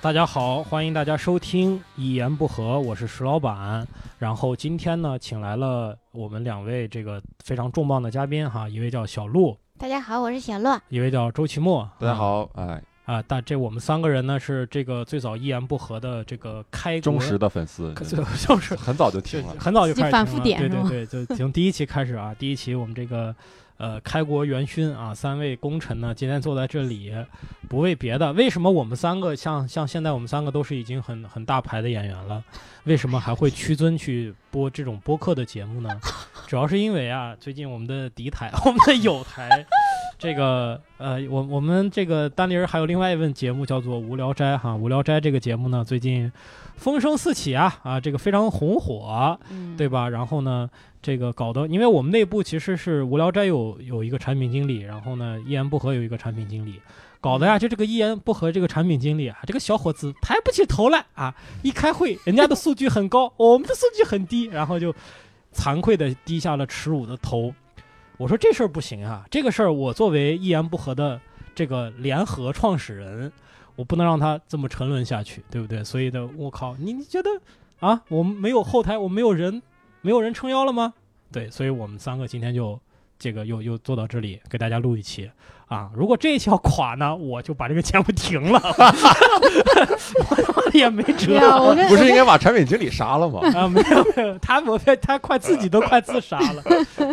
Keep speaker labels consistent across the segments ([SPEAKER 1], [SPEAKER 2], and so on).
[SPEAKER 1] 大家好，欢迎大家收听《一言不合》，我是石老板。然后今天呢，请来了我们两位这个非常重磅的嘉宾哈，一位叫小鹿，
[SPEAKER 2] 大家好，我是小乐。
[SPEAKER 1] 一位叫周奇墨。
[SPEAKER 3] 大家好，哎，
[SPEAKER 1] 啊，但这我们三个人呢是这个最早《一言不合》的这个开国
[SPEAKER 3] 忠实，的粉 丝，
[SPEAKER 1] 最早就是
[SPEAKER 3] 很早就听了。
[SPEAKER 1] 很早就开始
[SPEAKER 2] 反
[SPEAKER 1] 听
[SPEAKER 2] 复
[SPEAKER 1] 了
[SPEAKER 2] 点
[SPEAKER 1] 对
[SPEAKER 2] 是
[SPEAKER 1] 对
[SPEAKER 2] 吗
[SPEAKER 1] 对，就从第一期开始啊，第一期我们这个呃开国元勋啊，三位功臣呢今天坐在这里，不为别的，为什么我们三个像像现在我们三个都是已经很很大牌的演员了，为什么还会屈尊去播这种播客的节目呢？主要是因为啊，最近我们的敌台，我们的友台。这个呃，我我们这个单立人还有另外一份节目叫做《无聊斋》哈，《无聊斋》这个节目呢，最近风声四起啊啊，这个非常红火，
[SPEAKER 2] 嗯，
[SPEAKER 1] 对吧？然后呢，这个搞得，因为我们内部其实是无聊斋有有一个产品经理，然后呢，一言不合有一个产品经理，搞得呀，就这个一言不合这个产品经理啊，这个小伙子抬不起头来啊，一开会人家的数据很高，我们的数据很低，然后就惭愧的低下了耻辱的头。我说这事儿不行啊，这个事儿我作为一言不合的这个联合创始人，我不能让他这么沉沦下去，对不对？所以呢，我靠，你你觉得啊，我们没有后台，我们没有人，没有人撑腰了吗？对，所以我们三个今天就这个又又做到这里，给大家录一期啊。如果这一期要垮呢，我就把这个节目停了， 我他妈的也没辙
[SPEAKER 2] 对啊，我跟
[SPEAKER 3] 不是应该把产品经理杀 了吗？
[SPEAKER 1] 啊，没有没有，他我他快自己都快自杀了，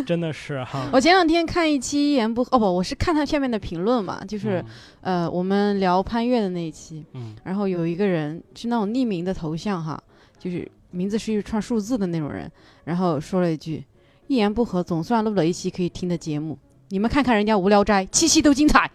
[SPEAKER 1] 真的是哈。
[SPEAKER 2] 我前两天看一期一言不合，哦不，我是看他下面的评论嘛，就是、呃，我们聊潘越的那一期，
[SPEAKER 1] 嗯，
[SPEAKER 2] 然后有一个人是那种匿名的头像哈，就是名字是一串数字的那种人，然后说了一句：“一言不合，总算录了一期可以听的节目。”你们看看人家《无聊斋》，期期都精彩。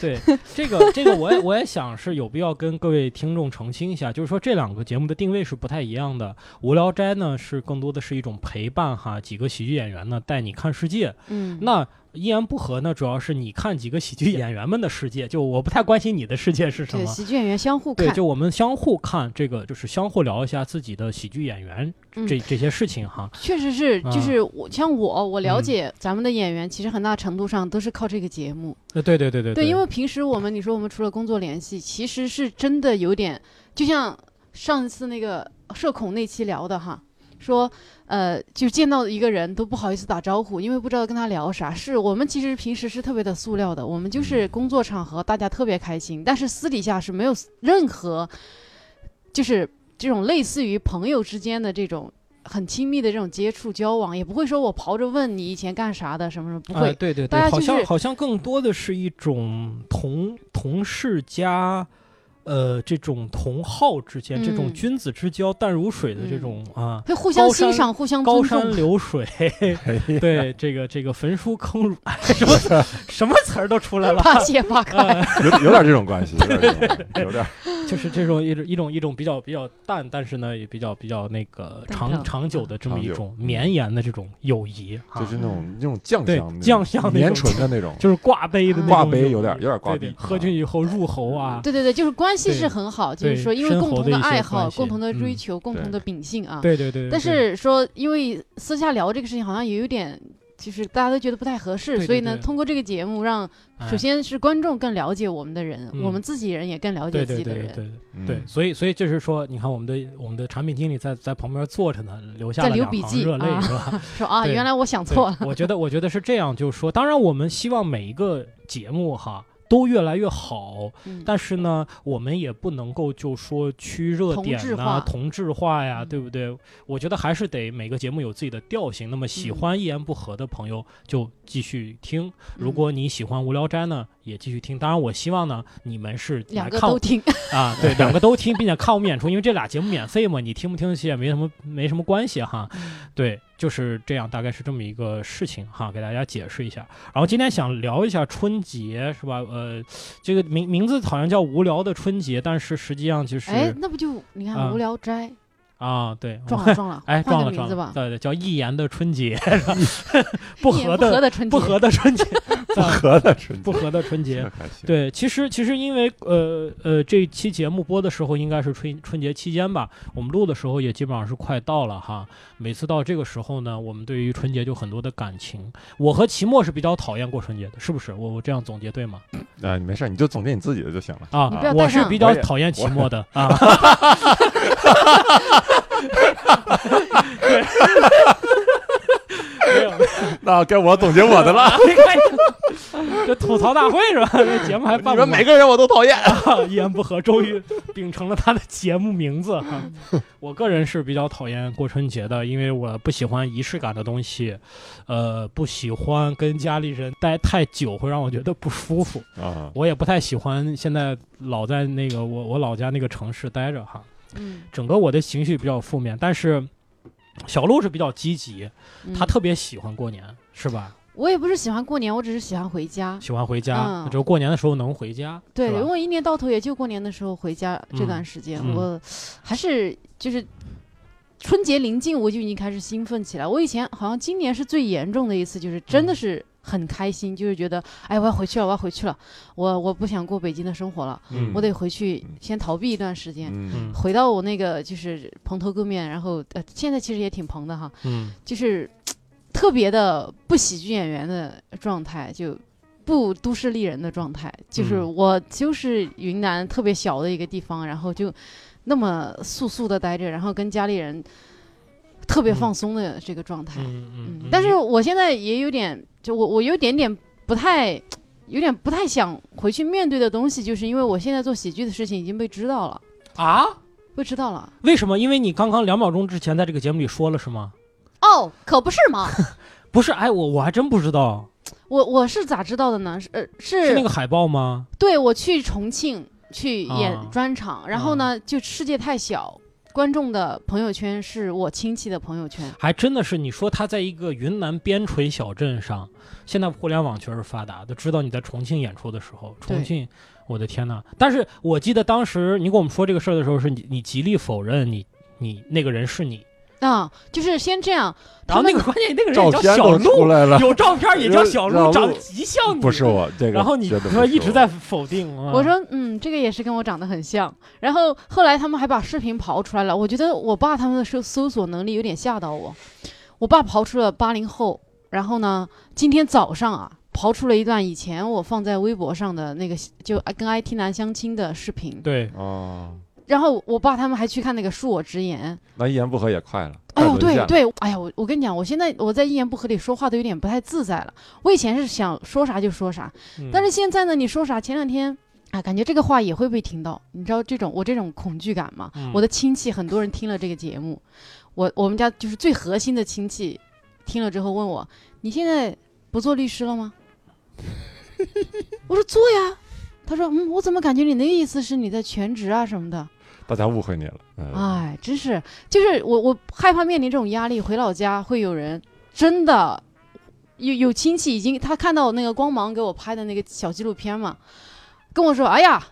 [SPEAKER 1] 对，这个这个我也我也想是有必要跟各位听众澄清一下，就是说这两个节目的定位是不太一样的。无聊斋呢是更多的是一种陪伴哈，几个喜剧演员呢带你看世界。
[SPEAKER 2] 嗯，
[SPEAKER 1] 那一言不合呢，主要是你看几个喜剧演员们的世界，就我不太关心你的世界是什
[SPEAKER 2] 对
[SPEAKER 1] 么。
[SPEAKER 2] 喜剧演员相互
[SPEAKER 1] 对，
[SPEAKER 2] 看，
[SPEAKER 1] 就我们相互看这个，就是相互聊一下自己的喜剧演员
[SPEAKER 2] 嗯
[SPEAKER 1] 这、这些事情哈。
[SPEAKER 2] 确实是，
[SPEAKER 1] 啊
[SPEAKER 2] 就是我像我，我了
[SPEAKER 1] 嗯
[SPEAKER 2] 解咱们的演员，其实很大程度上都是靠这个节目。
[SPEAKER 1] 呃，对对对对
[SPEAKER 2] 对，因为平时我们你说我们除了工作联系，其实是真的有点，就像上次那个呃社恐那期聊的哈，说呃，就见到一个人都不好意思打招呼，因为不知道跟他聊啥。是我们其实平时是特别的塑料的，我们就是工作场合大家特别开心，但是私底下是没有任何，就是这种类似于朋友之间的这种。很亲密的这种接触交往，也不会说我刨着问你以前干啥的什么什么，不
[SPEAKER 1] 哎
[SPEAKER 2] 会，
[SPEAKER 1] 对对对，
[SPEAKER 2] 大家
[SPEAKER 1] 好
[SPEAKER 2] 就
[SPEAKER 1] 像
[SPEAKER 2] 是
[SPEAKER 1] 好像更多的是一种同同事加，呃，这种同好之间、这种
[SPEAKER 2] 嗯
[SPEAKER 1] 君子之交淡如水的这种、啊，
[SPEAKER 2] 会互相
[SPEAKER 1] 高
[SPEAKER 2] 欣
[SPEAKER 1] 山
[SPEAKER 2] 赏、互相
[SPEAKER 1] 高
[SPEAKER 2] 尊重
[SPEAKER 1] 山。流 水，
[SPEAKER 3] 哎呀，
[SPEAKER 1] 对这个这个焚书坑儒，哎什么词儿什么词儿都出 来了。
[SPEAKER 2] 怕谢 怕开。
[SPEAKER 1] 呃，
[SPEAKER 3] 有有点这种 关系，有点这种关系有点。
[SPEAKER 1] 就是这种一种一种一种比较比较淡，但是呢也比较比较那个
[SPEAKER 2] 淡
[SPEAKER 1] 长
[SPEAKER 2] 淡
[SPEAKER 1] 长久的这么
[SPEAKER 3] 长
[SPEAKER 1] 一
[SPEAKER 3] 久嗯
[SPEAKER 1] 种绵延的这种友谊啊，
[SPEAKER 3] 就是那种那种酱
[SPEAKER 1] 对
[SPEAKER 3] 香那种、
[SPEAKER 1] 酱香那种
[SPEAKER 3] 绵醇的那种，
[SPEAKER 1] 就是挂杯的那种
[SPEAKER 3] 挂杯有点
[SPEAKER 1] 友谊
[SPEAKER 3] 有点挂
[SPEAKER 1] 对对
[SPEAKER 3] 壁嗯
[SPEAKER 1] 喝进以后入喉啊，
[SPEAKER 2] 对对对，就是关系
[SPEAKER 1] 对
[SPEAKER 2] 是很好，就是
[SPEAKER 1] 对
[SPEAKER 2] 说因为
[SPEAKER 1] 生
[SPEAKER 2] 共
[SPEAKER 1] 活
[SPEAKER 2] 同
[SPEAKER 1] 的
[SPEAKER 2] 的
[SPEAKER 1] 一些
[SPEAKER 2] 爱
[SPEAKER 1] 关
[SPEAKER 2] 好、
[SPEAKER 1] 系
[SPEAKER 2] 共同的追
[SPEAKER 1] 嗯
[SPEAKER 2] 求、共同
[SPEAKER 3] 对
[SPEAKER 2] 的秉性啊。
[SPEAKER 1] 对对对对，对
[SPEAKER 2] 但是说，因为私下聊这个事情，好像也有点。就是大家都觉得不太合适，
[SPEAKER 1] 对对
[SPEAKER 2] 所以呢，
[SPEAKER 1] 对
[SPEAKER 2] 通过这个节目让，
[SPEAKER 1] 哎
[SPEAKER 2] 首先是观众更了解我们的人，
[SPEAKER 1] 嗯
[SPEAKER 2] 我们自己人也更了
[SPEAKER 1] 对对
[SPEAKER 2] 解自己的
[SPEAKER 1] 对
[SPEAKER 2] 人。
[SPEAKER 1] 对对
[SPEAKER 3] 嗯
[SPEAKER 1] 对，所以所以就是说，你看我们的我们的产品经理在在旁边坐着呢，留下
[SPEAKER 2] 在
[SPEAKER 1] 了
[SPEAKER 2] 留
[SPEAKER 1] 两
[SPEAKER 2] 笔
[SPEAKER 1] 行
[SPEAKER 2] 记
[SPEAKER 1] 热泪
[SPEAKER 2] 啊
[SPEAKER 1] 是 吧？
[SPEAKER 2] 说啊，
[SPEAKER 1] 对
[SPEAKER 2] 原来我想
[SPEAKER 1] 对
[SPEAKER 2] 错了。
[SPEAKER 1] 我觉得我觉得是这样，就是说，当然我们希望每一个节目哈都越来越好，
[SPEAKER 2] 嗯，
[SPEAKER 1] 但是呢，我们也不能够就说趋热
[SPEAKER 2] 同
[SPEAKER 1] 点
[SPEAKER 2] 质
[SPEAKER 1] 呐、
[SPEAKER 2] 化
[SPEAKER 1] 同质化呀，
[SPEAKER 2] 嗯
[SPEAKER 1] 对不对？我觉得还是得每个节目有自己的调性。那么喜
[SPEAKER 2] 嗯
[SPEAKER 1] 欢一言不合的朋友就继续听，如
[SPEAKER 2] 嗯
[SPEAKER 1] 果你喜欢无聊斋呢，也继续听。当然，我希望呢你们是
[SPEAKER 2] 两
[SPEAKER 1] 来
[SPEAKER 2] 个
[SPEAKER 1] 看我
[SPEAKER 2] 都听，
[SPEAKER 1] 啊，对，两个都听，并且看我们演出，因为这俩节目免费嘛，你听不听其实也没什么没什么关系哈。
[SPEAKER 2] 嗯
[SPEAKER 1] 对，就是这样，大概是这么一个事情哈，给大家解释一下。然后今天想聊一下春节是吧？呃，这个名名字好像叫《无聊的春节》，但是实际上就是
[SPEAKER 2] 哎，那不就你看
[SPEAKER 1] 啊
[SPEAKER 2] 《无聊斋》
[SPEAKER 1] 啊，对，
[SPEAKER 2] 撞了撞了，
[SPEAKER 1] 哎
[SPEAKER 2] 换
[SPEAKER 1] 撞了
[SPEAKER 2] 个名
[SPEAKER 1] 撞
[SPEAKER 2] 字
[SPEAKER 1] 了
[SPEAKER 2] 吧，，
[SPEAKER 1] 对对，叫一言的春节，是吧 不
[SPEAKER 2] 一言
[SPEAKER 1] 合
[SPEAKER 2] 不合
[SPEAKER 1] 的
[SPEAKER 2] 的春节，
[SPEAKER 1] 不合的春节，
[SPEAKER 3] 不合的春
[SPEAKER 1] 不
[SPEAKER 3] 节，
[SPEAKER 1] 和的春节
[SPEAKER 3] 这。还行，
[SPEAKER 1] 对，其实其实因为呃呃，这期节目播的时候应该是春春节期间吧，我们录的时候也基本上是快到了哈。每次到这个时候呢，我们对于春节就很多的感情。我和齐墨是比较讨厌过春节的，是不是？我我这样总结对吗？
[SPEAKER 3] 啊，你没事，你就总结你自己的就行了。
[SPEAKER 1] 啊
[SPEAKER 2] 你不要，
[SPEAKER 1] 我
[SPEAKER 2] 带
[SPEAKER 1] 是
[SPEAKER 2] 上
[SPEAKER 1] 比较
[SPEAKER 3] 我也
[SPEAKER 1] 讨厌齐墨的啊。 对没有，
[SPEAKER 3] 那该我总结我的 了，
[SPEAKER 1] 这吐槽大会是吧？这节目还办不
[SPEAKER 3] 你们
[SPEAKER 1] 完
[SPEAKER 3] 每个人我都讨
[SPEAKER 1] 啊
[SPEAKER 3] 厌。
[SPEAKER 1] 一言不合，终于秉承了他的节目名字 哈。我个人是比较讨厌过春节的，因为我不喜欢仪式感的东西，呃，不喜欢跟家里人待太久，会让我觉得不舒服。
[SPEAKER 3] 啊，
[SPEAKER 1] 我也不太喜欢现在老在那个我我老家那个城市待着哈，
[SPEAKER 2] 嗯，
[SPEAKER 1] 整个我的情绪比较负面。但是小鹿是比较积极，
[SPEAKER 2] 嗯
[SPEAKER 1] 她特别喜欢过年，是吧？
[SPEAKER 2] 我也不是喜欢过年，我只是喜欢回家。
[SPEAKER 1] 喜欢回家，
[SPEAKER 2] 嗯
[SPEAKER 1] 只有过年的时候能回家，
[SPEAKER 2] 对，
[SPEAKER 1] 是吧
[SPEAKER 2] 因为我一年到头也就过年的时候回家这段时间，
[SPEAKER 1] 嗯嗯
[SPEAKER 2] 我还是就是春节临近，我就已经开始兴奋起来。我以前好像今年是最严重的一次，就是真
[SPEAKER 1] 嗯
[SPEAKER 2] 的是很开心，就是觉得哎，我要回去了，我要回去了，我我不想过北京的生活了，
[SPEAKER 1] 嗯
[SPEAKER 2] 我得回去
[SPEAKER 3] 嗯
[SPEAKER 2] 先逃避一段时间。
[SPEAKER 3] 嗯
[SPEAKER 1] 嗯
[SPEAKER 2] 回到我那个就是蓬头垢面，然后呃，现在其实也挺蓬的哈，
[SPEAKER 1] 嗯
[SPEAKER 2] 就是嘖特别的不喜剧演员的状态，就不都市丽人的状态。就是
[SPEAKER 1] 嗯
[SPEAKER 2] 我就是云南特别小的一个地方，然后就那么素素的待着，然后跟家里人特别
[SPEAKER 1] 嗯
[SPEAKER 2] 放松的这个状态。
[SPEAKER 1] 嗯嗯
[SPEAKER 2] 嗯
[SPEAKER 1] 嗯，，
[SPEAKER 2] 但是我现在也有点，就我我有点点不太，有点不太想回去面对的东西，就是因为我现在做喜剧的事情已经被知道了，
[SPEAKER 1] 啊。
[SPEAKER 2] 被知道了。
[SPEAKER 1] 为什么？因为你刚刚两秒钟之前在这个节目里说了是吗？
[SPEAKER 2] 哦，可不是嘛！
[SPEAKER 1] 不是，哎，我我还真不知道，
[SPEAKER 2] 我我是咋知道的呢？是呃是
[SPEAKER 1] 是那个海报吗？
[SPEAKER 2] 对我去重庆去
[SPEAKER 1] 啊
[SPEAKER 2] 演专场，然后呢，就世界太小，观众的朋友圈是我亲戚的朋友圈。
[SPEAKER 1] 还真的是，你说他在一个云南边陲小镇上，现在互联网确实发达，都知道你在重庆演出的时候，重
[SPEAKER 2] 对
[SPEAKER 1] 庆，我的天呐！但是我记得当时你跟我们说这个事儿的时候，是你你极力否认你你那个人是你，
[SPEAKER 2] 啊，就是先这样，
[SPEAKER 1] 然后
[SPEAKER 2] 他
[SPEAKER 1] 那
[SPEAKER 2] 们
[SPEAKER 1] 个关键那个人
[SPEAKER 3] 照
[SPEAKER 1] 也叫
[SPEAKER 3] 片
[SPEAKER 1] 小
[SPEAKER 3] 都出
[SPEAKER 1] 鹿，
[SPEAKER 3] 来了，
[SPEAKER 1] 有照片也叫小
[SPEAKER 3] 让
[SPEAKER 1] 鹿，
[SPEAKER 3] 鹿
[SPEAKER 1] 长得极像你，
[SPEAKER 3] 不是我这个，
[SPEAKER 1] 然后你
[SPEAKER 3] 绝对不
[SPEAKER 1] 说
[SPEAKER 3] 是
[SPEAKER 1] 一直
[SPEAKER 3] 我啊
[SPEAKER 1] 在否定，
[SPEAKER 2] 我
[SPEAKER 1] 我
[SPEAKER 2] 说，嗯，这个也是跟我长得很像。然后后来他们还把视频刨出来了，我觉得我爸他们的搜搜索能力有点吓到我。我爸刨出了八零后，然后呢，今天早上啊，刨出了一段以前我放在微博上的那个就跟 IT 男相亲的视频。
[SPEAKER 1] 对，
[SPEAKER 3] 哦，
[SPEAKER 2] 然后我爸他们还去看那个恕我直言，
[SPEAKER 3] 那一言不合也快了。快
[SPEAKER 2] 哦，
[SPEAKER 3] 沦陷
[SPEAKER 2] 对
[SPEAKER 3] 了，
[SPEAKER 2] 对，哎呀，我我跟你讲，我现在我在一言不合里说话都有点不太自在了。我以前是想说啥就说啥，
[SPEAKER 1] 嗯
[SPEAKER 2] 但是现在呢，你说啥，前两天啊，感觉这个话也会被听到，你知道这种我这种恐惧感吗？
[SPEAKER 1] 嗯
[SPEAKER 2] 我的亲戚很多人听了这个节目，我我们家就是最核心的亲戚，听了之后问我，你现在不做律师了吗？ 我说做呀，他说嗯，我怎么感觉你那个意思是你在全职啊什么的？
[SPEAKER 3] 大家误会你了。嗯，
[SPEAKER 2] 哎，真是，就是我我害怕面临这种压力，回老家会有人真的有有亲戚已经他看到那个光芒给我拍的那个小纪录片嘛，跟我说：“哎呀，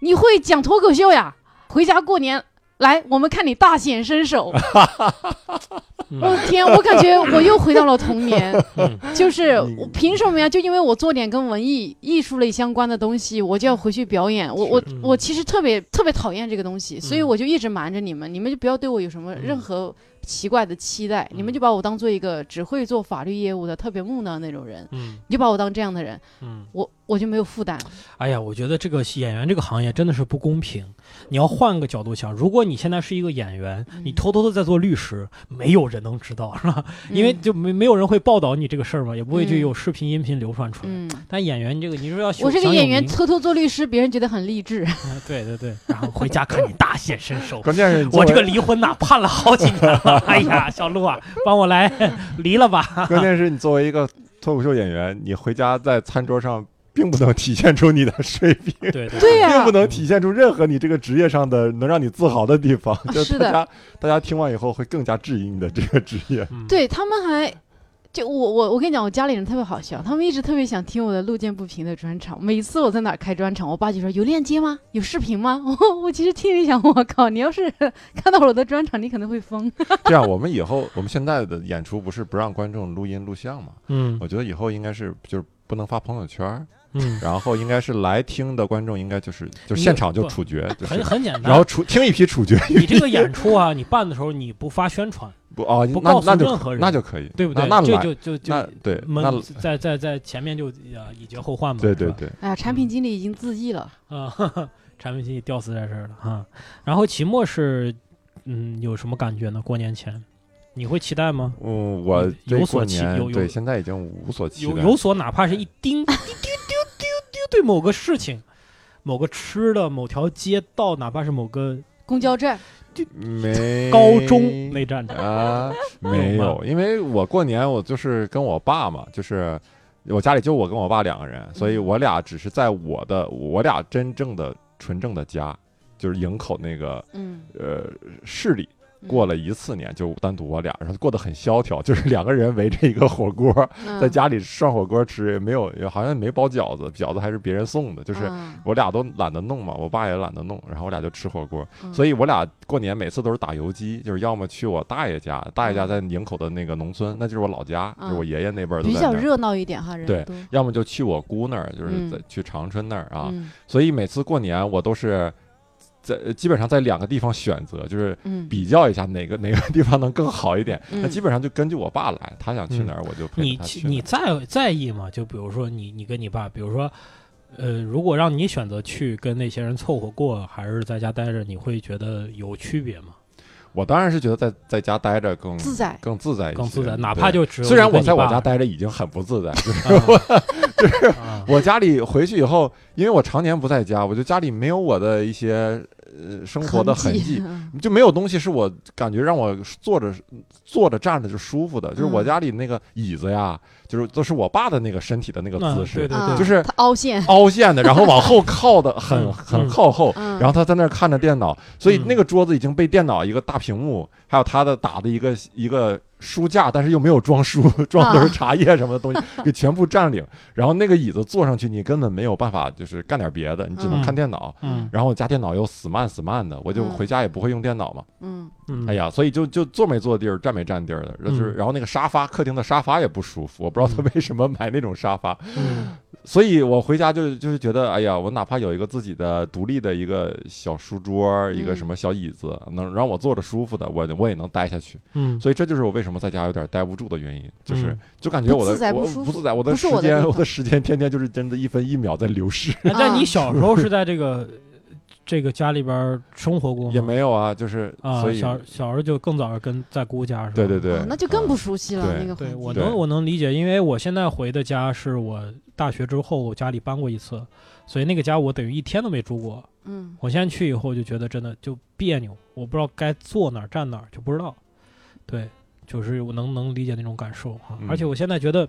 [SPEAKER 2] 你会讲脱口秀呀？回家过年来，我们看你大显身手。
[SPEAKER 1] 嗯
[SPEAKER 2] 我的天，我感觉我又回到了童年，
[SPEAKER 1] 嗯
[SPEAKER 2] 就是
[SPEAKER 3] 你
[SPEAKER 2] 我凭什么呀？就因为我做点跟文艺艺术类相关的东西，我就要回去表演。我我
[SPEAKER 1] 嗯
[SPEAKER 2] 我其实特别特别讨厌这个东西，所以我就一直瞒着你们，你们就不要对我有什么
[SPEAKER 1] 嗯
[SPEAKER 2] 任何奇怪的期待，你们就把我当做一个只会做法律业务的特别木讷那种人，
[SPEAKER 1] 嗯
[SPEAKER 2] 你就把我当这样的人，
[SPEAKER 1] 嗯。
[SPEAKER 2] 我我就没有负担。
[SPEAKER 1] 哎呀，我觉得这个演员这个行业真的是不公平。你要换个角度想，如果你现在是一个演员，你
[SPEAKER 2] 嗯
[SPEAKER 1] 偷偷的在做律师，没有人能知道，是吧？因为
[SPEAKER 2] 嗯
[SPEAKER 1] 就没没有人会报道你这个事儿嘛，也不会就
[SPEAKER 2] 嗯
[SPEAKER 1] 有视频、音频流传出来。
[SPEAKER 2] 嗯，
[SPEAKER 1] 但演员这个，你说要
[SPEAKER 2] 我
[SPEAKER 1] 这
[SPEAKER 2] 这个演员偷偷做律师，别人觉得很励志。
[SPEAKER 1] 啊对对对，然后回家看你大显身 手。
[SPEAKER 3] 关键是你作
[SPEAKER 1] 我这个
[SPEAKER 3] 为
[SPEAKER 1] 离婚呐、判了好几年了。哎呀，小鹿啊，帮我来 离了 吧。
[SPEAKER 3] 关键是你作为一个脱口秀演员，你回家在餐桌上并不能体现出你的水平，
[SPEAKER 1] 对对对啊
[SPEAKER 2] 对啊呀、
[SPEAKER 3] 并不能体现出任何你这个职业上的能让你自豪的 地方。就是大
[SPEAKER 2] 的
[SPEAKER 3] 家大家听完以后会更加质疑你的这个职 业。
[SPEAKER 1] 嗯
[SPEAKER 2] 对他们还。就我我我跟你讲，我家里人特别好笑，他们一直特别想听我的路见不平的专场。每次我在哪儿开专场，我爸就说有链接吗？ 有视频吗？ 我我其实听一想，我靠，你要是看到我的专场，你可能会疯。
[SPEAKER 3] 这样，我们以后我们现在的演出不是不让观众录音录像吗？
[SPEAKER 1] 嗯
[SPEAKER 3] 我觉得以后应该是就是不能发朋友圈儿，
[SPEAKER 1] 嗯，
[SPEAKER 3] 然后应该是来听的观众应该就是就
[SPEAKER 1] 你
[SPEAKER 3] 现场就
[SPEAKER 1] 不
[SPEAKER 3] 处决，就是
[SPEAKER 1] 很很简单。
[SPEAKER 3] 然后处听一批处决，
[SPEAKER 1] 你这个演出啊，你办的时候你不发宣传，
[SPEAKER 3] 不哦，
[SPEAKER 1] 不
[SPEAKER 3] 那
[SPEAKER 1] 告诉
[SPEAKER 3] 那就
[SPEAKER 1] 任
[SPEAKER 3] 可
[SPEAKER 1] 何人
[SPEAKER 3] 那就可以，
[SPEAKER 1] 对不对？
[SPEAKER 3] 那
[SPEAKER 1] 这
[SPEAKER 3] 那来
[SPEAKER 1] 就就就
[SPEAKER 3] 那对那
[SPEAKER 1] 闷，在在在前面就呃以绝后患嘛，
[SPEAKER 3] 对
[SPEAKER 1] 是
[SPEAKER 3] 对
[SPEAKER 1] 吧
[SPEAKER 3] 对，
[SPEAKER 2] 哎呀，产品经理已经自缢了。
[SPEAKER 1] 啊，哈哈，产品经理吊死在这儿了哈。然后期末是，嗯，有什么感觉呢？过年前，你会期待吗？
[SPEAKER 3] 嗯，我
[SPEAKER 1] 有有
[SPEAKER 3] 对过
[SPEAKER 1] 所期
[SPEAKER 3] 年
[SPEAKER 1] 有有
[SPEAKER 3] 对现在已经无所期
[SPEAKER 1] 有
[SPEAKER 3] 待，
[SPEAKER 1] 有所哪怕是一丁丢丢丢丢对某个事情、某个吃的、某条街道，哪怕是某个
[SPEAKER 2] 公交站，
[SPEAKER 3] 没
[SPEAKER 1] 高
[SPEAKER 3] 哎
[SPEAKER 1] 中内战场，
[SPEAKER 3] 啊，没
[SPEAKER 1] 有
[SPEAKER 3] 有，因为我过年我就是跟我爸嘛，就是我家里就我跟我爸两个人，所以
[SPEAKER 1] 嗯
[SPEAKER 3] 我俩只是在我的我俩真正的纯正的家，就是营口那个
[SPEAKER 2] 嗯，
[SPEAKER 3] 呃市里。
[SPEAKER 1] 嗯
[SPEAKER 3] 过了一次年，就单独我俩，然后过得很萧条，就是两个人围着一个火锅，
[SPEAKER 2] 嗯
[SPEAKER 3] 在家里涮火锅吃，也没有，也好像没包饺子，饺子还是别人送的，就是
[SPEAKER 2] 嗯
[SPEAKER 3] 我俩都懒得弄嘛，我爸也懒得弄，然后我俩就吃火锅，
[SPEAKER 2] 嗯
[SPEAKER 3] 所以我俩过年每次都是打游击，就是要么去我大爷家，大爷家在营口的那个农村，那就是我老家，就
[SPEAKER 2] 嗯
[SPEAKER 3] 是我爷爷那辈儿都
[SPEAKER 2] 比
[SPEAKER 3] 在那
[SPEAKER 2] 较
[SPEAKER 3] 儿。
[SPEAKER 2] 热闹一点哈，人嗯
[SPEAKER 3] 对
[SPEAKER 2] 多。
[SPEAKER 3] 要么就去我姑那儿，就是
[SPEAKER 2] 嗯
[SPEAKER 3] 在去长春那儿啊，
[SPEAKER 2] 嗯
[SPEAKER 3] 所以每次过年我都是在基本上在两个地方选择，就是
[SPEAKER 2] 嗯，
[SPEAKER 3] 比较一下哪个 哪个地方能更好一点。那
[SPEAKER 2] 嗯
[SPEAKER 3] 基本上就根据我爸来，他想去哪儿我就陪
[SPEAKER 1] 你
[SPEAKER 3] 着他去哪儿。
[SPEAKER 1] 你在在意吗？就比如说你你跟你爸，比如说。呃，如果让你选择去跟那些人凑合过，还是在家待着，你会觉得有区别吗？
[SPEAKER 3] 我当然是觉得在在家待着更
[SPEAKER 2] 自在。
[SPEAKER 3] 更自在一些，
[SPEAKER 1] 更自在，哪
[SPEAKER 3] 哎啊对
[SPEAKER 1] 怕就只有
[SPEAKER 3] 虽然
[SPEAKER 1] 你跟
[SPEAKER 3] 我
[SPEAKER 1] 你
[SPEAKER 3] 在我
[SPEAKER 1] 爸
[SPEAKER 3] 家待着已经很不 自在，就是
[SPEAKER 1] 啊，就是
[SPEAKER 3] 我家里回去以后，因为我常年不在家，我就家里没有我的一些呃生活的痕迹，
[SPEAKER 2] 嗯
[SPEAKER 3] 就没有东西是我感觉让我坐着坐着站着就舒服的。就是
[SPEAKER 2] 嗯
[SPEAKER 3] 我家里那个椅子呀，就是都是我爸的那个身体的那个姿
[SPEAKER 1] 嗯
[SPEAKER 3] 势，
[SPEAKER 1] 对对
[SPEAKER 2] 啊
[SPEAKER 1] 对，
[SPEAKER 3] 就是
[SPEAKER 2] 它凹陷，
[SPEAKER 3] 凹陷的，然后往后靠的
[SPEAKER 1] 嗯
[SPEAKER 3] 很很
[SPEAKER 1] 嗯
[SPEAKER 3] 靠后。
[SPEAKER 2] 嗯，
[SPEAKER 3] 然后他在那儿看着电脑，所以
[SPEAKER 1] 嗯
[SPEAKER 3] 那个桌子已经被电脑一个大屏幕，还有他的打的一个一个书架，但是又没有装书，
[SPEAKER 1] 嗯
[SPEAKER 3] 装的都是茶叶什么的东西，给全部占领。然后那个椅子坐上去，你根本没有办法就是干点别的，你只能
[SPEAKER 1] 嗯
[SPEAKER 3] 看电脑。
[SPEAKER 1] 嗯
[SPEAKER 3] 然后我家电脑又死慢死慢的，我就
[SPEAKER 2] 嗯
[SPEAKER 3] 回家也不会用电脑嘛。
[SPEAKER 2] 嗯
[SPEAKER 1] 嗯，
[SPEAKER 3] 哎呀，所以就就坐没坐地儿，站没站地儿的，就是
[SPEAKER 1] 嗯
[SPEAKER 3] 然后那个沙发，客厅的沙发也不舒服，我不知道他
[SPEAKER 1] 嗯
[SPEAKER 3] 为什么买那种沙发。
[SPEAKER 1] 嗯，
[SPEAKER 3] 所以我回家就就是觉得，哎呀，我哪怕有一个自己的独立的一个小书桌，一个
[SPEAKER 2] 嗯
[SPEAKER 3] 什么小椅子，能让我坐着舒服的，我我也能待下去。
[SPEAKER 1] 嗯，
[SPEAKER 3] 所以这就是我为什么在家有点待不住的原因，就是
[SPEAKER 1] 嗯
[SPEAKER 3] 就感觉我
[SPEAKER 2] 不自在
[SPEAKER 3] 的
[SPEAKER 2] 不
[SPEAKER 3] 我
[SPEAKER 2] 舒服
[SPEAKER 3] 不自在，我的
[SPEAKER 2] 不是
[SPEAKER 3] 时
[SPEAKER 2] 我的地
[SPEAKER 3] 间
[SPEAKER 2] 方
[SPEAKER 3] 我的时间天天就是真的一分一秒在流 逝，
[SPEAKER 1] 哎那你
[SPEAKER 2] 啊
[SPEAKER 1] 小时候是在这个这个家里边儿生活过
[SPEAKER 2] 哦
[SPEAKER 1] 吗？
[SPEAKER 3] 也没有啊，就是
[SPEAKER 1] 啊
[SPEAKER 3] 所，以
[SPEAKER 1] 小小时候就更早是跟在姑家是吧？
[SPEAKER 3] 对对。对
[SPEAKER 2] 啊，那就更
[SPEAKER 3] 啊
[SPEAKER 2] 不熟悉了
[SPEAKER 3] 对
[SPEAKER 2] 那个环
[SPEAKER 1] 对，
[SPEAKER 2] 境。
[SPEAKER 1] 我
[SPEAKER 3] 对
[SPEAKER 1] 能我能理解，因为我现在回的家是我大学之后我家里搬过一次，所以那个家我等于一天都没住过。
[SPEAKER 2] 嗯
[SPEAKER 1] 我现在去以后就觉得真的就别扭，我不知道该坐哪儿站哪儿，就不知道。对，就是我能能理解那种感受哈、
[SPEAKER 3] 嗯
[SPEAKER 1] 而且我现在觉得，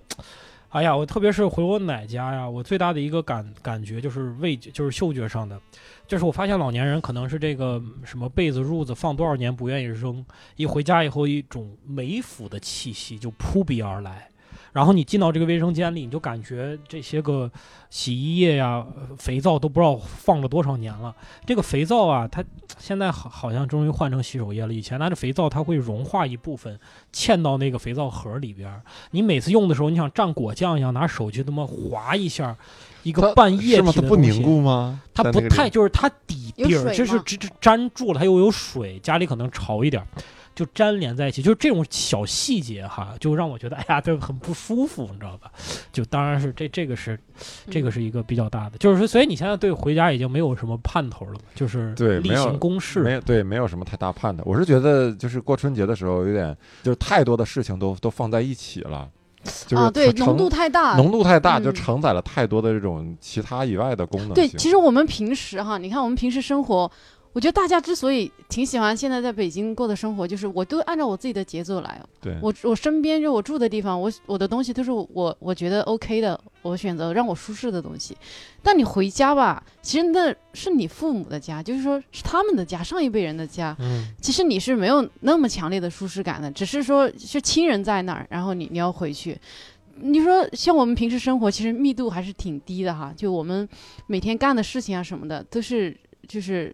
[SPEAKER 1] 哎呀，我特别是回我奶家呀，我最大的一个感感觉就是味觉，就是嗅觉上的，就是我发现老年人可能是这个嗯什么被子、褥子放多少年不愿意扔，一回家以后一种霉腐的气息就扑鼻而来。然后你进到这个卫生间里，你就感觉这些个洗衣液呀、呃肥皂都不知道放了多少年了。这个肥皂啊，它现在好好像终于换成洗手液了。以前它的肥皂它会融化一部分，嵌到那个肥皂盒里边儿。你每次用的时候，你想蘸果酱一样，拿手去那么划一下，一个
[SPEAKER 3] 它
[SPEAKER 1] 半液体
[SPEAKER 3] 是吗
[SPEAKER 1] 的？
[SPEAKER 3] 它不
[SPEAKER 1] 东西
[SPEAKER 3] 凝固吗？
[SPEAKER 1] 它
[SPEAKER 3] 在
[SPEAKER 1] 不
[SPEAKER 3] 那个里
[SPEAKER 1] 太就是它底
[SPEAKER 2] 有
[SPEAKER 1] 底儿
[SPEAKER 2] 水
[SPEAKER 1] 就是
[SPEAKER 2] 吗
[SPEAKER 1] 只只粘住了，它又有水，家里可能潮一点儿，就粘连在一起，就是这种小细节哈，就让我觉得哎呀，这很不舒服，你知道吧？就当然是这这个是
[SPEAKER 2] 嗯
[SPEAKER 1] 这个是一个比较大的，就是说，所以你现在对回家已经没有什么盼头了嘛，就是
[SPEAKER 3] 对
[SPEAKER 1] 例
[SPEAKER 3] 没有
[SPEAKER 1] 行公
[SPEAKER 3] 没
[SPEAKER 1] 事，
[SPEAKER 3] 有对，没有什么太大盼头。我是觉得就是过春节的时候，有点就是太多的事情都都放在一起了，就是
[SPEAKER 2] 啊，对，
[SPEAKER 3] 承
[SPEAKER 2] 浓度太大。
[SPEAKER 3] 浓度太大，就
[SPEAKER 2] 嗯
[SPEAKER 3] 承载了太多的这种其他以外的功能性。
[SPEAKER 2] 对，其实我们平时哈，你看我们平时生活，我觉得大家之所以挺喜欢现在在北京过的生活，就是我都按照我自己的节奏来。
[SPEAKER 3] 对
[SPEAKER 2] 我我身边就我住的地方，我我的东西都是我我觉得 OK 的，我选择让我舒适的东西。但你回家吧，其实那是你父母的家，就是说是他们的家，上一辈人的家。
[SPEAKER 1] 嗯
[SPEAKER 2] 其实你是没有那么强烈的舒适感的，只是说是亲人在那儿，然后你你要回去。你说像我们平时生活，其实密度还是挺低的哈，就我们每天干的事情啊什么的，都是就是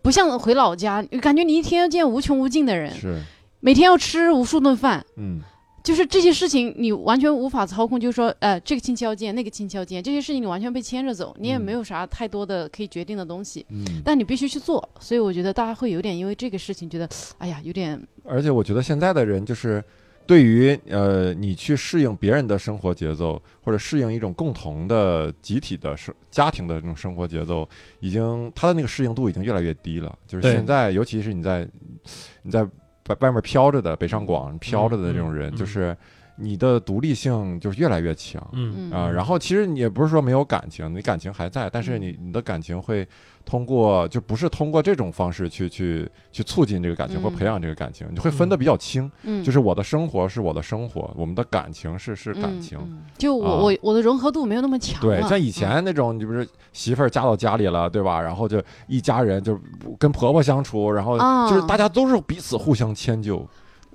[SPEAKER 2] 不像回老家，感觉你一天要见无穷无尽的人，
[SPEAKER 3] 是
[SPEAKER 2] 每天要吃无数顿饭，
[SPEAKER 3] 嗯，
[SPEAKER 2] 就是这些事情你完全无法操控，就是说，呃，这个亲戚要见，那个亲戚要见，这些事情你完全被牵着走，你也
[SPEAKER 3] 嗯
[SPEAKER 2] 没有啥太多的可以决定的东西，
[SPEAKER 3] 嗯，
[SPEAKER 2] 但你必须去做。所以我觉得大家会有点因为这个事情觉得， 哎呀，有点
[SPEAKER 3] 而且我觉得现在的人就是对于呃你去适应别人的生活节奏，或者适应一种共同的集体的生家庭的那种生活节奏，已经他的那个适应度已经越来越低了。就是
[SPEAKER 1] 对
[SPEAKER 3] 现在，尤其是你在你在外外面飘着的北上广飘着的这种人，
[SPEAKER 1] 嗯嗯
[SPEAKER 3] 就是你的独立性就是越来越强。
[SPEAKER 1] 嗯
[SPEAKER 3] 啊、
[SPEAKER 2] 嗯
[SPEAKER 3] 然后其实你也不是说没有感情，你感情还在，但是你你的感情会通过就不是通过这种方式去去去促进这个感情或
[SPEAKER 2] 嗯
[SPEAKER 3] 培养这个感情，你会分得比较清，
[SPEAKER 2] 嗯，
[SPEAKER 3] 就是我的生活是我的生活，我们的感情是是感
[SPEAKER 2] 嗯
[SPEAKER 3] 情。
[SPEAKER 2] 嗯就我、
[SPEAKER 3] 啊
[SPEAKER 2] 我我的融合度没有那么强
[SPEAKER 3] 对，
[SPEAKER 2] 了
[SPEAKER 3] 像以
[SPEAKER 2] 嗯
[SPEAKER 3] 前那种，你不是媳妇儿嫁到家里了，对吧？然后就一家人就跟婆婆相处，然后
[SPEAKER 2] 啊
[SPEAKER 3] 就是大家都是彼此互相迁就。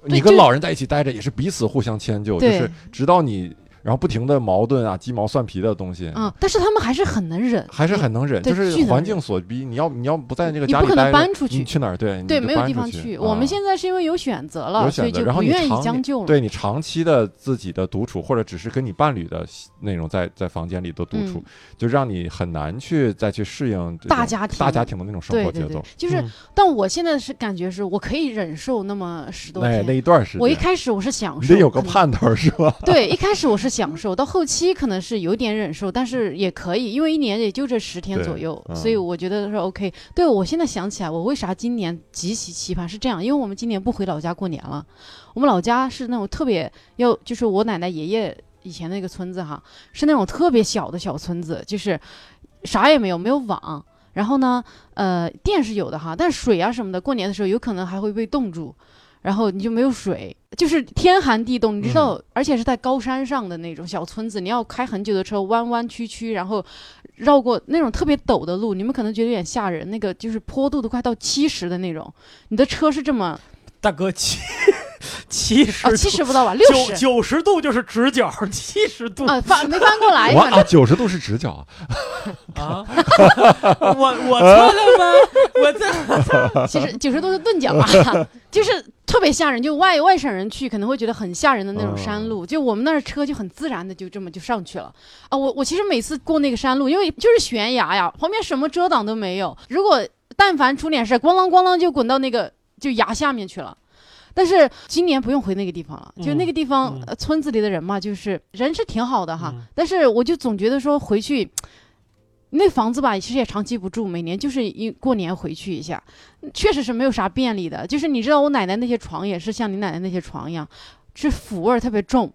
[SPEAKER 2] 对
[SPEAKER 3] 你跟
[SPEAKER 2] 就
[SPEAKER 3] 老人在一起待着也是彼此互相迁就，就
[SPEAKER 2] 对
[SPEAKER 3] 是直到你然后不停的矛盾啊、鸡毛蒜皮的东西，
[SPEAKER 2] 啊、但是他们还是很能忍，
[SPEAKER 3] 还是很能忍，
[SPEAKER 2] 嗯对
[SPEAKER 3] 就是
[SPEAKER 2] 巨能
[SPEAKER 3] 环
[SPEAKER 2] 忍
[SPEAKER 3] 境所逼，你要你要不在那个
[SPEAKER 2] 你
[SPEAKER 3] 家
[SPEAKER 2] 不
[SPEAKER 3] 里
[SPEAKER 2] 可能
[SPEAKER 3] 待着，
[SPEAKER 2] 搬出
[SPEAKER 3] 你
[SPEAKER 2] 去
[SPEAKER 3] 去哪儿？对，你
[SPEAKER 2] 对
[SPEAKER 3] 就
[SPEAKER 2] 没有
[SPEAKER 3] 搬
[SPEAKER 2] 地
[SPEAKER 3] 出
[SPEAKER 2] 方
[SPEAKER 3] 去。
[SPEAKER 2] 我们
[SPEAKER 3] 啊
[SPEAKER 2] 现在是因为有选择了，
[SPEAKER 3] 有
[SPEAKER 2] 所以
[SPEAKER 3] 选择
[SPEAKER 2] 就
[SPEAKER 3] 然后
[SPEAKER 2] 不
[SPEAKER 3] 你
[SPEAKER 2] 愿意
[SPEAKER 3] 常
[SPEAKER 2] 将就了。
[SPEAKER 3] 对你长期的自己的独处，或者只是跟你伴侣的那种在在房间里的独处，
[SPEAKER 2] 嗯
[SPEAKER 3] 就让你很难去再去适应这
[SPEAKER 2] 大
[SPEAKER 3] 种
[SPEAKER 2] 家庭
[SPEAKER 3] 大家庭的那种生
[SPEAKER 2] 对
[SPEAKER 3] 活
[SPEAKER 2] 对
[SPEAKER 3] 节
[SPEAKER 2] 对
[SPEAKER 3] 奏。，
[SPEAKER 2] 就是，
[SPEAKER 1] 嗯
[SPEAKER 2] 但我现在是感觉是我可以忍受那么十多
[SPEAKER 3] 那那
[SPEAKER 2] 天。
[SPEAKER 3] 一段时间，
[SPEAKER 2] 我一开始我是享
[SPEAKER 3] 你
[SPEAKER 2] 受，
[SPEAKER 3] 得有个
[SPEAKER 2] 可能
[SPEAKER 3] 盼头儿是 吧？
[SPEAKER 2] 对，一开始我是享受，到后期可能是有点忍受，但是也可以，因为一年也就这十天
[SPEAKER 3] 对
[SPEAKER 2] 左右，
[SPEAKER 3] 嗯
[SPEAKER 2] 所以我觉得说 OK。对我现在想起来，我为啥今年极其期盼是这样，因为我们今年不回老家过年了，我们老家是那种特别要，就是我奶奶爷爷以前那个村子哈，是那种特别小的小村子，就是啥也没有，没有网。然后呢，呃，电是有的哈，但水啊什么的，过年的时候有可能还会被冻住，然后你就没有水，就是天寒地冻，你知道，而且是在高山上的那种小村子，你要开很久的车，弯弯曲曲，然后绕过那种特别陡的路，你们可能觉得有点吓人，那个就是坡度都快到七十的那种，你的车是这么
[SPEAKER 1] 大哥七七十
[SPEAKER 2] 啊，
[SPEAKER 1] 度
[SPEAKER 2] 七十不到吧，六
[SPEAKER 1] 九
[SPEAKER 2] 十
[SPEAKER 1] 九十度就是直角，七十度
[SPEAKER 2] 啊，翻没翻过来，
[SPEAKER 3] 哇
[SPEAKER 2] 反
[SPEAKER 3] 啊，
[SPEAKER 2] 正
[SPEAKER 3] 九十度是直角啊，
[SPEAKER 1] 啊！我我错了吗？我在
[SPEAKER 2] 其实九十度是钝角啊，就是特别吓人，就外外省人去可能会觉得很吓人的那种山
[SPEAKER 1] 哦
[SPEAKER 2] 路，就我们那儿车就很自然的就这么就上去了啊。我我其实每次过那个山路，因为就是悬崖呀，旁边什么遮挡都没有，如果但凡出点事，咣啷咣啷就滚到那个就崖下面去了。但是今年不用回那个地方了，就
[SPEAKER 1] 嗯
[SPEAKER 2] 那个地方、
[SPEAKER 1] 嗯
[SPEAKER 2] 呃村子里的人嘛，就是人是挺 好的哈，
[SPEAKER 1] 嗯
[SPEAKER 2] 但是我就总觉得说回去。那房子吧，其实也长期不住，每年就是一过年回去一下，确实是没有啥便利的。就是你知道，我奶奶那些床也是像你奶奶那些床一样，是腐味儿特别重，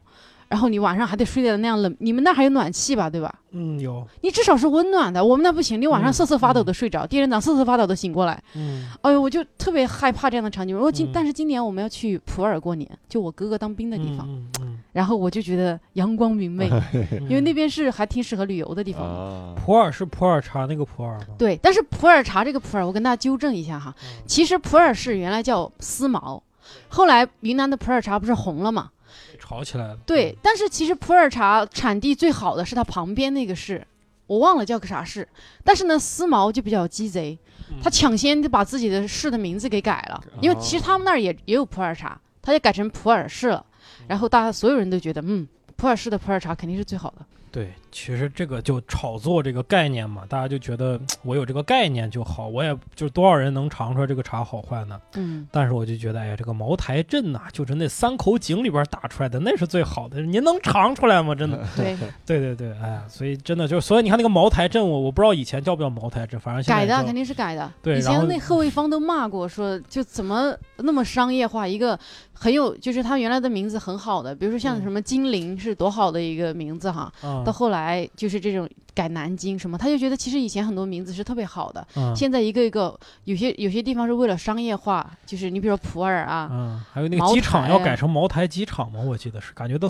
[SPEAKER 2] 然后你晚上还得睡在那样冷。你们那儿还有暖气吧，对吧？
[SPEAKER 1] 嗯有
[SPEAKER 2] 你至少是温暖的，我们那不行，你晚
[SPEAKER 1] 嗯
[SPEAKER 2] 上瑟瑟发抖
[SPEAKER 1] 嗯
[SPEAKER 2] 的睡着，第二天早上瑟瑟发抖的醒过来。
[SPEAKER 1] 嗯
[SPEAKER 2] 哎呦，我就特别害怕这样的场景。我今、
[SPEAKER 1] 嗯
[SPEAKER 2] 但是今年我们要去普洱过年，就我哥哥当兵的地方，
[SPEAKER 1] 嗯嗯
[SPEAKER 2] 然后我就觉得阳光明媚，
[SPEAKER 1] 嗯哦
[SPEAKER 2] 因为那边是还挺适合旅游的地方的。
[SPEAKER 3] 啊，
[SPEAKER 1] 普洱是普洱茶那个普洱吗？
[SPEAKER 2] 对，但是普洱茶这个普洱，我跟大家纠正一下哈，
[SPEAKER 1] 嗯
[SPEAKER 2] 其实普洱市原来叫思茅，后来云南的普洱茶不是红了嘛？
[SPEAKER 1] 吵起来了。
[SPEAKER 2] 对，但是其实普洱茶产地最好的是它旁边那个市，我忘了叫个啥市，但是呢，思茅就比较鸡贼，
[SPEAKER 1] 嗯，哦
[SPEAKER 2] 他抢先就把自己的市的名字给改了，因为其实他们那儿也也有普洱茶，他就改成普洱市了，
[SPEAKER 1] 嗯
[SPEAKER 2] 然后大家所有人都觉得，嗯，普洱市的普洱茶肯定是最好的。
[SPEAKER 1] 对，其实这个就炒作这个概念嘛，大家就觉得我有这个概念就好，我也就是多少人能尝出来这个茶好坏呢？
[SPEAKER 2] 嗯，
[SPEAKER 1] 但是我就觉得，哎呀，这个茅台镇呐、就是那三口井里边打出来的，那是最好的。您能尝出来吗？真 的？
[SPEAKER 2] 对，
[SPEAKER 1] 对对对，哎呀，所以真的就是，所以你看那个茅台镇，我我不知道以前叫不叫茅台镇，反正现在
[SPEAKER 2] 改的
[SPEAKER 1] 叫
[SPEAKER 2] 肯定是改的。
[SPEAKER 1] 对
[SPEAKER 2] 以
[SPEAKER 1] 然后
[SPEAKER 2] 前那贺卫方都骂过，说就怎么那么商业化，一个很有就是他原来的名字很好的，比如说像
[SPEAKER 1] 嗯
[SPEAKER 2] 什么金陵是多好的一个名字哈，
[SPEAKER 1] 嗯
[SPEAKER 2] 到后来就是这种改南京什么，他就觉得其实以前很多名字是特别好的，
[SPEAKER 1] 嗯
[SPEAKER 2] 现在一个一个有些有些地方是为了商业化，就是你比如说普洱啊，
[SPEAKER 1] 嗯，还有那个
[SPEAKER 2] 茅
[SPEAKER 1] 机场
[SPEAKER 2] 台啊
[SPEAKER 1] 要
[SPEAKER 2] 呀
[SPEAKER 1] 改成茅台机场吗？我记得是，感觉都，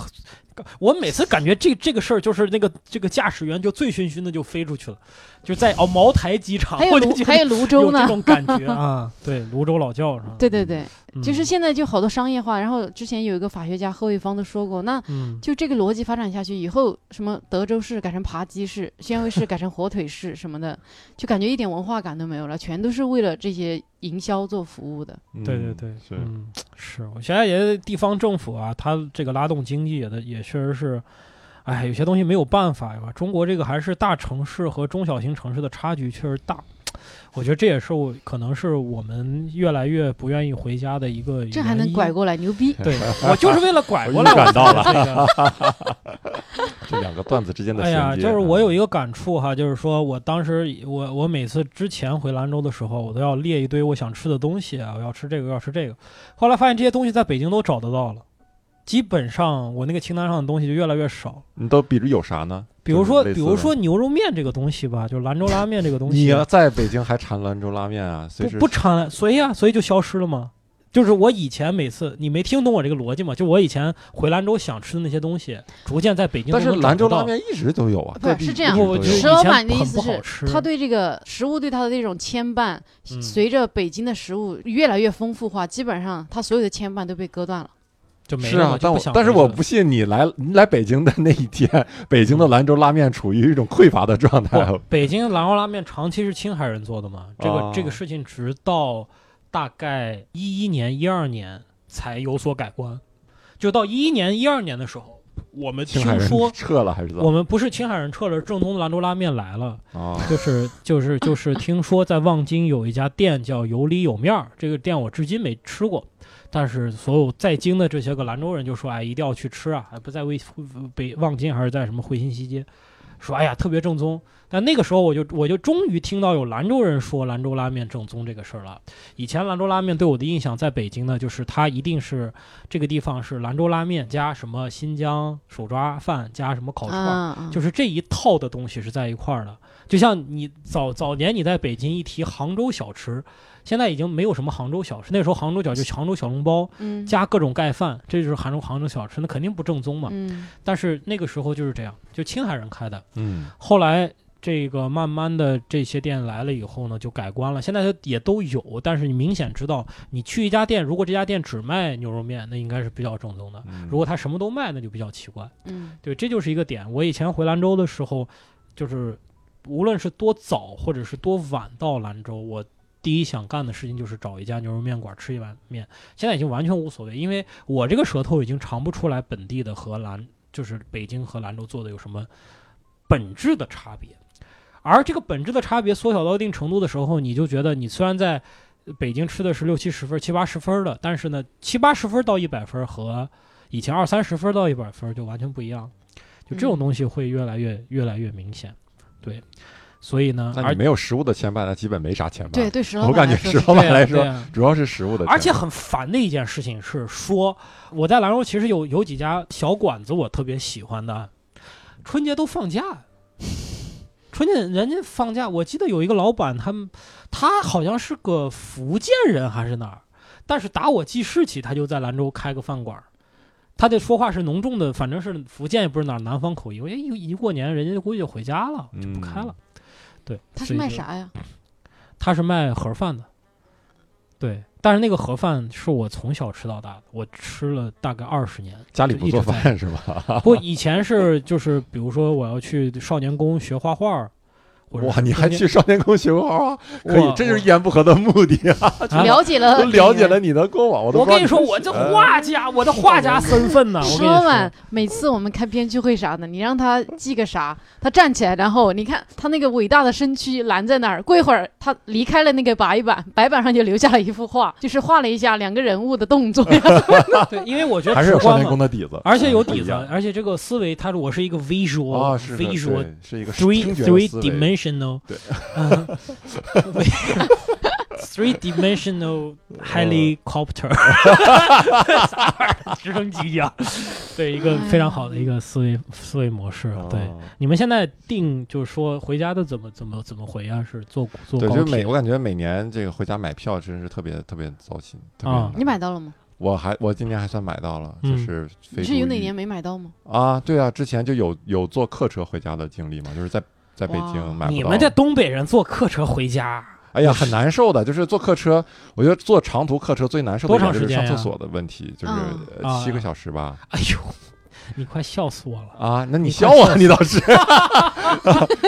[SPEAKER 1] 我每次感觉这这个事儿就是那个这个驾驶员就醉醺醺的就飞出去了，就 在哦茅台机场，
[SPEAKER 2] 还有
[SPEAKER 1] 我就
[SPEAKER 2] 泸
[SPEAKER 1] 觉
[SPEAKER 2] 还
[SPEAKER 1] 得
[SPEAKER 2] 有泸州
[SPEAKER 1] 有这
[SPEAKER 2] 呢。
[SPEAKER 1] 种感觉 啊，对，泸州老窖是吧？
[SPEAKER 2] 对对对，
[SPEAKER 1] 嗯，
[SPEAKER 2] 就是现在就好多商业化。然后之前有一个法学家贺卫方都说过，那
[SPEAKER 1] 嗯
[SPEAKER 2] 就这个逻辑发展下去，以后什么德州市改成扒鸡市，宣威市改成火腿市什么的，就感觉一点文化感都没有了，全都是为了这些营销做服务的。
[SPEAKER 3] 嗯
[SPEAKER 1] 对对对，
[SPEAKER 3] 是
[SPEAKER 1] 嗯，是，我现在也是地方政府啊，它这个拉动经济也的也确实是，哎，有些东西没有办法呀。中国这个还是大城市和中小型城市的差距确实大，我觉得这也是我可能是我们越来越不愿意回家的一个
[SPEAKER 2] 这还能
[SPEAKER 1] 原
[SPEAKER 2] 拐
[SPEAKER 1] 因。
[SPEAKER 2] 过来，牛逼！
[SPEAKER 1] 对，我就是为了拐过来，
[SPEAKER 3] 我预感到了
[SPEAKER 1] 我才这个
[SPEAKER 3] 这两个段子之间的嗯
[SPEAKER 1] 哎
[SPEAKER 3] 衔接。啊
[SPEAKER 1] 呀，就是我有一
[SPEAKER 3] 个
[SPEAKER 1] 个感触哈，就是说我当时我我每次之前回兰州的时候，我都要列一堆我想吃的东西啊，我要吃这个，要吃这个。后来发现这些东西在北京都找得到了，基本上我那个清单上的东西就越来越少。
[SPEAKER 3] 你都比如有啥呢？
[SPEAKER 1] 比如说，
[SPEAKER 3] 就是类
[SPEAKER 1] 比
[SPEAKER 3] 似的
[SPEAKER 1] 如说牛肉面这个东西吧，就是兰州拉面这个东
[SPEAKER 3] 你
[SPEAKER 1] 西，
[SPEAKER 3] 要在北京还馋兰州拉面啊？随
[SPEAKER 1] 不
[SPEAKER 3] 时
[SPEAKER 1] 不掺，所以啊，所以就消失了嘛。就是我以前每次，你没听懂我这个逻辑嘛？就我以前回兰州想吃的那些东西，逐渐在北京都
[SPEAKER 3] 但
[SPEAKER 1] 能
[SPEAKER 3] 是
[SPEAKER 1] 找得到。
[SPEAKER 3] 兰州拉面一直都有啊，
[SPEAKER 2] 不是
[SPEAKER 3] 各地
[SPEAKER 2] 是这
[SPEAKER 3] 一
[SPEAKER 2] 样
[SPEAKER 3] 直
[SPEAKER 1] 我
[SPEAKER 3] 都
[SPEAKER 1] 就
[SPEAKER 3] 有
[SPEAKER 1] 以
[SPEAKER 2] 石老
[SPEAKER 1] 前
[SPEAKER 2] 啊板的意
[SPEAKER 1] 很
[SPEAKER 2] 思
[SPEAKER 1] 不
[SPEAKER 2] 是
[SPEAKER 1] 好吃
[SPEAKER 2] 他对这个食物对他的这种牵绊，
[SPEAKER 1] 嗯
[SPEAKER 2] 随着北京的食物越来越丰富化，基本上他所有的牵绊都被割断了。
[SPEAKER 1] 就没
[SPEAKER 3] 是
[SPEAKER 1] 了嘛
[SPEAKER 3] 啊，
[SPEAKER 1] 就
[SPEAKER 3] 但
[SPEAKER 1] 不
[SPEAKER 3] 我
[SPEAKER 1] 想
[SPEAKER 3] 但是
[SPEAKER 1] 回去
[SPEAKER 3] 我
[SPEAKER 1] 了
[SPEAKER 3] 不信你来你来北京的那一天，北京的兰州拉面处于一种匮乏的状态。
[SPEAKER 1] 不，北京兰州拉面长期是青海人做的嘛，这个、
[SPEAKER 3] 哦
[SPEAKER 1] 这个事情直到大概一一年、一二年才有所改观，就到一一年、一二年的时候，我们
[SPEAKER 3] 青海
[SPEAKER 1] 听
[SPEAKER 3] 人
[SPEAKER 1] 说。
[SPEAKER 3] 撤了还是怎么
[SPEAKER 1] 我？们不是青海人撤了，正宗的兰州拉面来了，
[SPEAKER 3] 啊，
[SPEAKER 1] 就是就是就是听说在望京有一家店叫有里有面儿，这个店我至今没吃过，但是所有在京的这些个兰州人就说，哎，一定要去吃啊，哎不在卫北望京还是在什么回新西街，说哎呀特别正宗。但那个时候我就我就终于听到有兰州人说兰州拉面正宗这个事儿了。以前兰州拉面对我的印象，在北京呢，就是它一定是这个地方是兰州拉面加什么新疆手抓饭加什么烤串儿。
[SPEAKER 2] 嗯，
[SPEAKER 1] 哦就是是这一套的东西是在一块儿的。就像你早早年你在北京一提杭州小吃，现在已经没有什么杭州小吃，那时候杭州小就杭州小笼包
[SPEAKER 2] 嗯
[SPEAKER 1] 加各种盖饭，这就是杭州杭州小吃，那肯定不正宗嘛。
[SPEAKER 2] 嗯
[SPEAKER 1] 但是那个时候就是这样，就青海人开的。
[SPEAKER 3] 嗯，
[SPEAKER 1] 后来这个慢慢的这些店来了以后呢，就改观了，现在也都有，但是你明显知道，你去一家店，如果这家店只卖牛肉面，那应该是比较正宗的；
[SPEAKER 3] 嗯
[SPEAKER 1] 如果他什么都卖，那就比较奇怪。
[SPEAKER 2] 嗯
[SPEAKER 1] 对，这就是一个点。我以前回兰州的时候，就是无论是多早或者是多晚到兰州，我第一想干的事情就是找一家牛肉面馆吃一碗面。现在已经完全无所谓，因为我这个舌头已经尝不出来本地的和兰，就是北京和兰州做的有什么本质的差别。而这个本质的差别缩小到一定程度的时候，你就觉得你虽然在北京吃的是六七十分、七八十分的，但是呢，七八十分到一百分和以前二三十分到一百分就完全不一样。就这种
[SPEAKER 2] 嗯
[SPEAKER 1] 东西会越来越、越来越明显，对。所以呢，
[SPEAKER 3] 那
[SPEAKER 1] 而
[SPEAKER 3] 你没有食物的牵绊，那基本没啥牵绊。
[SPEAKER 2] 对，对，石老
[SPEAKER 3] 我
[SPEAKER 2] 板
[SPEAKER 3] 感觉
[SPEAKER 2] 来说是
[SPEAKER 3] 石老板
[SPEAKER 1] 对啊
[SPEAKER 3] 来
[SPEAKER 1] 对
[SPEAKER 3] 说，
[SPEAKER 1] 啊
[SPEAKER 3] 主要是食物的牵绊，
[SPEAKER 1] 而且很烦的一件事情是说，我在兰州其实有有几家小馆子我特别喜欢的，春节都放假，春节人家放假，我记得有一个老板，他们他好像是个福建人还是哪儿，但是打我记事起，他就在兰州开个饭馆儿。他的说话是浓重的，反正是福建也不是哪儿南方口音。我觉得一一过年，人家估计就回家了，就不开
[SPEAKER 3] 嗯
[SPEAKER 1] 了。对，
[SPEAKER 2] 他是
[SPEAKER 1] 所以
[SPEAKER 2] 卖
[SPEAKER 1] 就
[SPEAKER 2] 啥呀？
[SPEAKER 1] 他是卖盒饭的，对，但是那个盒饭是我从小吃到大的，我吃了大概二十年。
[SPEAKER 3] 家里不做
[SPEAKER 1] 就
[SPEAKER 3] 饭是啊吧？
[SPEAKER 1] 不，以前是就是比如说我要去少年宫学画画儿，或者
[SPEAKER 3] 哇，
[SPEAKER 1] 是
[SPEAKER 3] 你
[SPEAKER 1] 中
[SPEAKER 3] 还
[SPEAKER 1] 间
[SPEAKER 3] 去少年宫学画画？可以
[SPEAKER 1] 我，
[SPEAKER 3] 这就是一言不合的目的啊！
[SPEAKER 1] 啊
[SPEAKER 2] 了解了，
[SPEAKER 3] 都了解了。你的过往，我都
[SPEAKER 1] 我
[SPEAKER 3] 不知道
[SPEAKER 1] 跟你说，我这
[SPEAKER 3] 呃
[SPEAKER 1] 画家，我的画家身份呢、啊我
[SPEAKER 2] 石
[SPEAKER 1] 跟你
[SPEAKER 2] 老
[SPEAKER 1] 说
[SPEAKER 2] 板，每次我们开编剧会啥的，你让他记个啥，他站起来，然后你看他那个伟大的身躯拦在那儿，过一会儿他离开了那个白板，白板上就留下了一幅画，就是画了一下两个人物的动 作。
[SPEAKER 1] 对，因为我觉得
[SPEAKER 3] 还是
[SPEAKER 1] 直
[SPEAKER 3] 有少
[SPEAKER 1] 观
[SPEAKER 3] 年
[SPEAKER 1] 嘛
[SPEAKER 3] 宫，的底子，嗯
[SPEAKER 1] 而且有
[SPEAKER 3] 不一
[SPEAKER 1] 底子
[SPEAKER 3] 样，
[SPEAKER 1] 而且这个思维，他是我是一个 visual，、
[SPEAKER 3] 啊，是的
[SPEAKER 1] visual
[SPEAKER 3] 对是一个
[SPEAKER 1] three
[SPEAKER 3] 听觉
[SPEAKER 1] three
[SPEAKER 3] 的思维
[SPEAKER 1] dimensional，
[SPEAKER 3] 对
[SPEAKER 1] 嗯 three dimensional
[SPEAKER 3] 呃
[SPEAKER 1] helicopter，啥玩意儿？直升机一样，对，一个非常好的一个思维思维模式。对，
[SPEAKER 3] 哦
[SPEAKER 1] 你们现在定就是说回家的怎么怎么怎么回啊？是坐坐
[SPEAKER 3] 对，
[SPEAKER 1] 高
[SPEAKER 3] 就每
[SPEAKER 1] 铁
[SPEAKER 3] 我？感觉每年这个回家买票真是特别特别糟心，特别
[SPEAKER 1] 啊
[SPEAKER 3] 难
[SPEAKER 2] 你买到了吗？
[SPEAKER 3] 我还我今年还算买到了，就
[SPEAKER 1] 嗯
[SPEAKER 3] 是飞
[SPEAKER 2] 你
[SPEAKER 3] 度
[SPEAKER 2] 是有哪
[SPEAKER 3] 一
[SPEAKER 2] 年没买到吗？
[SPEAKER 3] 啊？对啊，之前就有有坐客车回家的经历嘛，就是在在北
[SPEAKER 2] 哇
[SPEAKER 3] 京买不到。
[SPEAKER 1] 你们这东北人坐客车回家，
[SPEAKER 3] 哎呀，很难受的，就是坐客车，我觉得坐长途客车最难受的
[SPEAKER 1] 多长
[SPEAKER 3] 一点就是
[SPEAKER 1] 时间
[SPEAKER 3] 上
[SPEAKER 1] 呀
[SPEAKER 3] 厕所的问题，就是
[SPEAKER 2] 嗯
[SPEAKER 3] 呃
[SPEAKER 1] 啊
[SPEAKER 3] 七个小时吧。
[SPEAKER 1] 哎呦，你快笑死我了！
[SPEAKER 3] 啊，那你
[SPEAKER 1] 你
[SPEAKER 3] 笑
[SPEAKER 1] 快
[SPEAKER 3] 啊，
[SPEAKER 1] 笑
[SPEAKER 3] 你 倒是，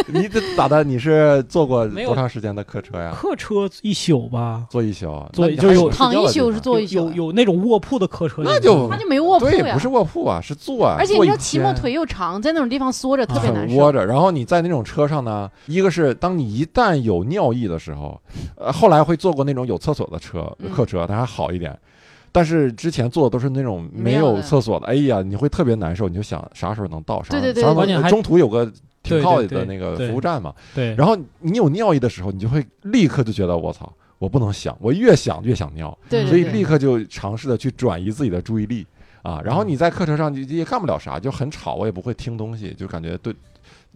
[SPEAKER 3] 你这咋的？你是坐过
[SPEAKER 1] 没
[SPEAKER 3] 多
[SPEAKER 1] 有
[SPEAKER 3] 长时间的客车呀？
[SPEAKER 1] 客车一宿吧，
[SPEAKER 3] 坐一宿，
[SPEAKER 1] 坐
[SPEAKER 3] 那你
[SPEAKER 1] 就
[SPEAKER 3] 还
[SPEAKER 1] 有
[SPEAKER 3] 有睡
[SPEAKER 2] 躺
[SPEAKER 3] 觉
[SPEAKER 2] 一
[SPEAKER 3] 的地
[SPEAKER 2] 宿是
[SPEAKER 3] 方
[SPEAKER 2] 坐一宿啊
[SPEAKER 1] 有
[SPEAKER 2] 呀，
[SPEAKER 1] 有那种卧铺的客车，
[SPEAKER 3] 那就
[SPEAKER 2] 他就没卧铺
[SPEAKER 3] 对，
[SPEAKER 2] 呀
[SPEAKER 3] 不。是卧铺啊，是坐啊，
[SPEAKER 2] 而且你
[SPEAKER 3] 坐
[SPEAKER 2] 知道
[SPEAKER 3] 一
[SPEAKER 2] 骑摩
[SPEAKER 3] 天啊
[SPEAKER 2] 腿又长，在那种地方缩着特别
[SPEAKER 1] 很
[SPEAKER 2] 难
[SPEAKER 3] 很
[SPEAKER 2] 受
[SPEAKER 3] 窝。着。然后你在那种车上呢，一个是当你一旦有尿意的时候，呃，后来会坐过那种有厕所的车
[SPEAKER 2] 嗯
[SPEAKER 3] 客车，但还好一点。但是之前坐的都是那种没
[SPEAKER 2] 没有
[SPEAKER 3] 有
[SPEAKER 2] 的
[SPEAKER 3] 厕所的，哎呀，你会特别难受，你就想啥时候能到，啥
[SPEAKER 2] 对对对
[SPEAKER 3] 啥时候
[SPEAKER 1] 关键
[SPEAKER 3] 能
[SPEAKER 1] 还
[SPEAKER 3] 中途有个停
[SPEAKER 1] 对
[SPEAKER 3] 靠
[SPEAKER 1] 对对
[SPEAKER 3] 的那个
[SPEAKER 1] 对
[SPEAKER 3] 服务站嘛。
[SPEAKER 1] 对，
[SPEAKER 3] 然后你有尿意的时候，你就会立刻就觉得我操，我不能想，我越想越想尿，
[SPEAKER 1] 嗯
[SPEAKER 2] 对
[SPEAKER 3] 所
[SPEAKER 2] 对
[SPEAKER 3] 以
[SPEAKER 2] 对，
[SPEAKER 3] 立刻就尝试的去转移自己的注意力啊。然后你在客车上就也干不了啥，就很吵，我也不会听东西，就感觉对，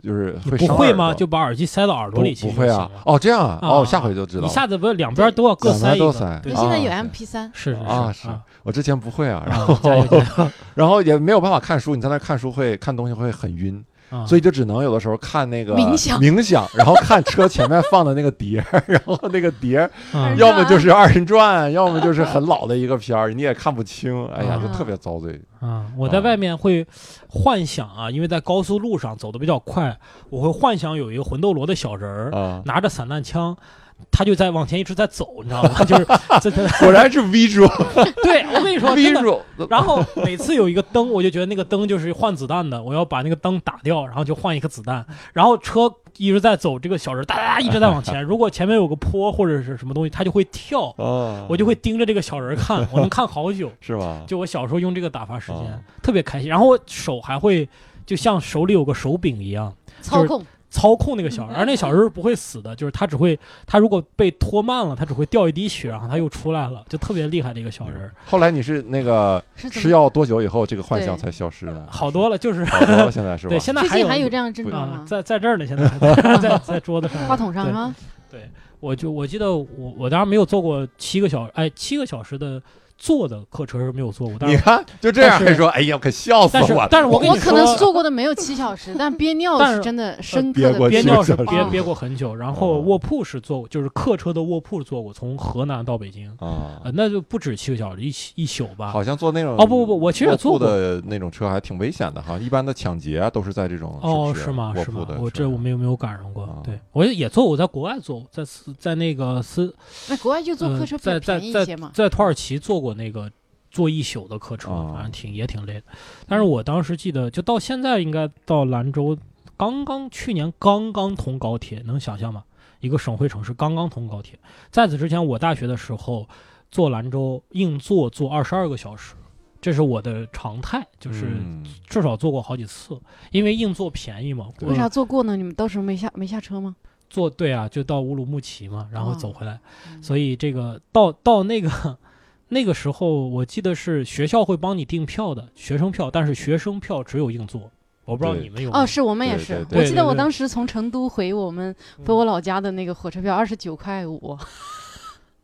[SPEAKER 3] 就是
[SPEAKER 1] 你
[SPEAKER 3] 会
[SPEAKER 1] 不
[SPEAKER 3] 伤
[SPEAKER 1] 会
[SPEAKER 3] 耳
[SPEAKER 1] 吗？
[SPEAKER 3] 朵
[SPEAKER 1] 就把耳机塞到耳朵
[SPEAKER 3] 不
[SPEAKER 1] 里去
[SPEAKER 3] 不
[SPEAKER 1] 就
[SPEAKER 3] 会
[SPEAKER 1] 行
[SPEAKER 3] 啊
[SPEAKER 1] 了？
[SPEAKER 3] 哦，这样啊
[SPEAKER 1] 啊
[SPEAKER 3] 哦，下回就知道
[SPEAKER 1] 你
[SPEAKER 3] 了。
[SPEAKER 1] 下次不是两边都要各
[SPEAKER 3] 两边
[SPEAKER 1] 塞一
[SPEAKER 3] 都
[SPEAKER 1] 个？
[SPEAKER 3] 塞
[SPEAKER 1] 对
[SPEAKER 2] 那现在有
[SPEAKER 3] 啊
[SPEAKER 2] M P 三，
[SPEAKER 1] 是是
[SPEAKER 3] 啊
[SPEAKER 1] 是
[SPEAKER 3] 是我之前不会啊，然后
[SPEAKER 1] 啊，加油加 油
[SPEAKER 3] 然后也没有办法看书，你在那看书会看东西会很晕，
[SPEAKER 1] 啊！
[SPEAKER 3] 所以就只能有的时候看那个
[SPEAKER 2] 冥想
[SPEAKER 3] 冥想，然后看车前面放的那个碟儿， 然后那个碟儿
[SPEAKER 1] 啊
[SPEAKER 3] 要么就是二人转，要么就是很老的一个片 儿，你也看不清，哎呀，
[SPEAKER 1] 啊
[SPEAKER 3] 就特别遭罪。
[SPEAKER 1] 啊，我在外面会幻想啊，因为在高速路上走的比较快，我会幻想有一个魂斗罗的小人儿
[SPEAKER 3] 啊，
[SPEAKER 1] 拿着散弹枪，他就在往前一直在走，你知道吗？ 就是这这，
[SPEAKER 3] 果然是 V 主
[SPEAKER 1] 对 我跟你说，
[SPEAKER 3] ，V
[SPEAKER 1] 真的。
[SPEAKER 3] 主，
[SPEAKER 1] 然后每次有一个灯，我就觉得那个灯就是换子弹的，我要把那个灯打掉，然后就换一颗子弹。然后车一直在走，这个小人哒哒哒一直在往前。如果前面有个坡或者是什么东西，它就会跳，
[SPEAKER 3] 啊，
[SPEAKER 1] 我就会盯着这个小人看，我能看好久。
[SPEAKER 3] 是吧？
[SPEAKER 1] 就我小时候用这个打发时间
[SPEAKER 3] 哦，
[SPEAKER 1] 特别开心。然后我手还会就像手里有个手柄一样
[SPEAKER 2] 操控
[SPEAKER 1] 操控那个小人，而那小人是不会死的，就是他只会他如果被拖慢了，他只会掉一滴血，然后他又出来了，就特别厉害的一个小人，
[SPEAKER 3] 后来你是那个
[SPEAKER 2] 是怎
[SPEAKER 3] 吃
[SPEAKER 2] 么？
[SPEAKER 3] 药多久以后，这个幻象才消失的？
[SPEAKER 1] 好多了，就是
[SPEAKER 3] 好多了，现在是吧
[SPEAKER 1] 对，？现在
[SPEAKER 2] 最近还有
[SPEAKER 1] 有
[SPEAKER 2] 这样的症状
[SPEAKER 1] 啊
[SPEAKER 2] 吗，？
[SPEAKER 1] 在在这儿呢，现在在在在桌子上，
[SPEAKER 2] 话筒上
[SPEAKER 1] 对
[SPEAKER 2] 啊，
[SPEAKER 1] 我就我记得我我当然没有坐过七个小哎七个小时的坐的客车是没有坐过，但
[SPEAKER 3] 你
[SPEAKER 1] 是
[SPEAKER 3] 看就这样，
[SPEAKER 1] 但是
[SPEAKER 3] 还说，哎呀，可笑死
[SPEAKER 1] 但是
[SPEAKER 3] 我！
[SPEAKER 1] 但是我跟
[SPEAKER 2] 我
[SPEAKER 1] 你
[SPEAKER 2] 可
[SPEAKER 1] 说，
[SPEAKER 2] 能坐过的没有七 小时，但憋尿
[SPEAKER 1] 但
[SPEAKER 2] 是
[SPEAKER 1] 是
[SPEAKER 2] 真的深
[SPEAKER 3] 憋
[SPEAKER 2] 刻
[SPEAKER 3] 过
[SPEAKER 2] 的
[SPEAKER 1] 憋
[SPEAKER 3] 去
[SPEAKER 2] 憋。
[SPEAKER 1] 尿是
[SPEAKER 3] 就是
[SPEAKER 1] 憋
[SPEAKER 2] 啊
[SPEAKER 1] 憋过很久，然后
[SPEAKER 3] 哦
[SPEAKER 1] 卧铺是坐过，就是客车的卧铺坐过，从河南到北京，
[SPEAKER 3] 啊
[SPEAKER 1] 呃，，那就不止七个小时，一起一宿吧。
[SPEAKER 3] 好像坐那种
[SPEAKER 1] 哦不不不我其实也
[SPEAKER 3] 卧铺
[SPEAKER 1] 坐过
[SPEAKER 3] 的那种车，还挺危险的哈。一般的抢劫啊都是在这种
[SPEAKER 1] 哦，
[SPEAKER 3] 是不
[SPEAKER 1] 是吗？
[SPEAKER 3] 卧
[SPEAKER 1] 是
[SPEAKER 3] 铺
[SPEAKER 1] 吗
[SPEAKER 3] 的？
[SPEAKER 1] 我
[SPEAKER 3] 车
[SPEAKER 1] 这
[SPEAKER 3] 上
[SPEAKER 1] 我没有没有赶上
[SPEAKER 3] 啊
[SPEAKER 1] 过。对，我也坐过，我在国外坐过，在斯在那个斯
[SPEAKER 2] 那国外就坐客车比较
[SPEAKER 1] 呃在
[SPEAKER 2] 便宜
[SPEAKER 1] 在
[SPEAKER 2] 一些嘛。
[SPEAKER 1] 在土耳其坐过那个坐一宿的客车，
[SPEAKER 3] 哦
[SPEAKER 1] 反正挺也挺累的。但是我当时记得，就到现在应该到兰州，刚刚去年刚刚通高铁，能想象吗？一个省会城市刚刚通高铁，在此之前，我大学的时候坐兰州硬座坐二十二个小时，这是我的常态，就是
[SPEAKER 3] 嗯
[SPEAKER 1] 至少坐过好几次，因为硬座便宜嘛。
[SPEAKER 3] 对
[SPEAKER 1] 我
[SPEAKER 2] 为啥坐过呢？你们当时没下没下车吗？
[SPEAKER 1] 坐对啊，就到乌鲁木齐嘛，然后
[SPEAKER 2] 哦
[SPEAKER 1] 走回来，
[SPEAKER 2] 嗯
[SPEAKER 1] 所以这个到到那个 那个时候，我记得是学校会帮你订票的学生票，但是学生票只有硬座，我不知道
[SPEAKER 3] 对
[SPEAKER 1] 你们有没有
[SPEAKER 2] 哦，是我们也
[SPEAKER 3] 对对
[SPEAKER 2] 是。
[SPEAKER 3] 对
[SPEAKER 2] 我记得
[SPEAKER 1] 对
[SPEAKER 2] 我
[SPEAKER 1] 对嗯
[SPEAKER 2] 当时从成都回我们回我老家的那个火车票二十九块五，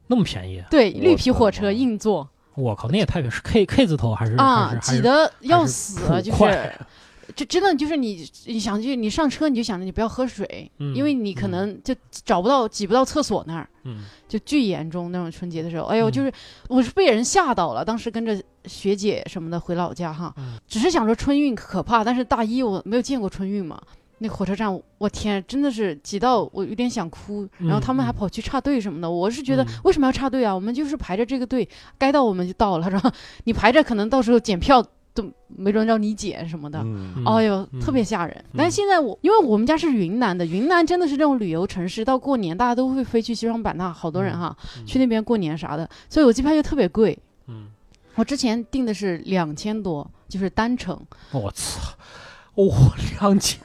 [SPEAKER 1] 那么便宜，啊
[SPEAKER 2] 对，
[SPEAKER 3] 我
[SPEAKER 2] 绿皮火
[SPEAKER 3] 操
[SPEAKER 2] 车硬座
[SPEAKER 1] 我靠，那也太便宜，是 K K 字头还是
[SPEAKER 2] 啊，
[SPEAKER 1] 还
[SPEAKER 2] 挤
[SPEAKER 1] 是还是
[SPEAKER 2] 得要
[SPEAKER 1] 还是
[SPEAKER 2] 死啊
[SPEAKER 1] 普，
[SPEAKER 2] 就
[SPEAKER 1] 快
[SPEAKER 2] 是这真的就是你你想去你上车你就想着你不要喝水，
[SPEAKER 1] 嗯
[SPEAKER 2] 因为你可
[SPEAKER 1] 嗯
[SPEAKER 2] 能就找不到挤不到厕所那儿，
[SPEAKER 1] 嗯
[SPEAKER 2] 就巨严重那种春节的时候，哎呦，
[SPEAKER 1] 嗯
[SPEAKER 2] 就是我是被人吓到了，当时跟着学姐什么的回老家哈，
[SPEAKER 1] 嗯
[SPEAKER 2] 只是想说春运可怕，但是大一我没有见过春运嘛。那火车站，我天，真的是挤到我有点想哭，然后
[SPEAKER 1] 嗯
[SPEAKER 2] 他们还
[SPEAKER 1] 嗯
[SPEAKER 2] 跑去插队什么的，我是觉得
[SPEAKER 1] 嗯
[SPEAKER 2] 为什么要插队啊？我们就是排着这个队，该到我们就到了，然后你排着可能到时候检票都没准让你检什么的，
[SPEAKER 3] 嗯
[SPEAKER 1] 嗯
[SPEAKER 2] 哎呦，
[SPEAKER 1] 嗯
[SPEAKER 2] 特别吓人。但
[SPEAKER 1] 嗯
[SPEAKER 2] 现在我，因为我们家是云南的，云南真的是这种旅游城市，到过年大家都会飞去西双版纳，好多人
[SPEAKER 1] 嗯
[SPEAKER 2] 哈，
[SPEAKER 1] 嗯
[SPEAKER 2] 去那边过年啥的，所以我机票就特别贵。
[SPEAKER 1] 嗯，
[SPEAKER 2] 我之前订的是两千多，就是单程，
[SPEAKER 1] 我操。我哦两千，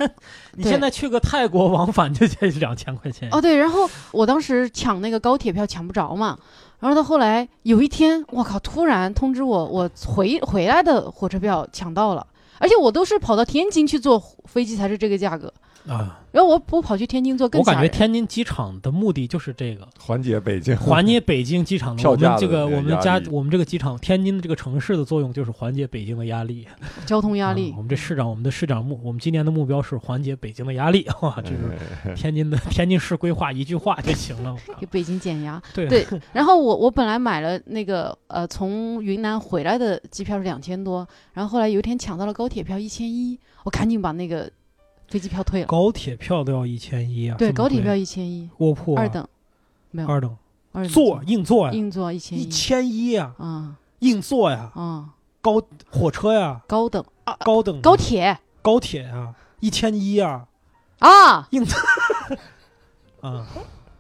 [SPEAKER 1] 你
[SPEAKER 2] 对
[SPEAKER 1] 现在去个泰国往返就得两千块钱，
[SPEAKER 2] 哦，对，然后我当时抢那个高铁票抢不着嘛，然后到后来有一天，我靠，突然通知我我回回来的火车票抢到了，而且我都是跑到天津去坐飞机才是这个价格，
[SPEAKER 1] 啊，
[SPEAKER 2] 然后我我跑去天津做更
[SPEAKER 1] 我
[SPEAKER 2] 吓
[SPEAKER 1] 感觉
[SPEAKER 2] 人，
[SPEAKER 1] 天津机场的目的就是这个，
[SPEAKER 3] 缓解北京
[SPEAKER 1] 缓 解北京机场的
[SPEAKER 3] 票
[SPEAKER 1] 我们
[SPEAKER 3] 价
[SPEAKER 1] 这
[SPEAKER 3] 的
[SPEAKER 1] 个
[SPEAKER 3] 那
[SPEAKER 1] 我
[SPEAKER 3] 个
[SPEAKER 1] 们
[SPEAKER 3] 压
[SPEAKER 1] 家
[SPEAKER 3] 力
[SPEAKER 1] 我们这个机场天津的这个城市的作用就是缓解北京的压力
[SPEAKER 2] 交通压力
[SPEAKER 1] 啊我。们这市长我们的市长目我们今年的目标是缓解北京的压力哇，这是
[SPEAKER 3] 哎
[SPEAKER 1] 天津的天津市规划一句话就行了，啊
[SPEAKER 2] 给北京减压，
[SPEAKER 1] 对
[SPEAKER 2] 对然后我我本来买了那个呃从云南回来的机票是两千多，然后后来有一天抢到了高铁票一千一，我赶紧把那个飞机票退了。
[SPEAKER 1] 高铁票都要一千一啊，
[SPEAKER 2] 对，
[SPEAKER 1] 这么
[SPEAKER 2] 高铁
[SPEAKER 1] 贵
[SPEAKER 2] 票一千一，
[SPEAKER 1] 卧铺啊
[SPEAKER 2] 二等，没有
[SPEAKER 1] 二等
[SPEAKER 2] 二等
[SPEAKER 1] 坐硬座呀，
[SPEAKER 2] 硬座一千
[SPEAKER 1] 一
[SPEAKER 2] 一，
[SPEAKER 1] 千一呀，
[SPEAKER 2] 啊
[SPEAKER 1] 硬座呀，
[SPEAKER 2] 啊，
[SPEAKER 1] 火车呀，
[SPEAKER 2] 高等啊啊
[SPEAKER 1] 高等
[SPEAKER 2] 高铁
[SPEAKER 1] 高铁呀，一千一呀，
[SPEAKER 2] 啊，
[SPEAKER 1] 啊，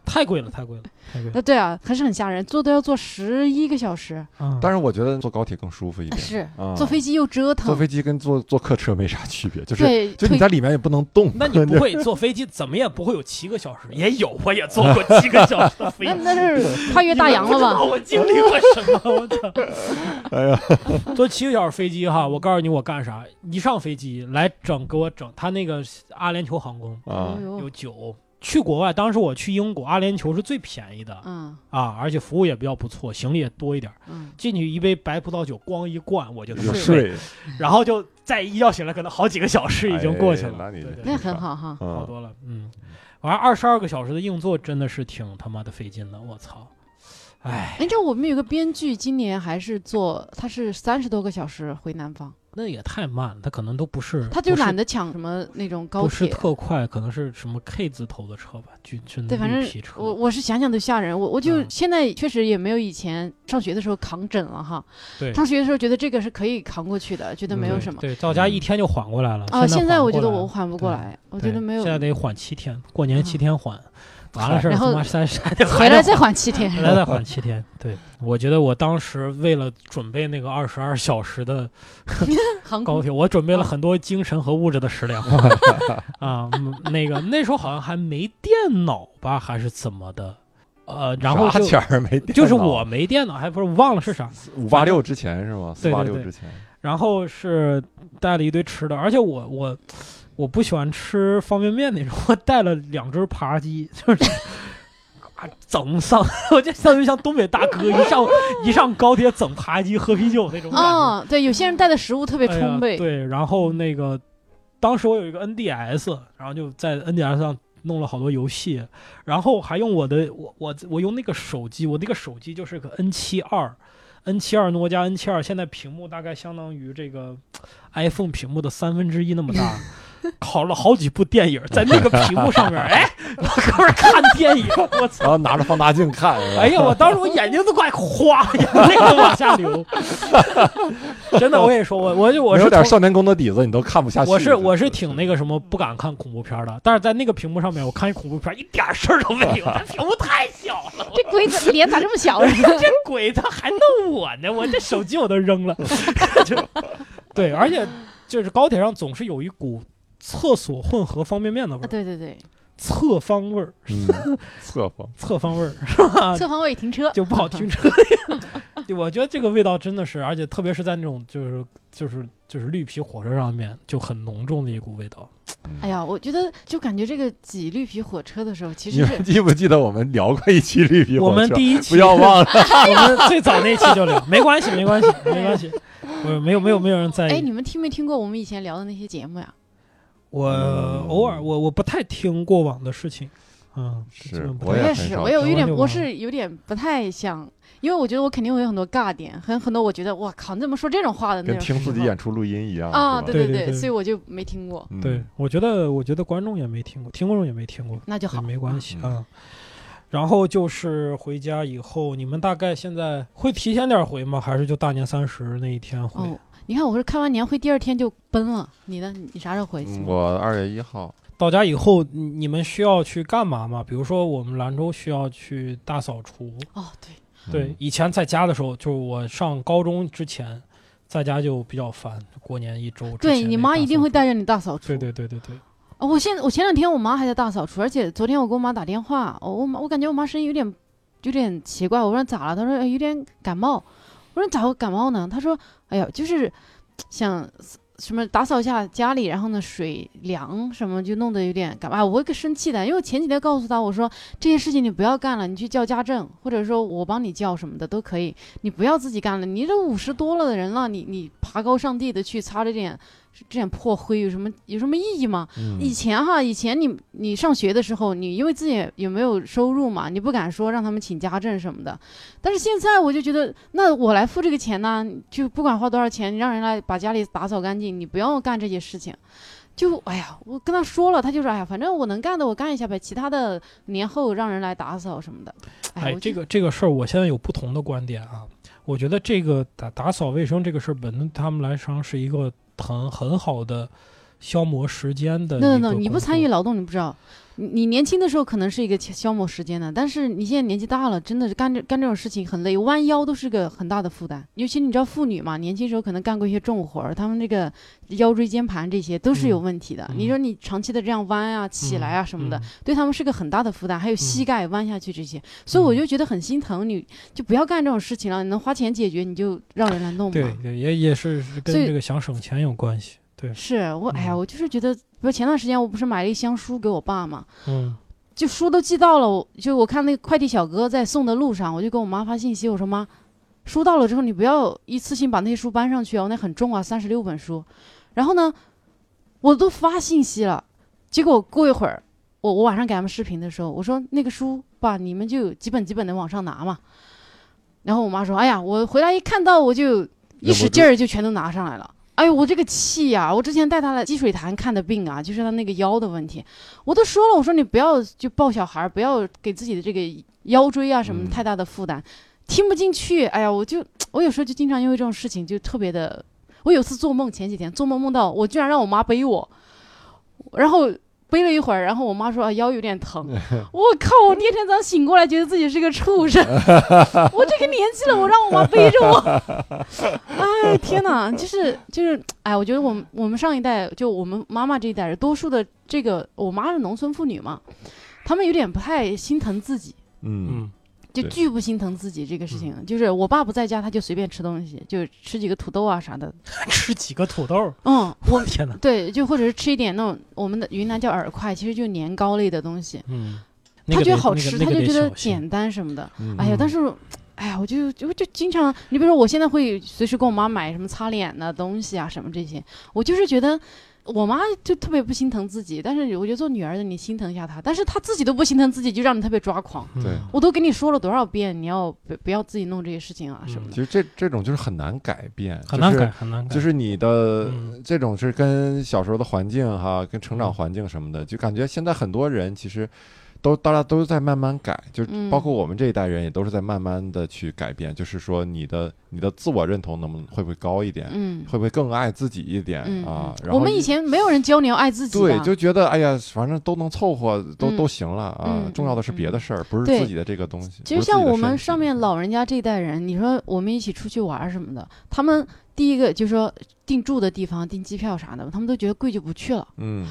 [SPEAKER 1] 太贵了，太贵了，太贵了
[SPEAKER 2] 那对啊，还是很吓人，坐都要坐十一个小时，
[SPEAKER 1] 啊！
[SPEAKER 3] 但是我觉得坐高铁更舒服一点，
[SPEAKER 2] 是
[SPEAKER 3] 啊
[SPEAKER 2] 坐飞机又折
[SPEAKER 3] 坐
[SPEAKER 2] 腾，
[SPEAKER 3] 飞机跟坐坐客车没啥区别，就是
[SPEAKER 2] 对，
[SPEAKER 3] 就
[SPEAKER 2] 腿
[SPEAKER 3] 你在里面也不能动，
[SPEAKER 1] 那 你不会坐飞机， 怎么也不会有七个小时，也有，我也坐过七个小时的飞
[SPEAKER 2] 那
[SPEAKER 1] 机。
[SPEAKER 2] 那是跨越
[SPEAKER 1] 你
[SPEAKER 2] 大
[SPEAKER 1] 们
[SPEAKER 2] 洋
[SPEAKER 1] 不
[SPEAKER 2] 了
[SPEAKER 1] 知道
[SPEAKER 2] 吧？
[SPEAKER 1] 我经历过什么？我操！
[SPEAKER 3] 哎呀，
[SPEAKER 1] 坐七个小时飞机哈，我告诉你我干啥。一上飞机来整给我整，他那个阿联酋航空
[SPEAKER 3] 啊
[SPEAKER 2] 哎，呦
[SPEAKER 1] 有酒。去国外，当时我去英国，阿联酋是最便宜的
[SPEAKER 2] 嗯
[SPEAKER 1] 啊，而且服务也比较不错，行李也多一点儿。
[SPEAKER 2] 嗯，
[SPEAKER 1] 进去一杯白葡萄酒，光一灌我就他妈
[SPEAKER 3] 就
[SPEAKER 1] 睡，
[SPEAKER 3] 睡，
[SPEAKER 1] 然后就再一觉醒来，可能好几个小时已经过去
[SPEAKER 3] 哎
[SPEAKER 1] 了。
[SPEAKER 3] 那你
[SPEAKER 1] 对对
[SPEAKER 2] 那很好哈。
[SPEAKER 1] 好
[SPEAKER 3] 嗯，
[SPEAKER 1] 多了，嗯，反正二十二个小时的硬座真的是挺他妈的费劲的，我操，哎，
[SPEAKER 2] 哎，你知道我们有个编剧今年还是坐，他是三十多个小时回南方，
[SPEAKER 1] 那也太慢了，他可能都不是，
[SPEAKER 2] 他就
[SPEAKER 1] 不是
[SPEAKER 2] 懒得抢什么那种高
[SPEAKER 1] 不是
[SPEAKER 2] 铁。
[SPEAKER 1] 特快，可能是什么 K 字头的车吧，就就那
[SPEAKER 2] 对，反
[SPEAKER 1] 绿
[SPEAKER 2] 正
[SPEAKER 1] 皮车，
[SPEAKER 2] 我我是想想都吓人，我我就
[SPEAKER 1] 嗯
[SPEAKER 2] 现在确实也没有以前上学的时候扛枕了哈。
[SPEAKER 1] 对
[SPEAKER 2] 上学的时候觉得这个是可以扛过去的，觉得没有
[SPEAKER 1] 对
[SPEAKER 2] 什么。
[SPEAKER 1] 对，到家一天就缓过来了
[SPEAKER 2] 啊，现
[SPEAKER 1] 在
[SPEAKER 2] 在
[SPEAKER 1] 缓
[SPEAKER 2] 我觉
[SPEAKER 1] 过
[SPEAKER 2] 得
[SPEAKER 1] 来
[SPEAKER 2] 我
[SPEAKER 1] 了
[SPEAKER 2] 缓不过来，我觉
[SPEAKER 1] 对
[SPEAKER 2] 得没有嗯
[SPEAKER 1] 现在得缓七天，过年七天缓，完了
[SPEAKER 3] 嗨
[SPEAKER 1] 事儿
[SPEAKER 2] 然
[SPEAKER 1] 他
[SPEAKER 2] 后
[SPEAKER 1] 妈三 十还得
[SPEAKER 2] 回来
[SPEAKER 1] 再
[SPEAKER 2] 再缓七天。
[SPEAKER 1] 回来再缓七天，对我觉得我当时为了准备那个二十二小时的
[SPEAKER 2] 航
[SPEAKER 1] 高
[SPEAKER 2] 空
[SPEAKER 1] 铁，我准
[SPEAKER 2] 嗯
[SPEAKER 1] 备了很多精神和物质的食粮 啊、嗯那个那时候好像还没电脑吧，还是怎么的？呃，然后
[SPEAKER 3] 啥
[SPEAKER 1] 就
[SPEAKER 3] 前儿没电脑，
[SPEAKER 1] 就是我没电脑，还不是忘了是啥。
[SPEAKER 3] 五八六之前是吗？四
[SPEAKER 1] 对对
[SPEAKER 3] 八六
[SPEAKER 1] 对
[SPEAKER 3] 之前，
[SPEAKER 1] 然后是带了一堆吃的，而且我我我不喜欢吃方便面那种，我带了两只扒鸡，就是。啊，整上， 我就像就像东北大哥一上一上高铁整扒鸡喝啤酒那种感觉。
[SPEAKER 2] 哦，对，有些人带的食物特别
[SPEAKER 1] 哎呀
[SPEAKER 2] 充沛，
[SPEAKER 1] 对，然后那个，当时我有一个 NDS，然后就在 NDS 上弄了好多游戏，然后还用我的我我我用那个手机，我那个手机就是个 N 7 2 N 7 2诺基亚 N 7 2现在屏幕大概相当于这个 iPhone 屏幕的三分之一那么大。拷了好几部电影，在那个屏幕上面，哎，我哥们儿看电影，我操！
[SPEAKER 3] 然后拿着放大镜看，是吧
[SPEAKER 1] 哎呀， 我当时我眼睛都快花，眼泪都往下流。 真的，我跟你说，我我就我
[SPEAKER 3] 没
[SPEAKER 1] 是
[SPEAKER 3] 有点
[SPEAKER 1] 从
[SPEAKER 3] 少年宫的底子，你都看不下去。
[SPEAKER 1] 我是我是挺那个什么不敢看恐怖片儿的，但是在那个屏幕上面，我看恐怖片儿一点事儿都没 有，这屏幕太小了，
[SPEAKER 2] 这鬼子脸咋这么 小？啊
[SPEAKER 1] 这鬼他还弄我呢，我这手机我都扔 了。就对，而且就是高铁上总是有一股厕所混合方便面的味儿，
[SPEAKER 2] 对对对，
[SPEAKER 1] 侧方味儿，
[SPEAKER 3] 嗯侧方，
[SPEAKER 1] 侧方味儿是吧？
[SPEAKER 2] 侧方位停车
[SPEAKER 1] 就不好停车。 对，我觉得这个味道真的是，而且特别是在那种就是就是就是绿皮火车上面，就很浓重的一股味道。
[SPEAKER 2] 哎呀，我觉得就感觉这个挤绿皮火车的时候，其
[SPEAKER 3] 你
[SPEAKER 2] 实是
[SPEAKER 3] 们记不记得我们聊过一期绿皮火
[SPEAKER 1] 我
[SPEAKER 3] 车？
[SPEAKER 1] 们第一期
[SPEAKER 3] 不要 忘了，
[SPEAKER 1] 我们最早那期就聊，没关系，没关系，没关系，我没有没有没有人在
[SPEAKER 2] 哎，
[SPEAKER 1] 意。
[SPEAKER 2] 你们听没听过我们以前聊的那些节目呀？
[SPEAKER 1] 我偶尔我我不太听过往的事情，嗯，
[SPEAKER 3] 是
[SPEAKER 1] 基本不
[SPEAKER 3] 我
[SPEAKER 2] 我
[SPEAKER 1] 太
[SPEAKER 3] 也
[SPEAKER 2] 也
[SPEAKER 3] 很
[SPEAKER 2] 是，
[SPEAKER 3] 少
[SPEAKER 2] 我有
[SPEAKER 1] 听
[SPEAKER 2] 一点，
[SPEAKER 1] 就
[SPEAKER 2] 我
[SPEAKER 1] 完
[SPEAKER 2] 是有点不太想，因为我觉得我肯定会有很多尬点，很很多我觉得我靠，你怎么说这种话的那
[SPEAKER 3] 跟
[SPEAKER 2] 种
[SPEAKER 3] 听自己
[SPEAKER 2] 时候
[SPEAKER 3] 演出录音一样
[SPEAKER 2] 啊，
[SPEAKER 3] 是吧
[SPEAKER 1] 对对
[SPEAKER 2] 对
[SPEAKER 1] 对
[SPEAKER 2] 所以我就没听过，
[SPEAKER 3] 嗯
[SPEAKER 1] 对，我觉得我觉得观众也没听过，听众也没听过，
[SPEAKER 2] 那就好，
[SPEAKER 1] 没关系
[SPEAKER 3] 嗯
[SPEAKER 1] 啊。然后就是回家以后，你们大概现在会提前点回吗？还是就大年三十那一天回？
[SPEAKER 2] 哦。你看，我是开完年会第二天就奔了。你呢？你啥时候回去？
[SPEAKER 3] 嗯我二月一号，
[SPEAKER 1] 到家以后，你你们需要去干嘛吗？比如说，我们兰州需要去大扫除，
[SPEAKER 2] 哦，对，
[SPEAKER 3] 嗯
[SPEAKER 1] 对，以前在家的时候，就是我上高中之前，在家就比较烦，过年一周之前
[SPEAKER 2] 对
[SPEAKER 1] 那
[SPEAKER 2] 你妈
[SPEAKER 1] 大
[SPEAKER 2] 一定
[SPEAKER 1] 扫
[SPEAKER 2] 会
[SPEAKER 1] 除。
[SPEAKER 2] 带着你大扫除。
[SPEAKER 1] 对对对对对，
[SPEAKER 2] 啊，我现我前两天我妈还在大扫除，而且昨天我给我妈打电话，我我妈我感觉我妈声音有点有点奇怪，我说咋了？她说、哎有点感冒。我说咋会感冒呢？她说哎呀，就是想什么打扫一下家里，然后呢水凉什么就弄得有点干嘛、啊我会生气的，因为我前几天告诉他我说这些事情你不要干了，你去叫家政，或者说我帮你叫什么的都可以，你不要自己干了，你这五十多了的人了，你你爬高上地的去擦这点这点破灰有什么有什么意义吗？以
[SPEAKER 3] 嗯
[SPEAKER 2] 前哈，以前你你上学的时候，你因为自己也也没有收入嘛，你不敢说让他们请家政什么的。但是现在我就觉得，那我来付这个钱呢，就不管花多少钱，你让人来把家里打扫干净，你不要干这些事情。就哎呀，我跟他说了，他就说哎呀，反正我能干的我干一下呗，其他的年后让人来打扫什么的。
[SPEAKER 1] 哎
[SPEAKER 2] 我，
[SPEAKER 1] 这
[SPEAKER 2] 就
[SPEAKER 1] 个这个事儿，我现在有不同的观点啊。我觉得这个打打扫卫生这个事儿，本身他们来说是一个很很好的消磨时间的一个
[SPEAKER 2] ，no
[SPEAKER 1] 工
[SPEAKER 2] no
[SPEAKER 1] 作。
[SPEAKER 2] no，你不参与劳动，你不知道。你你年轻的时候可能是一个消消磨时间的，但是你现在年纪大了，真的是干这干这种事情很累，弯腰都是个很大的负担。尤其你知道妇女嘛，年轻时候可能干过一些重活儿，她们这个腰椎间盘这些都是有问题的。
[SPEAKER 1] 嗯
[SPEAKER 2] 你说你长期的这样弯啊、起来啊什么的，
[SPEAKER 1] 嗯
[SPEAKER 2] 对他们是个很大的负担，还有膝盖弯下去这些，所
[SPEAKER 1] 嗯
[SPEAKER 2] 以我就觉得很心疼，你就不要干这种事情了，你能花钱解决你就让人来弄吧。
[SPEAKER 1] 对对，也也是是
[SPEAKER 2] 所
[SPEAKER 1] 跟
[SPEAKER 2] 以
[SPEAKER 1] 这个想省钱有关系。对，
[SPEAKER 2] 是我，哎呀，
[SPEAKER 1] 嗯
[SPEAKER 2] 我就是觉得，不是前段时间我不是买了一箱书给我爸嘛，
[SPEAKER 1] 嗯
[SPEAKER 2] 就书都寄到了，我就我看那个快递小哥在送的路上，我就给我妈发信息，我说妈，书到了之后你不要一次性把那些书搬上去哦，那很重啊，三十六本书。然后呢，我都发信息了，结果过一会儿，我我晚上给他们视频的时候，我说那个书吧，你们就几本几本的往上拿嘛。然后我妈说，哎呀，我回来一看到我就一
[SPEAKER 3] 忍不
[SPEAKER 2] 使
[SPEAKER 3] 住
[SPEAKER 2] 劲儿就全都拿上来了。哎呦，我这个气呀、我之前带他来积水潭看的病啊，就是他那个腰的问题，我都说了，我说你不要就抱小孩儿，不要给自己的这个腰椎啊什么
[SPEAKER 3] 嗯
[SPEAKER 2] 太大的负担，听不进去。哎呀，我就我有时候就经常因为这种事情就特别的，我有次做梦，前几天做梦梦到我居然让我妈背我，然后背了一会儿，然后我妈说啊腰有点疼，我靠！我第二天早上醒过来，觉得自己是个畜生。我这个年纪了，我让我妈背着我， 哎天哪！就是就是，哎，我觉得我们我们上一代，就我们妈妈这一代人，多数的这个，我妈是农村妇女嘛，她们有点不太心疼自己，
[SPEAKER 3] 嗯，
[SPEAKER 1] 嗯
[SPEAKER 2] 就
[SPEAKER 3] 对
[SPEAKER 2] 巨不心疼自己这个事情。就是我爸不在家，她就随便吃东西，就吃几个土豆啊啥的。
[SPEAKER 1] 吃几个土豆儿，
[SPEAKER 2] 嗯，
[SPEAKER 1] 我天哪！
[SPEAKER 2] 对，就或者是吃一点那种我们的云南叫饵块，其实就年糕类的东西。
[SPEAKER 1] 嗯，那
[SPEAKER 2] 她
[SPEAKER 1] 个
[SPEAKER 2] 觉
[SPEAKER 1] 得
[SPEAKER 2] 得好
[SPEAKER 1] 那个
[SPEAKER 2] 吃，
[SPEAKER 1] 那
[SPEAKER 2] 她
[SPEAKER 1] 个
[SPEAKER 2] 就
[SPEAKER 1] 得
[SPEAKER 2] 觉得
[SPEAKER 1] 小心
[SPEAKER 2] 简单什么的。
[SPEAKER 3] 嗯
[SPEAKER 2] 哎呀，但
[SPEAKER 1] 嗯
[SPEAKER 2] 是我，哎呀，我就就就经常，你比如说，我现在会随时跟我妈买什么擦脸的东西啊，什么这些，我就是觉得。我妈就特别不心疼自己，但是我觉得做女儿的你心疼一下她，但是她自己都不心疼自己，就让你特别抓狂。
[SPEAKER 1] 嗯
[SPEAKER 3] 对
[SPEAKER 2] 我都跟你说了多少遍，你要不不要自己弄这些事情啊什么
[SPEAKER 1] 嗯
[SPEAKER 3] 其
[SPEAKER 2] 的。
[SPEAKER 3] 实这这种就是很难改变，
[SPEAKER 1] 很难
[SPEAKER 3] 就是
[SPEAKER 1] 改，很难改，
[SPEAKER 3] 就是你的、
[SPEAKER 1] 嗯
[SPEAKER 3] 这种是跟小时候的环境哈，跟成长环境什
[SPEAKER 2] 嗯
[SPEAKER 3] 么的，就感觉现在很多人其实都大家都在慢慢改，就
[SPEAKER 2] 嗯
[SPEAKER 3] 包括我们这一代人也都是在慢慢的去改变，就是说你的你的自我认同能不能会不会高一点，
[SPEAKER 2] 嗯
[SPEAKER 3] 会不会更爱自己一点、
[SPEAKER 2] 嗯
[SPEAKER 3] 啊？
[SPEAKER 2] 嗯
[SPEAKER 3] 然后
[SPEAKER 2] 我们以
[SPEAKER 3] 一
[SPEAKER 2] 前没有人教你要爱自己的
[SPEAKER 3] 对，就觉得哎呀，反正都能凑合，都、
[SPEAKER 2] 嗯
[SPEAKER 3] 都行了啊。
[SPEAKER 2] 嗯
[SPEAKER 3] 重要的是
[SPEAKER 2] 嗯
[SPEAKER 3] 别的事儿，不是
[SPEAKER 2] 对
[SPEAKER 3] 自己的这个东西。
[SPEAKER 2] 其
[SPEAKER 3] 不是
[SPEAKER 2] 实
[SPEAKER 3] 自
[SPEAKER 2] 像
[SPEAKER 3] 己的
[SPEAKER 2] 我们
[SPEAKER 3] 身体
[SPEAKER 2] 上面老人家这一代人，你说我们一起出去玩儿什么的，他们第一个就说订住的地方、订机票啥的，他们都觉得贵就不去了。
[SPEAKER 3] 嗯，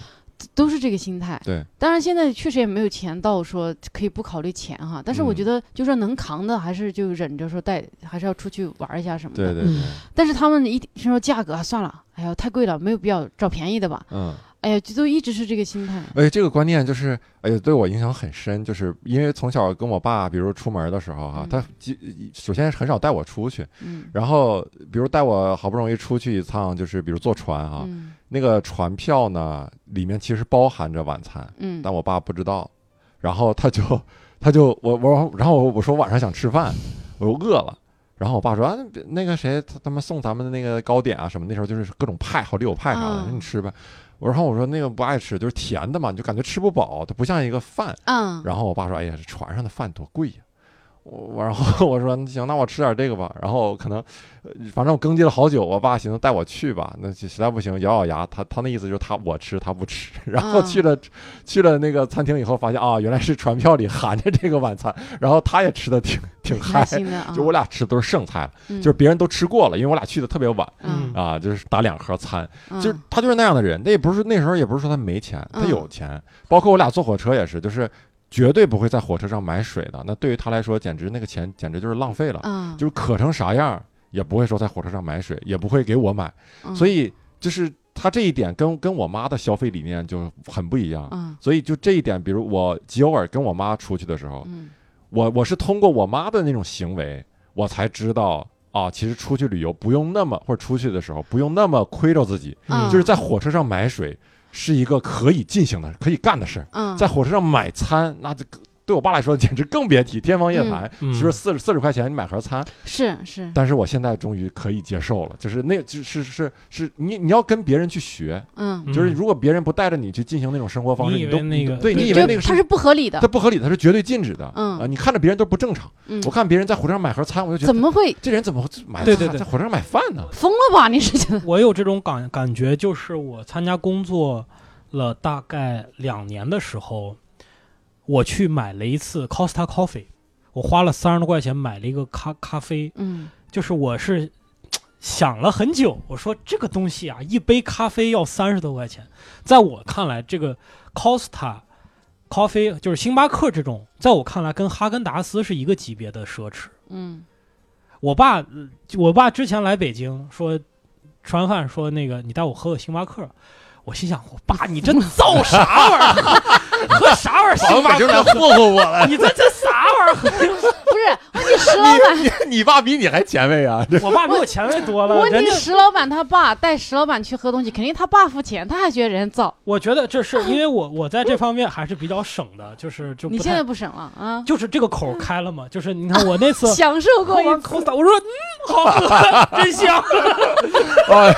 [SPEAKER 2] 都是这个心态。
[SPEAKER 3] 对，
[SPEAKER 2] 当然现在确实也没有钱到说可以不考虑钱哈，但是我
[SPEAKER 3] 嗯
[SPEAKER 2] 觉得就说能扛的还是就忍着说带，还是要出去玩一下什么的。
[SPEAKER 3] 对对
[SPEAKER 1] 嗯
[SPEAKER 3] 对，
[SPEAKER 2] 但是他们一听说价格啊，算了，哎呀太贵了，没有必要找便宜的吧。
[SPEAKER 3] 嗯。
[SPEAKER 2] 哎呀，就都一直是这个心 态。
[SPEAKER 3] 哎，这个观念就是，哎呀，对我影响很深，就是因为从小跟我爸，比如出门的时候哈、
[SPEAKER 2] 嗯
[SPEAKER 3] 他基首先很少带我出去，
[SPEAKER 2] 嗯
[SPEAKER 3] 然后比如带我好不容易出去一趟，就是比如坐船哈、
[SPEAKER 2] 嗯
[SPEAKER 3] 那个船票呢里面其实包含着晚餐，
[SPEAKER 2] 嗯
[SPEAKER 3] 但我爸不知道，然后他就他就我我然后我说晚上想吃饭，我说饿了。然后我爸说：“啊，别那个谁，他他妈送咱们的那个糕点啊什么，那时候就是各种派，好里有派啥的，
[SPEAKER 2] 嗯
[SPEAKER 3] 说你吃呗。”我然后我说：“那个不爱吃，就是甜的嘛，你就感觉吃不饱，它不像一个饭。”
[SPEAKER 2] 嗯
[SPEAKER 3] 然后我爸说：“哎呀，这船上的饭多贵呀、我我然后我说行，那我吃点这个吧。然后可能，呃反正我更迭了好久，我爸寻思带我去吧，那就实在不行咬咬牙，他他那意思就是他我吃他不吃。 然后
[SPEAKER 2] 嗯
[SPEAKER 3] 去了、去了那个餐厅以后，发现啊原来是船票里含着这个晚餐，然后他也吃的挺挺嗨
[SPEAKER 2] 开，心 的啊，
[SPEAKER 3] 就我俩吃的都是剩菜，
[SPEAKER 2] 嗯
[SPEAKER 3] 就是别人都吃过了，因为我俩去的特别晚
[SPEAKER 2] 嗯
[SPEAKER 3] 啊，就是打两盒餐，
[SPEAKER 2] 嗯
[SPEAKER 3] 就是他就是那样的人，那也不是那时候也不是说他没钱，他
[SPEAKER 2] 嗯
[SPEAKER 3] 有钱。包括我俩坐火车也是，就是绝对不会在火车上买水的。那对于他来说，简直那个钱简直就是浪费了，
[SPEAKER 2] 嗯，
[SPEAKER 3] 就是渴成啥样儿也不会说在火车上买水，也不会给我买。
[SPEAKER 2] 嗯
[SPEAKER 3] 所以就是他这一点跟跟我妈的消费理念就很不一样。
[SPEAKER 2] 嗯
[SPEAKER 3] 所以就这一点，比如我吉偶尔跟我妈出去的时候，
[SPEAKER 2] 嗯
[SPEAKER 3] 我我是通过我妈的那种行为，我才知道啊，其实出去旅游不用那么，或者出去的时候不用那么亏着自己，
[SPEAKER 2] 嗯
[SPEAKER 3] 就是在火车上买水是一个可以进行的、可以干的事儿，
[SPEAKER 2] 嗯，
[SPEAKER 3] 在火车上买餐，那就更对我爸来说简直更别提天方夜谭。
[SPEAKER 1] 嗯
[SPEAKER 3] 其实四十四十块钱你买盒
[SPEAKER 2] 嗯
[SPEAKER 3] 餐，
[SPEAKER 2] 是是，
[SPEAKER 3] 但是我现在终于可以接受了，就是那，就是是是你你要跟别人去学，
[SPEAKER 2] 嗯，
[SPEAKER 3] 就是
[SPEAKER 1] 嗯
[SPEAKER 3] 如果别人不带着你去进行那种生活方式，
[SPEAKER 1] 你以
[SPEAKER 3] 你都
[SPEAKER 1] 为那个
[SPEAKER 3] 对你以
[SPEAKER 2] 就
[SPEAKER 3] 为那个
[SPEAKER 2] 它是不合理的
[SPEAKER 3] 它，不合理，它是绝对禁止的。
[SPEAKER 2] 嗯
[SPEAKER 3] 啊，你看着别人都不正常。
[SPEAKER 2] 嗯
[SPEAKER 3] 我，看别人在火车上买盒餐，我就觉
[SPEAKER 2] 怎
[SPEAKER 3] 得
[SPEAKER 2] 么会
[SPEAKER 3] 这人怎么买
[SPEAKER 1] 对对对
[SPEAKER 3] 在火车上买饭呢？
[SPEAKER 2] 疯了吧？你是觉得？
[SPEAKER 1] 我有这种感感觉，就是我参加工作了大概两年的时候，我去买了一次 Costa Coffee，我花了三十多块钱买了一个咖咖啡，
[SPEAKER 2] 嗯
[SPEAKER 1] 就是我是想了很久，我说这个东西啊，一杯咖啡要三十多块钱，在我看来，这个 Costa。咖啡就是星巴克这种，在我看来跟哈根达斯是一个级别的奢侈。
[SPEAKER 2] 嗯
[SPEAKER 1] 我爸，呃我爸之前来北京说，吃完饭说那个你带我喝个星巴克，我心想我爸你这造啥玩意儿，喝啥玩意儿星巴克？
[SPEAKER 3] 霍霍我了，
[SPEAKER 1] 你这这啥玩意儿喝？
[SPEAKER 2] 不是问题，石老 板，
[SPEAKER 3] 你你爸比你还前卫啊！这
[SPEAKER 1] 我爸比我前卫多了，
[SPEAKER 2] 问
[SPEAKER 1] 人
[SPEAKER 2] 题
[SPEAKER 1] 家
[SPEAKER 2] 石老板他爸带石老板去喝东西，肯定他爸付钱，他还觉得人造。
[SPEAKER 1] 我觉得这是因为我我在这方面还是比较省的，就是就
[SPEAKER 2] 你
[SPEAKER 1] 不
[SPEAKER 2] 现在
[SPEAKER 1] 太
[SPEAKER 2] 不省了啊？
[SPEAKER 1] 就是这个口开了嘛，就是你看我那次
[SPEAKER 2] 享受
[SPEAKER 1] 喝
[SPEAKER 2] 过一
[SPEAKER 1] 完
[SPEAKER 2] 次，
[SPEAKER 1] 口嗓，我说嗯好喝，真香。
[SPEAKER 3] 啊，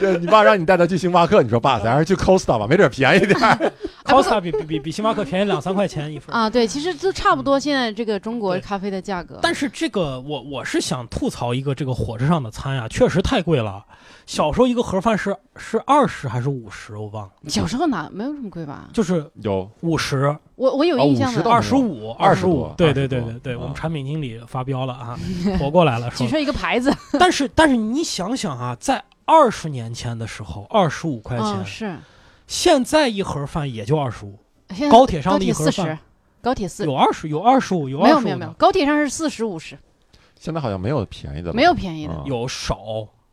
[SPEAKER 3] 这你爸让你带他去星巴克，你说爸，咱
[SPEAKER 1] 嗯
[SPEAKER 3] 还是去 Costa 吧，没准便宜点儿。
[SPEAKER 2] 哎不是
[SPEAKER 1] Costa 比比比比星巴克便宜两三块钱一份。
[SPEAKER 2] 啊，对，其实都差不多。现在这个中国
[SPEAKER 1] 嗯对
[SPEAKER 2] 咖啡的价格，
[SPEAKER 1] 但是这个我我是想吐槽一个这个火车上的餐呀、确实太贵了。小时候一个盒饭是是二十还是五十，我忘了，
[SPEAKER 2] 小时候哪没有这么贵吧？
[SPEAKER 1] 就是
[SPEAKER 3] 有
[SPEAKER 1] 五十、
[SPEAKER 2] 我我有印象
[SPEAKER 3] 啊50
[SPEAKER 2] 的，
[SPEAKER 3] 到
[SPEAKER 1] 二十五、
[SPEAKER 3] 20
[SPEAKER 1] 五
[SPEAKER 3] 多。
[SPEAKER 1] 对
[SPEAKER 3] 20
[SPEAKER 1] 对对
[SPEAKER 3] 多
[SPEAKER 1] 对对，
[SPEAKER 3] 啊
[SPEAKER 1] 我们产品经理发飙了 啊，活过来了
[SPEAKER 2] 举
[SPEAKER 1] 说。
[SPEAKER 2] 出一个牌子，
[SPEAKER 1] 但是但是你想想啊，在二十年前的时候，二十五块
[SPEAKER 2] 嗯，
[SPEAKER 1] 钱，
[SPEAKER 2] 是
[SPEAKER 1] 现在一盒饭也就二十五，
[SPEAKER 2] 现在
[SPEAKER 1] 高铁上
[SPEAKER 2] 嗯高
[SPEAKER 1] 的一
[SPEAKER 2] 铁
[SPEAKER 1] 盒
[SPEAKER 2] 四十
[SPEAKER 1] 饭，
[SPEAKER 2] 高铁四
[SPEAKER 1] 有二十有二十五有
[SPEAKER 2] 没
[SPEAKER 1] 二
[SPEAKER 2] 有
[SPEAKER 1] 十
[SPEAKER 2] 没有
[SPEAKER 1] 五
[SPEAKER 2] 没有，
[SPEAKER 1] 的，
[SPEAKER 2] 高铁上是四十五十，
[SPEAKER 3] 现在好像没有便宜的了，
[SPEAKER 2] 没有便宜的。
[SPEAKER 3] 啊
[SPEAKER 1] 有少。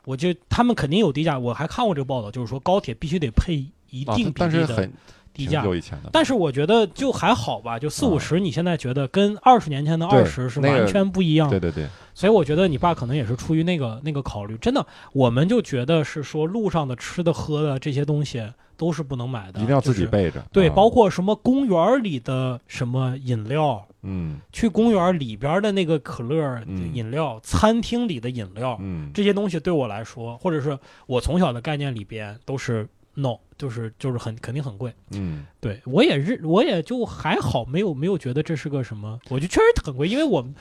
[SPEAKER 1] 我就他们肯定有低价，我还看过这个报道，就是说高铁必须得配一
[SPEAKER 3] 啊
[SPEAKER 1] 定比
[SPEAKER 3] 但
[SPEAKER 1] 例
[SPEAKER 3] 是
[SPEAKER 1] 的
[SPEAKER 3] 很
[SPEAKER 1] 低
[SPEAKER 3] 挺
[SPEAKER 1] 价。
[SPEAKER 3] 久以前的，
[SPEAKER 1] 但是我觉得就还好吧，就四五十，你现在觉得跟二十年前的
[SPEAKER 3] 啊对
[SPEAKER 1] 二十是嗯
[SPEAKER 3] 那个
[SPEAKER 1] 完全不一样的，
[SPEAKER 3] 对对对，
[SPEAKER 1] 所以我觉得你爸可能也是出于那个那个考虑。真的，我们就觉得是说路上的吃的喝的这些东西都是不能买的，
[SPEAKER 3] 一定要自
[SPEAKER 1] 就
[SPEAKER 3] 己
[SPEAKER 1] 是
[SPEAKER 3] 备着。
[SPEAKER 1] 对，
[SPEAKER 3] 啊
[SPEAKER 1] 包括什么公园里的什么饮料，
[SPEAKER 3] 嗯
[SPEAKER 1] 去公园里边的那个可乐
[SPEAKER 3] 嗯
[SPEAKER 1] 饮料，餐厅里的饮料，
[SPEAKER 3] 嗯，
[SPEAKER 1] 这些东西对我来说，或者是我从小的概念里边都是 no，就是就是很肯定很贵。
[SPEAKER 3] 嗯
[SPEAKER 1] 对我也是，我也就还好，没有没有觉得这是个什么，我就确实很贵，因为我们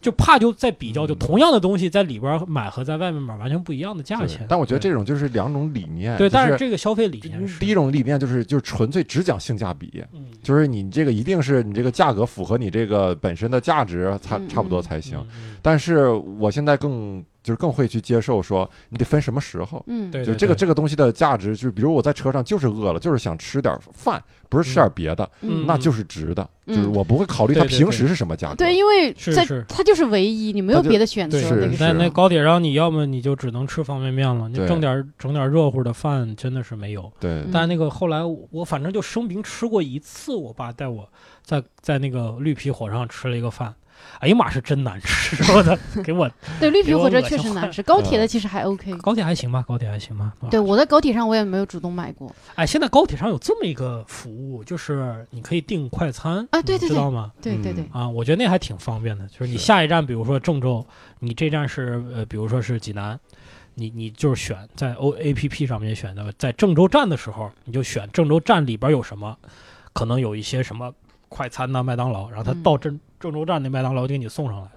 [SPEAKER 1] 就怕就在比较，就
[SPEAKER 3] 嗯
[SPEAKER 1] 同样的东西在里边买和在外面买完全不一样的价
[SPEAKER 3] 对
[SPEAKER 1] 钱。
[SPEAKER 3] 但我觉得
[SPEAKER 1] 对
[SPEAKER 3] 这种就是两种理念，
[SPEAKER 1] 对，
[SPEAKER 3] 就
[SPEAKER 1] 但是
[SPEAKER 3] 是
[SPEAKER 1] 这个消费理念
[SPEAKER 3] 第一
[SPEAKER 1] 是，
[SPEAKER 3] 种理念就是就是纯粹只讲性价比，
[SPEAKER 1] 嗯，
[SPEAKER 3] 就是你这个一定是你这个价格符合你这个本身的价值，差
[SPEAKER 2] 嗯
[SPEAKER 3] 差不多才行。
[SPEAKER 1] 嗯，嗯
[SPEAKER 3] 但是我现在更就是更会去接受说，你得分什么时候。
[SPEAKER 2] 嗯，
[SPEAKER 1] 对，
[SPEAKER 3] 就
[SPEAKER 1] 对
[SPEAKER 3] 这个
[SPEAKER 1] 对
[SPEAKER 3] 这个东西的价值，就是比如我在车上就是饿了，就是想吃点饭，不是吃点别的，
[SPEAKER 1] 嗯
[SPEAKER 3] 那就是值的。
[SPEAKER 2] 嗯
[SPEAKER 3] 就是我不会考虑
[SPEAKER 1] 对
[SPEAKER 3] 它
[SPEAKER 1] 对
[SPEAKER 3] 平时是什么价格。
[SPEAKER 2] 对，因为
[SPEAKER 1] 是
[SPEAKER 2] 在
[SPEAKER 1] 是
[SPEAKER 2] 它就是唯一，你没有
[SPEAKER 3] 它就
[SPEAKER 2] 别的选择。
[SPEAKER 1] 对
[SPEAKER 2] 那个
[SPEAKER 3] 是
[SPEAKER 2] 时
[SPEAKER 1] 在
[SPEAKER 2] 候
[SPEAKER 1] 那高铁上，你要么你就只能吃方便面了，你
[SPEAKER 3] 对
[SPEAKER 1] 整点儿整点儿热乎的饭真的是没有。
[SPEAKER 3] 对
[SPEAKER 2] 嗯
[SPEAKER 1] 但那个后来我我反正就生平吃过一次，我爸带我在在那个绿皮火车上吃了一个饭，哎呀妈是真难吃，我 的给我
[SPEAKER 2] 对绿皮
[SPEAKER 1] 给我
[SPEAKER 2] 火车
[SPEAKER 1] 恶
[SPEAKER 2] 确
[SPEAKER 1] 心
[SPEAKER 2] 实
[SPEAKER 1] 坏
[SPEAKER 2] 难
[SPEAKER 1] 了
[SPEAKER 2] 吃，高铁的其实还 OK。
[SPEAKER 1] 嗯高铁还行吧，高铁还行吧。啊
[SPEAKER 2] 对，我在高铁上我也没有主动买过。
[SPEAKER 1] 哎，现在高铁上有这么一个服务，就是你可以订快餐
[SPEAKER 2] 啊对
[SPEAKER 1] 你
[SPEAKER 2] 对
[SPEAKER 1] 知道吗？
[SPEAKER 2] 对对
[SPEAKER 3] 嗯
[SPEAKER 2] 对，
[SPEAKER 1] 啊，我觉得那还挺方便的，就是你
[SPEAKER 3] 是
[SPEAKER 1] 下一站，比如说郑州，你这站是呃，比如说是济南，你你就是选在 O A P P 上面选的，在郑州站的时候，你就选郑州站里边有什么，可能有一些什么快餐呐、麦当劳，然后他
[SPEAKER 2] 嗯
[SPEAKER 1] 到郑郑州站那麦当劳就给你送上来，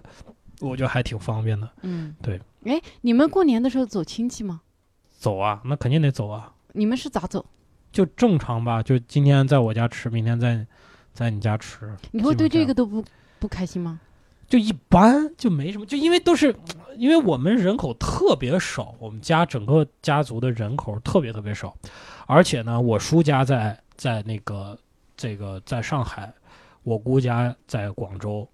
[SPEAKER 1] 我觉得还挺方便的。
[SPEAKER 2] 嗯，
[SPEAKER 1] 对。
[SPEAKER 2] 哎，你们过年的时候走亲戚吗？
[SPEAKER 1] 走啊，那肯定得走啊，
[SPEAKER 2] 你们是咋走？
[SPEAKER 1] 就正常吧，就今天在我家吃，明天在在你家吃，
[SPEAKER 2] 你会对
[SPEAKER 1] 基本
[SPEAKER 2] 这
[SPEAKER 1] 上
[SPEAKER 2] 个都不不开心吗？
[SPEAKER 1] 就一般，就没什么，就因为都是，因为我们人口特别少，我们家整个家族的人口特别特别少，而且呢，我叔家在在那个这个在上海，我姑家在广州，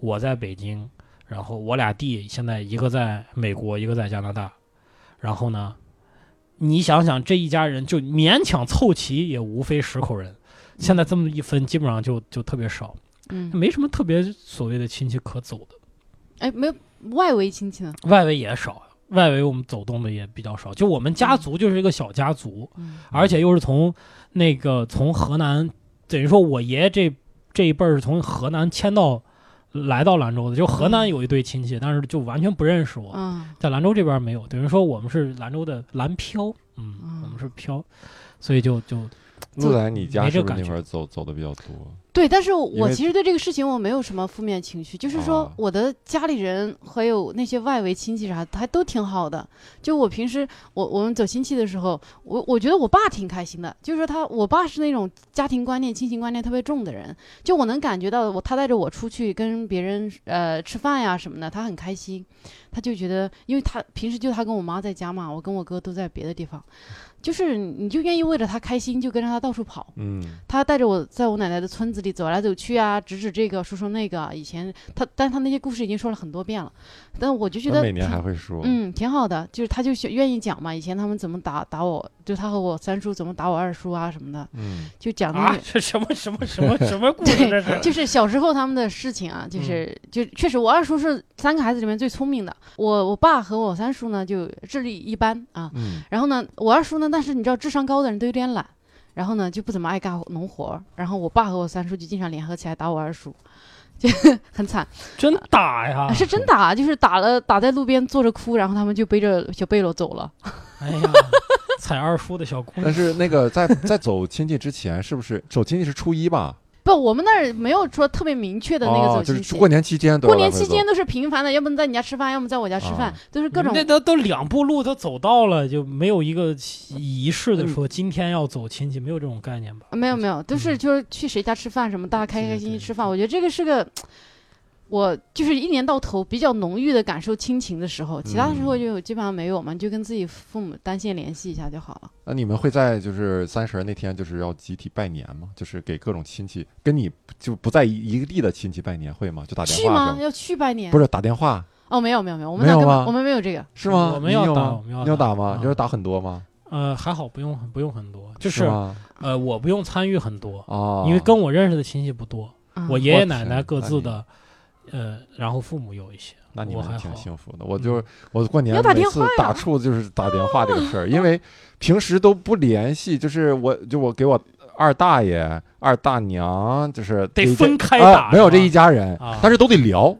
[SPEAKER 1] 我在北京，然后我俩弟现在一个在美国，一个在加拿大，然后呢，你想想，这一家人就勉强凑齐，也无非十口人。现在这么一分，基本上就就特别少，
[SPEAKER 2] 嗯，
[SPEAKER 1] 没什么特别所谓的亲戚可走的。
[SPEAKER 2] 哎，没有外围亲戚呢，
[SPEAKER 1] 外围也少，外围我们走动的也比较少。就我们家族就是一个小家族，
[SPEAKER 2] 嗯
[SPEAKER 1] 而且又是从那个从河南，等于说我爷爷这这一辈儿是从河南迁到来到兰州的，就河南有一对亲戚，但是就完全不认识我，
[SPEAKER 2] 啊，
[SPEAKER 1] 在兰州这边没有，等于说我们是兰州的兰漂，嗯，
[SPEAKER 2] 嗯
[SPEAKER 1] 我们是漂，所以就就
[SPEAKER 3] 陆仔，你家
[SPEAKER 1] 没
[SPEAKER 3] 是
[SPEAKER 1] 这
[SPEAKER 3] 不是
[SPEAKER 1] 感
[SPEAKER 3] 那
[SPEAKER 1] 觉
[SPEAKER 3] 会儿走走的比较多？
[SPEAKER 2] 对，但是
[SPEAKER 3] 因
[SPEAKER 2] 我
[SPEAKER 3] 为
[SPEAKER 2] 其实对这个事情我没有什么负面情绪，就是说
[SPEAKER 3] 啊
[SPEAKER 2] 我的家里人还有那些外围亲戚啥的，还都挺好的。就我平时我我们走亲戚的时候，我我觉得我爸挺开心的，就是说他我爸是那种家庭观念、亲情观念特别重的人，就我能感觉到我他带着我出去跟别人呃吃饭呀什么的，他很开心，他就觉得，因为他平时就他跟我妈在家嘛，我跟我哥都在别的地方，就是你就愿意为了他开心，就跟着他到处跑。
[SPEAKER 3] 嗯，
[SPEAKER 2] 他带着我在我奶奶的村子里走来走去啊，指指这个，说说那个。以前他，但他那些故事已经说了很多遍了，但我就觉
[SPEAKER 3] 他
[SPEAKER 2] 得
[SPEAKER 3] 每年
[SPEAKER 2] 挺
[SPEAKER 3] 还会说，
[SPEAKER 2] 嗯，挺好的，就是他就是愿意讲嘛。以前他们怎么打打我，就他和我三叔怎么打我二叔啊什么的，
[SPEAKER 3] 嗯，
[SPEAKER 2] 就讲那
[SPEAKER 1] 啊
[SPEAKER 2] 个、，
[SPEAKER 1] 这 什么什么什么什么故事这
[SPEAKER 2] 对，
[SPEAKER 1] 是？
[SPEAKER 2] 就是小时候他们的事情啊，就是、
[SPEAKER 3] 嗯
[SPEAKER 2] 就确实，我二叔是三个孩子里面最聪明的，我我爸和我三叔呢就智力一般啊，
[SPEAKER 3] 嗯，
[SPEAKER 2] 然后呢，我二叔呢，但是你知道智商高的人都有点懒，然后呢就不怎么爱干农活儿。然后我爸和我三叔就经常联合起来打我二叔，就很 惨，
[SPEAKER 1] 真打呀
[SPEAKER 2] 啊！是真打，就是打了打在路边坐着哭，然后他们就背着小背篓走了。
[SPEAKER 1] 哎呀，踩二叔的小姑娘
[SPEAKER 3] 但是那个在在走亲戚之前，是不是走亲戚是初一 吧？
[SPEAKER 2] 不，我们那儿没有说特别明确的那个
[SPEAKER 3] 哦，
[SPEAKER 2] 走
[SPEAKER 3] 就
[SPEAKER 2] 亲
[SPEAKER 3] 是
[SPEAKER 2] 戚。
[SPEAKER 3] 过年期间都要
[SPEAKER 2] 过年
[SPEAKER 3] 来回
[SPEAKER 2] 期间
[SPEAKER 3] 走
[SPEAKER 2] 都是频繁的，要不在你家吃饭，要么在我家吃饭，
[SPEAKER 3] 啊
[SPEAKER 2] 都是各种
[SPEAKER 1] 那都都两步路都走到了，就没有一个仪式
[SPEAKER 3] 嗯
[SPEAKER 1] 的说今天要走亲戚，没有这种概念吧？
[SPEAKER 2] 啊没有没有，都是
[SPEAKER 1] 嗯
[SPEAKER 2] 就是去谁家吃饭什么，大家开开
[SPEAKER 1] 对
[SPEAKER 2] 心
[SPEAKER 1] 对
[SPEAKER 2] 心吃饭。我觉得这个是个，我就是一年到头比较浓郁的感受亲情的时候，其他的时候
[SPEAKER 3] 嗯
[SPEAKER 2] 就基本上没有嘛，你就跟自己父母单线联系一下就好了。
[SPEAKER 3] 那你们会在就是三十儿那天就是要集体拜年吗？就是给各种亲戚，跟你就不在一一个地的亲戚拜年会吗？就打电
[SPEAKER 2] 去
[SPEAKER 3] 话
[SPEAKER 2] 吗
[SPEAKER 3] 什？么？
[SPEAKER 2] 要去拜年？
[SPEAKER 3] 不
[SPEAKER 2] 是
[SPEAKER 3] 是打电话
[SPEAKER 2] 哦，没有没有没有，我们
[SPEAKER 3] 没有啊
[SPEAKER 2] 那根
[SPEAKER 3] 吗
[SPEAKER 2] 本我们没有这个。
[SPEAKER 3] 是吗？
[SPEAKER 1] 我
[SPEAKER 3] 你
[SPEAKER 1] 们要
[SPEAKER 3] 有
[SPEAKER 1] 打，
[SPEAKER 3] 吗
[SPEAKER 1] 我们要
[SPEAKER 3] 你有打吗？
[SPEAKER 1] 啊
[SPEAKER 3] 就是打很多吗？
[SPEAKER 1] 呃，还好不用不用很多，就是
[SPEAKER 3] 吗？
[SPEAKER 1] 呃，我不用参与很多，
[SPEAKER 3] 哦，
[SPEAKER 1] 因为跟我认识的亲戚不多，
[SPEAKER 2] 啊
[SPEAKER 1] 我爷爷
[SPEAKER 3] 我
[SPEAKER 1] 奶奶
[SPEAKER 3] 天
[SPEAKER 1] 各
[SPEAKER 3] 那
[SPEAKER 1] 自
[SPEAKER 3] 你
[SPEAKER 1] 的，呃，然后父母有一些，
[SPEAKER 3] 那你
[SPEAKER 1] 我还
[SPEAKER 3] 们挺
[SPEAKER 1] 好嗯
[SPEAKER 3] 幸福的。我就我过年
[SPEAKER 2] 要打
[SPEAKER 3] 每
[SPEAKER 2] 电
[SPEAKER 3] 次
[SPEAKER 2] 话
[SPEAKER 3] 打
[SPEAKER 2] 呀
[SPEAKER 3] 怵就是打电话这个事儿，因为平时都不联系，就是我就我给我二大爷、二大娘，就是
[SPEAKER 1] 得
[SPEAKER 3] 这
[SPEAKER 1] 分开
[SPEAKER 3] 啊
[SPEAKER 1] 打
[SPEAKER 3] 没有
[SPEAKER 1] 是
[SPEAKER 3] 这
[SPEAKER 1] 吧
[SPEAKER 3] 一家人
[SPEAKER 1] 啊，
[SPEAKER 3] 但是都得聊。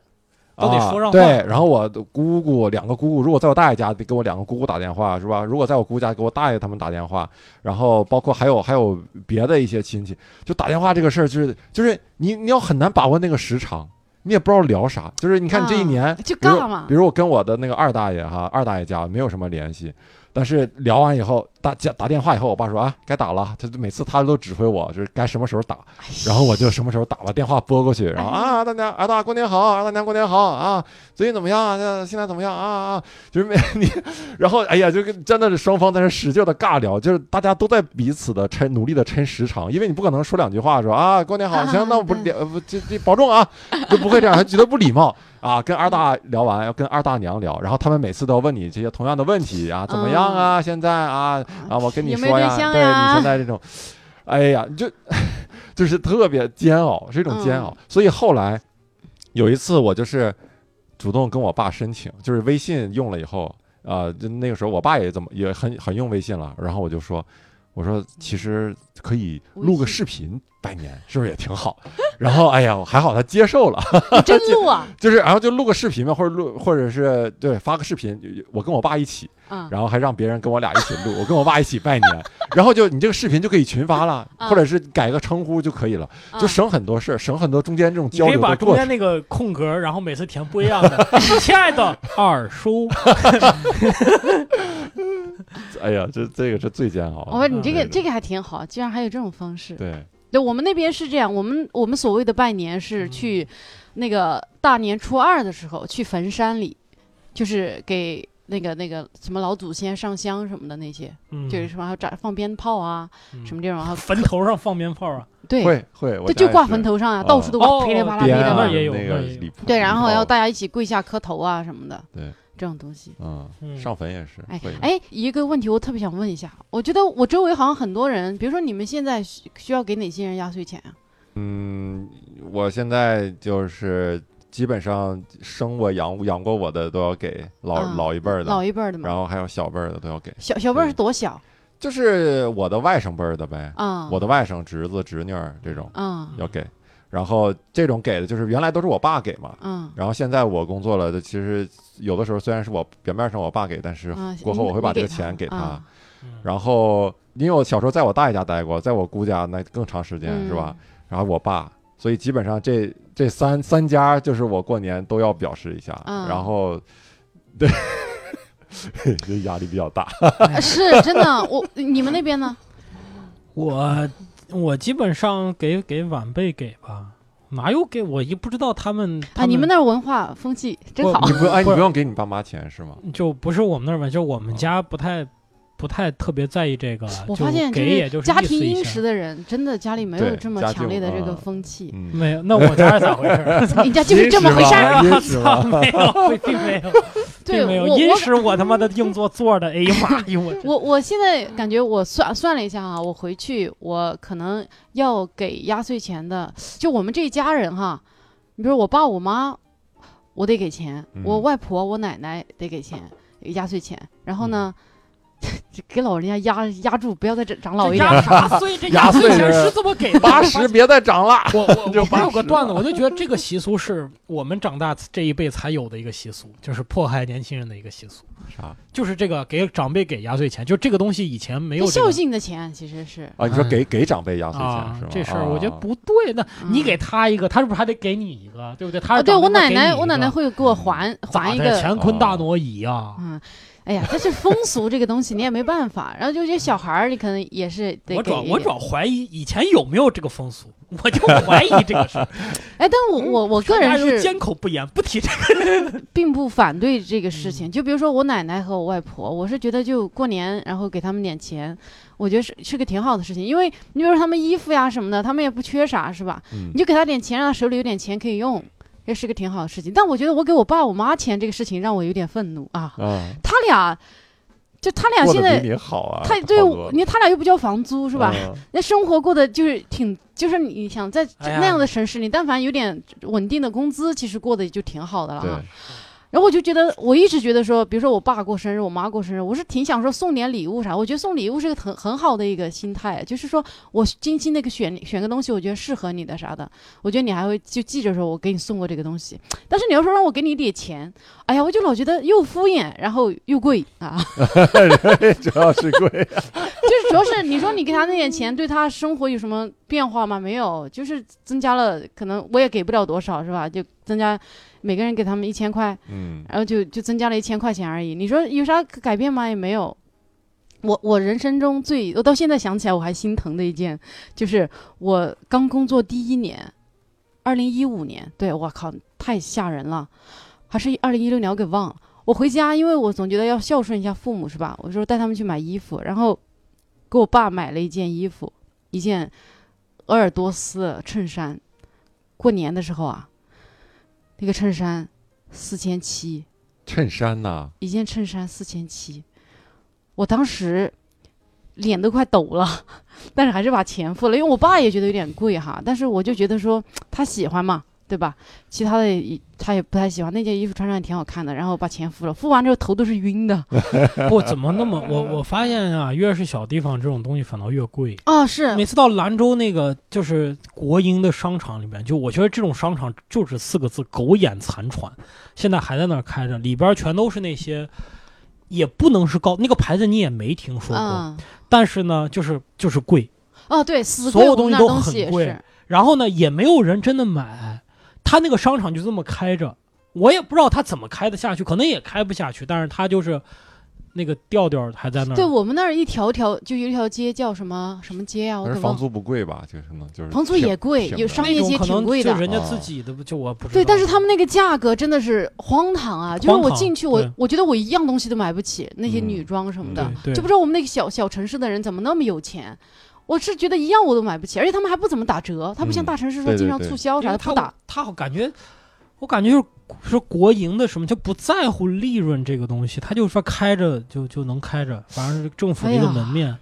[SPEAKER 1] 都得
[SPEAKER 3] 啊
[SPEAKER 1] 说上
[SPEAKER 3] 对
[SPEAKER 1] 话，
[SPEAKER 3] 然后我的姑姑两个姑姑，如果在我大爷家，得给我两个姑姑打电话，是吧？如果在我姑家，给我大爷他们打电话，然后包括还有还有别的一些亲戚，就打电话这个事儿，就是就是你你要很难把握那个时长，你也不知道聊啥，就是你看你这一
[SPEAKER 2] 啊
[SPEAKER 3] 年，
[SPEAKER 2] 就
[SPEAKER 3] 比如
[SPEAKER 2] 尬嘛
[SPEAKER 3] 比。如我跟我的那个二大爷哈，二大爷家没有什么联系，但是聊完以后打打打电话以后，我爸说啊该打了，他就每次他都指挥我，就是该什么时候打，然后我就什么时候打把电话拨过去，然后啊大娘二大过年好，二大娘过年好啊，最近怎么样啊？这现在怎么样啊啊？就是每 你，然后哎呀，就跟真的是双方在那使劲的尬聊，就是大家都在彼此的抻努力的抻时长，因为你不可能说两句话说啊过年好，
[SPEAKER 2] 啊
[SPEAKER 3] 行，那我不
[SPEAKER 2] 对
[SPEAKER 3] 聊，呃不这这保重啊， 就不会这样，还觉得不礼貌。啊，跟二大聊完，要跟二大娘聊，然后他们每次都要问你这些同样的问题啊，怎么样啊，现在啊啊，我跟你
[SPEAKER 2] 嗯有没有
[SPEAKER 3] 说呀，
[SPEAKER 2] 对象
[SPEAKER 3] 对你
[SPEAKER 2] 呀
[SPEAKER 3] 现在这种，哎呀，你就 就是特别煎熬，是一种煎熬。
[SPEAKER 2] 嗯
[SPEAKER 3] 所以后来有一次，我就是主动跟我爸申请，就是微信用了以后，啊，就那个时候我爸也怎么也很很用微信了，然后我就说。我说，其实可以录个
[SPEAKER 2] 微信
[SPEAKER 3] 视频拜年，是不是也挺好？ 然后，哎呀，还好他接受了，
[SPEAKER 2] 你真 录啊！
[SPEAKER 3] 就是然后就录个视频嘛，或者录，或者是对发个视频，我跟我爸一起，
[SPEAKER 2] 啊，
[SPEAKER 3] 然后还让别人跟我俩一起录，我跟我爸一起拜年， 然后就你这个视频就可以群发了，
[SPEAKER 2] 啊
[SPEAKER 3] 或者是改个称呼就可以了，就
[SPEAKER 2] 啊
[SPEAKER 3] 省很多事儿，省很多中间这种
[SPEAKER 1] 你
[SPEAKER 3] 交
[SPEAKER 1] 可以
[SPEAKER 3] 流
[SPEAKER 1] 把
[SPEAKER 3] 的
[SPEAKER 1] 中
[SPEAKER 3] 过程
[SPEAKER 1] 间。那个空格，然后每次填不一样 的。亲爱的二叔，
[SPEAKER 3] 哎呀，这这个是最煎熬的。
[SPEAKER 2] 我问你这个
[SPEAKER 3] 嗯
[SPEAKER 2] 这个还挺好，居然还有这种方式。
[SPEAKER 3] 对，
[SPEAKER 2] 对，我们那边是这样，我们我们所谓的拜年是
[SPEAKER 1] 嗯
[SPEAKER 2] 去那个大年初二的时候去坟山里，就是给那个那个什么老祖先上香什么的那些，
[SPEAKER 1] 嗯，
[SPEAKER 2] 就是什么还有炸放鞭炮啊、
[SPEAKER 1] 嗯
[SPEAKER 2] 什么这种啊，
[SPEAKER 1] 坟头上放鞭炮啊，
[SPEAKER 2] 对，
[SPEAKER 3] 会会，我
[SPEAKER 2] 对，
[SPEAKER 3] 家
[SPEAKER 2] 就
[SPEAKER 3] 也
[SPEAKER 2] 挂
[SPEAKER 3] 是
[SPEAKER 2] 坟头上啊，
[SPEAKER 3] 哦
[SPEAKER 2] 到处都挂，
[SPEAKER 1] 哦
[SPEAKER 2] 噼里啪啦噼
[SPEAKER 3] 边
[SPEAKER 2] 里
[SPEAKER 1] 那
[SPEAKER 2] 啪
[SPEAKER 1] 儿
[SPEAKER 3] 啊
[SPEAKER 2] 啦，
[SPEAKER 1] 也有
[SPEAKER 3] 那
[SPEAKER 1] 那
[SPEAKER 3] 个
[SPEAKER 1] 儿也有
[SPEAKER 3] 礼
[SPEAKER 2] 对，然后要
[SPEAKER 3] 大
[SPEAKER 2] 大家一起跪下磕头啊什么的，
[SPEAKER 3] 对，
[SPEAKER 2] 这种东西。
[SPEAKER 3] 嗯，
[SPEAKER 1] 嗯
[SPEAKER 3] 上坟也是，
[SPEAKER 2] 哎
[SPEAKER 3] 会的，
[SPEAKER 2] 哎，一个问题我特别想问一下，我觉得我周围好像很多人，比如说你们现在需需要给哪些人压岁钱啊？
[SPEAKER 3] 嗯，我现在就是基本上生我养养过我的都要给老、
[SPEAKER 2] 嗯
[SPEAKER 3] 老一辈儿
[SPEAKER 2] 老
[SPEAKER 3] 的，
[SPEAKER 2] 一辈儿的
[SPEAKER 3] 然
[SPEAKER 2] 嘛，
[SPEAKER 3] 后还有小辈儿的都要给，
[SPEAKER 2] 小小辈儿是
[SPEAKER 3] 对
[SPEAKER 2] 多小
[SPEAKER 3] 就是我的外甥辈儿的呗，
[SPEAKER 2] 啊？
[SPEAKER 3] 我的外甥、侄子、侄女儿这种
[SPEAKER 2] 啊
[SPEAKER 3] 要给，然后这种给的就是原来都是我爸给嘛，
[SPEAKER 2] 啊
[SPEAKER 3] 然后现在我工作了，其实有的时候虽然是我表面上我爸给，但是
[SPEAKER 2] 啊！
[SPEAKER 3] 过后
[SPEAKER 2] 你
[SPEAKER 3] 我会把
[SPEAKER 2] 你
[SPEAKER 3] 这个钱给
[SPEAKER 2] 他，
[SPEAKER 3] 他
[SPEAKER 2] 啊
[SPEAKER 1] 嗯
[SPEAKER 3] 然后因为我小时候在我大爷家待过，在我姑家那更长时
[SPEAKER 2] 嗯
[SPEAKER 3] 间、是吧？？然后我爸，所以基本上这这三三家就是我过年都要表示一下，
[SPEAKER 2] 嗯
[SPEAKER 3] 然后 对，这压力比较大。
[SPEAKER 2] 啊是真的，我你们那边呢？啊
[SPEAKER 1] 我我基本上给给晚辈给吧，哪有给我也不知道他们
[SPEAKER 2] 啊，你们那儿文化风气真好
[SPEAKER 3] 你不用哎，你
[SPEAKER 1] 不是
[SPEAKER 3] 不用给你爸妈钱是吗？
[SPEAKER 1] 那就不是我们那儿吧，就是我们
[SPEAKER 3] 哦
[SPEAKER 1] 家不太不太特别在意这个，
[SPEAKER 2] 我
[SPEAKER 1] 就
[SPEAKER 2] 发现
[SPEAKER 1] 给也
[SPEAKER 2] 是
[SPEAKER 1] 就是
[SPEAKER 2] 家
[SPEAKER 1] 意思
[SPEAKER 2] 庭
[SPEAKER 1] 一
[SPEAKER 2] 殷
[SPEAKER 1] 下
[SPEAKER 2] 实的人，真的家里没有
[SPEAKER 3] 对
[SPEAKER 2] 这么
[SPEAKER 3] 家境
[SPEAKER 2] 强烈的这个
[SPEAKER 3] 啊
[SPEAKER 2] 风 气，
[SPEAKER 3] 嗯，
[SPEAKER 1] 没有，那我家是咋回事 儿？
[SPEAKER 2] 人家就是这么回事
[SPEAKER 3] 殷实
[SPEAKER 2] 儿。啊
[SPEAKER 3] 吧
[SPEAKER 1] 哎呀
[SPEAKER 3] 殷实吧
[SPEAKER 1] 操没有，并没有，
[SPEAKER 2] 对
[SPEAKER 1] 并没有，
[SPEAKER 2] 我
[SPEAKER 1] 殷
[SPEAKER 2] 我
[SPEAKER 1] 实我他妈的硬座坐 的，哎呀妈呀，我
[SPEAKER 2] 我我现在感觉我算算了一下啊，我回去我可能要给压岁钱的，就我们这一家人哈，你比如我爸我妈，我得给钱，
[SPEAKER 3] 嗯
[SPEAKER 2] 我外婆我奶奶得给钱压岁钱，然后呢， 给老人家压压住，不要再长老
[SPEAKER 1] 这
[SPEAKER 2] 一点
[SPEAKER 1] 压
[SPEAKER 2] 儿。
[SPEAKER 1] 啥岁？这
[SPEAKER 3] 压
[SPEAKER 1] 压 岁
[SPEAKER 3] 岁
[SPEAKER 1] 钱
[SPEAKER 3] 是
[SPEAKER 1] 是这么给的？
[SPEAKER 3] 八十别再涨了。
[SPEAKER 1] 我 我
[SPEAKER 3] 就
[SPEAKER 1] 我还有个
[SPEAKER 3] 80
[SPEAKER 1] 段子，我就觉得这个习俗是我们长大这一辈才有的一个习俗，就是迫害年轻人的一个习俗。
[SPEAKER 3] 啥
[SPEAKER 1] 就是这个给长辈给压岁钱，就这个东西以前没有、
[SPEAKER 2] 这
[SPEAKER 1] 这
[SPEAKER 2] 孝
[SPEAKER 1] 个、
[SPEAKER 2] 敬的钱其实是，
[SPEAKER 3] 啊？你说给给长辈压岁钱
[SPEAKER 1] 哎啊
[SPEAKER 3] 是吗？
[SPEAKER 1] 这事儿
[SPEAKER 3] 啊
[SPEAKER 1] 我觉得不对。那你
[SPEAKER 2] 嗯
[SPEAKER 1] 给他一个，他是不是还得给你一个？对不对？他
[SPEAKER 2] 啊，
[SPEAKER 1] 是
[SPEAKER 2] 对
[SPEAKER 1] 长辈
[SPEAKER 2] 我奶
[SPEAKER 1] 给
[SPEAKER 2] 奶，
[SPEAKER 1] 你一
[SPEAKER 2] 我奶奶
[SPEAKER 1] 个
[SPEAKER 2] 会给我还还
[SPEAKER 1] 咋
[SPEAKER 2] 一
[SPEAKER 1] 的？
[SPEAKER 2] 个，
[SPEAKER 1] 乾坤大挪移啊！
[SPEAKER 2] 嗯，哎呀，但是风俗这个东西你也没办法，然后就这小孩儿，你可能也是得
[SPEAKER 1] 我主
[SPEAKER 2] 给
[SPEAKER 1] 要
[SPEAKER 2] 一
[SPEAKER 1] 我
[SPEAKER 2] 点
[SPEAKER 1] 主要怀疑以前有没有这个风俗， 我就怀疑这个事儿。
[SPEAKER 2] 哎，但我我 我个
[SPEAKER 1] 大家都
[SPEAKER 2] 人是
[SPEAKER 1] 缄口不言，不提这个。
[SPEAKER 2] 并不反对这个事情。就比如说我奶奶和我外婆，我是觉得就过年然后给他们点钱，我觉得是是个挺好的事情。因为你比如说他们衣服呀什么的，他们也不缺啥，是吧？
[SPEAKER 3] 嗯
[SPEAKER 2] 你就给他点钱，让他手里有点钱可以用，这是个挺好的事情。但我觉得我给我爸我妈钱这个事情让我有点愤怒啊！
[SPEAKER 3] 啊，
[SPEAKER 2] 他俩就他俩
[SPEAKER 3] 过
[SPEAKER 2] 哎现
[SPEAKER 3] 得
[SPEAKER 2] 在
[SPEAKER 3] 比。你好嗯啊，
[SPEAKER 2] 他对我你他俩又不交房租是吧？那生活过得就是挺，就是你想在
[SPEAKER 1] 哎呀
[SPEAKER 2] 那样的城市，你但凡有点稳定的工资，其实过得也就挺好的了
[SPEAKER 3] 对
[SPEAKER 2] 啊。，然后我就觉得，我一直觉得说，比如说我爸过生日，我妈过生日，我是挺想说送点礼物啥。我觉得送礼物是个很很好的一个心态，啊就是说我精心那个选选个东西，我觉得适合你的啥的，我觉得你还会就记着说我给你送过这个东西。但是你要说让我给你一点钱，哎呀，我就老觉得又敷衍，然后又贵啊。
[SPEAKER 3] 主要是贵。
[SPEAKER 2] 就是主要是你说你给他那点钱，对他生活有什么变化吗？没有，就是增加了，可能我也给不了多少，是吧？就增加每个人给他们一千块，
[SPEAKER 3] 嗯，
[SPEAKER 2] 然后就就增加了一千块钱而已。你说有啥可改变吗？也没有。我我人生中最我到现在想起来我还心疼的一件，就是我刚工作第一年，二零一五年，对我靠太吓人了，还是二零一六年我给忘了。我回家，因为我总觉得要孝顺一下父母是吧？我说带他们去买衣服，然后给我爸买了一件衣服，一件鄂尔多斯衬衫。过年的时候啊，那个衬衫四千七，
[SPEAKER 3] 衬衫呐，
[SPEAKER 2] 一件衬衫四千七，我当时脸都快抖了， 但是还是把钱付了，因为我爸也觉得有点贵哈，但是我就觉得说他喜欢嘛，对吧？其他的也他也不太喜欢，那件衣服穿上也挺好看的，然后把钱付了，付完之后头都是晕的
[SPEAKER 1] 嗯 不怎么那么，我我发现啊，越是小地方，这种东西反倒越贵。
[SPEAKER 2] 啊、是
[SPEAKER 1] 每次到兰州那个就是国营的商场里边，就我觉得这种商场就只四个字：苟延残喘。现在还在那儿开着，里边全都是那些，也不能是高那个牌子你也没听说过，
[SPEAKER 2] 嗯，
[SPEAKER 1] 但是呢，就是就是贵，
[SPEAKER 2] 哦对，死
[SPEAKER 1] 所
[SPEAKER 2] 贵
[SPEAKER 1] 有
[SPEAKER 2] 我
[SPEAKER 1] 东
[SPEAKER 2] 们
[SPEAKER 1] 西
[SPEAKER 2] 那
[SPEAKER 1] 都
[SPEAKER 2] 东
[SPEAKER 1] 很
[SPEAKER 2] 西也
[SPEAKER 1] 贵
[SPEAKER 2] 是，
[SPEAKER 1] 然后呢也没有人真的买，他那个商场就这么开着，我也不知道他怎么开得下去，可能也开不下去，但是他就是那个调调还在那儿。
[SPEAKER 2] 对我们那儿一条条就有一条街叫什么什么街啊，我
[SPEAKER 3] 但
[SPEAKER 2] 给
[SPEAKER 3] 是房
[SPEAKER 2] 忘了，
[SPEAKER 3] 租不贵吧？就是呢，就是
[SPEAKER 2] 房租也贵，
[SPEAKER 3] 挺
[SPEAKER 2] 有
[SPEAKER 3] 的
[SPEAKER 2] 商
[SPEAKER 1] 那
[SPEAKER 2] 业
[SPEAKER 1] 种
[SPEAKER 2] 街
[SPEAKER 1] 可
[SPEAKER 2] 挺
[SPEAKER 1] 能
[SPEAKER 2] 贵的
[SPEAKER 1] 就，人家
[SPEAKER 3] 啊
[SPEAKER 1] 自己的，就我不知道。
[SPEAKER 2] 对，但是他们那个价格真的是荒唐啊！就是我
[SPEAKER 1] 荒唐
[SPEAKER 2] 进去，我
[SPEAKER 1] 对
[SPEAKER 2] 我觉得我一样东西都买不起，那些
[SPEAKER 3] 嗯
[SPEAKER 2] 女装什么的，
[SPEAKER 1] 对对
[SPEAKER 2] 就不知道我们那个小小城市的人怎么那么有钱。我是觉得一样我都买不起，而且他们还不怎么打折，他不像
[SPEAKER 3] 嗯
[SPEAKER 2] 大城市说
[SPEAKER 3] 对
[SPEAKER 2] 经
[SPEAKER 3] 对
[SPEAKER 2] 常
[SPEAKER 3] 对
[SPEAKER 2] 促销
[SPEAKER 1] 因
[SPEAKER 2] 啥
[SPEAKER 1] 为
[SPEAKER 2] 的
[SPEAKER 1] 他
[SPEAKER 2] 不打。
[SPEAKER 1] 他好感觉我感觉就是是国营的什么，就不在乎利润这个东西，他就说开着就就能开着，反正是政府的一个
[SPEAKER 2] 哎呀
[SPEAKER 1] 门面。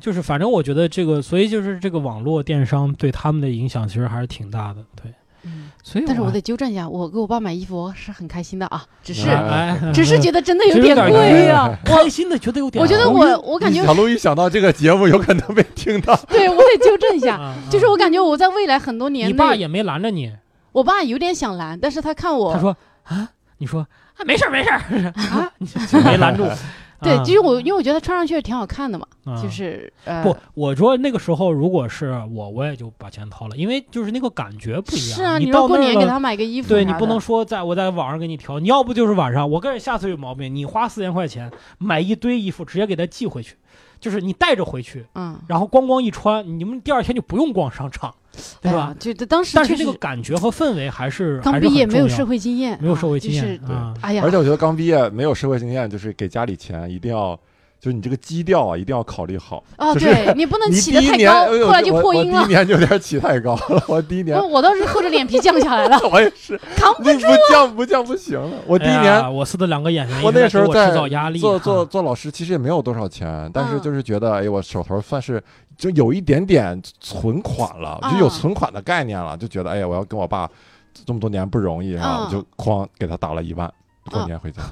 [SPEAKER 1] 就是，反正我觉得这个，所以就是这个网络电商对他们的影响其实还是挺大的，对。
[SPEAKER 2] 嗯，
[SPEAKER 1] 所以我还，
[SPEAKER 2] 但是我得纠正一下，我给我爸买衣服我是很开心的啊，只是、
[SPEAKER 1] 哎，哎
[SPEAKER 2] 只是觉得真的
[SPEAKER 1] 只是
[SPEAKER 2] 点
[SPEAKER 1] 有点
[SPEAKER 2] 贵呀、
[SPEAKER 1] 开心的觉得有点
[SPEAKER 2] 我
[SPEAKER 1] 头
[SPEAKER 2] 觉
[SPEAKER 1] 晕。
[SPEAKER 2] 得我我感觉
[SPEAKER 3] 小鹿一想到这个节目，有可能被听到。
[SPEAKER 2] 对我得纠正 一下，
[SPEAKER 1] 啊，
[SPEAKER 2] 就是
[SPEAKER 1] 啊
[SPEAKER 2] 我感觉我在未来很多年
[SPEAKER 1] 你
[SPEAKER 2] 内，
[SPEAKER 1] 爸也没拦着你，
[SPEAKER 2] 我爸有点想拦，但是他看我
[SPEAKER 1] 他说啊，你说啊，没事儿没事儿 啊，你就就没拦住。
[SPEAKER 2] 对，
[SPEAKER 1] 啊
[SPEAKER 2] 就是我，因为我觉得他穿上去挺好看的嘛，
[SPEAKER 1] 啊
[SPEAKER 2] 就是呃，
[SPEAKER 1] 不，我说那个时候如果是我，我也就把钱掏了，因为就是那个感觉不一样。
[SPEAKER 2] 是啊，
[SPEAKER 1] 你
[SPEAKER 2] 说
[SPEAKER 1] 到
[SPEAKER 2] 过
[SPEAKER 1] 那儿
[SPEAKER 2] 年给
[SPEAKER 1] 了
[SPEAKER 2] 他买个衣服啥的，
[SPEAKER 1] 对你不能说在我在网上给你挑，你要不就是晚上，我跟人下次有毛病，你花四千块钱买一堆衣服，直接给他寄回去，就是你带着回去，
[SPEAKER 2] 嗯，
[SPEAKER 1] 然后咣咣一穿，你们第二天就不用逛商场，对
[SPEAKER 2] 哎
[SPEAKER 1] 吧？
[SPEAKER 2] 呀？就当时
[SPEAKER 1] 但
[SPEAKER 2] 确
[SPEAKER 1] 是这
[SPEAKER 2] 实
[SPEAKER 1] 个感觉和氛围还是
[SPEAKER 2] 刚
[SPEAKER 1] 还是
[SPEAKER 2] 毕业
[SPEAKER 1] 很
[SPEAKER 2] 没有
[SPEAKER 1] 重要
[SPEAKER 2] 社会经验，
[SPEAKER 1] 没有
[SPEAKER 2] 啊
[SPEAKER 1] 社会
[SPEAKER 2] 就
[SPEAKER 1] 经验
[SPEAKER 2] 是
[SPEAKER 3] 对
[SPEAKER 1] 啊
[SPEAKER 2] 哎呀，
[SPEAKER 3] 而且我觉得刚毕业没有社会经验，就是给家里钱一定要，就是你这个基调啊，一定要考虑好。
[SPEAKER 2] 哦，
[SPEAKER 3] 就是
[SPEAKER 2] 对你不能
[SPEAKER 3] 你
[SPEAKER 2] 起
[SPEAKER 3] 第
[SPEAKER 2] 得
[SPEAKER 3] 一
[SPEAKER 2] 太
[SPEAKER 3] 年，
[SPEAKER 2] 高
[SPEAKER 3] 哎，呦
[SPEAKER 2] 后来就
[SPEAKER 3] 我
[SPEAKER 2] 破
[SPEAKER 3] 我
[SPEAKER 2] 音
[SPEAKER 3] 第
[SPEAKER 2] 了
[SPEAKER 3] 一。年就有点起太高了，我第一年，
[SPEAKER 2] 我我倒是厚着脸皮降下来了
[SPEAKER 3] 我也是，
[SPEAKER 2] 扛不啊
[SPEAKER 3] 你不降不降不行了。我第一
[SPEAKER 1] 哎
[SPEAKER 3] 年
[SPEAKER 1] 呀我司的两个演员，
[SPEAKER 3] 我那时候
[SPEAKER 1] 在
[SPEAKER 3] 在
[SPEAKER 1] 制造压力，啊
[SPEAKER 3] 做做
[SPEAKER 1] 哈
[SPEAKER 3] 做老师，其实也没有多少钱，但是
[SPEAKER 2] 嗯
[SPEAKER 3] 就是觉得，哎，我手头算是就有一点点存款了，就有
[SPEAKER 2] 嗯
[SPEAKER 3] 存款的概念了，就觉得，哎呀，我要跟我爸这么多年不容易啊，
[SPEAKER 2] 嗯
[SPEAKER 3] 我就哐给他打了一万，过年回家。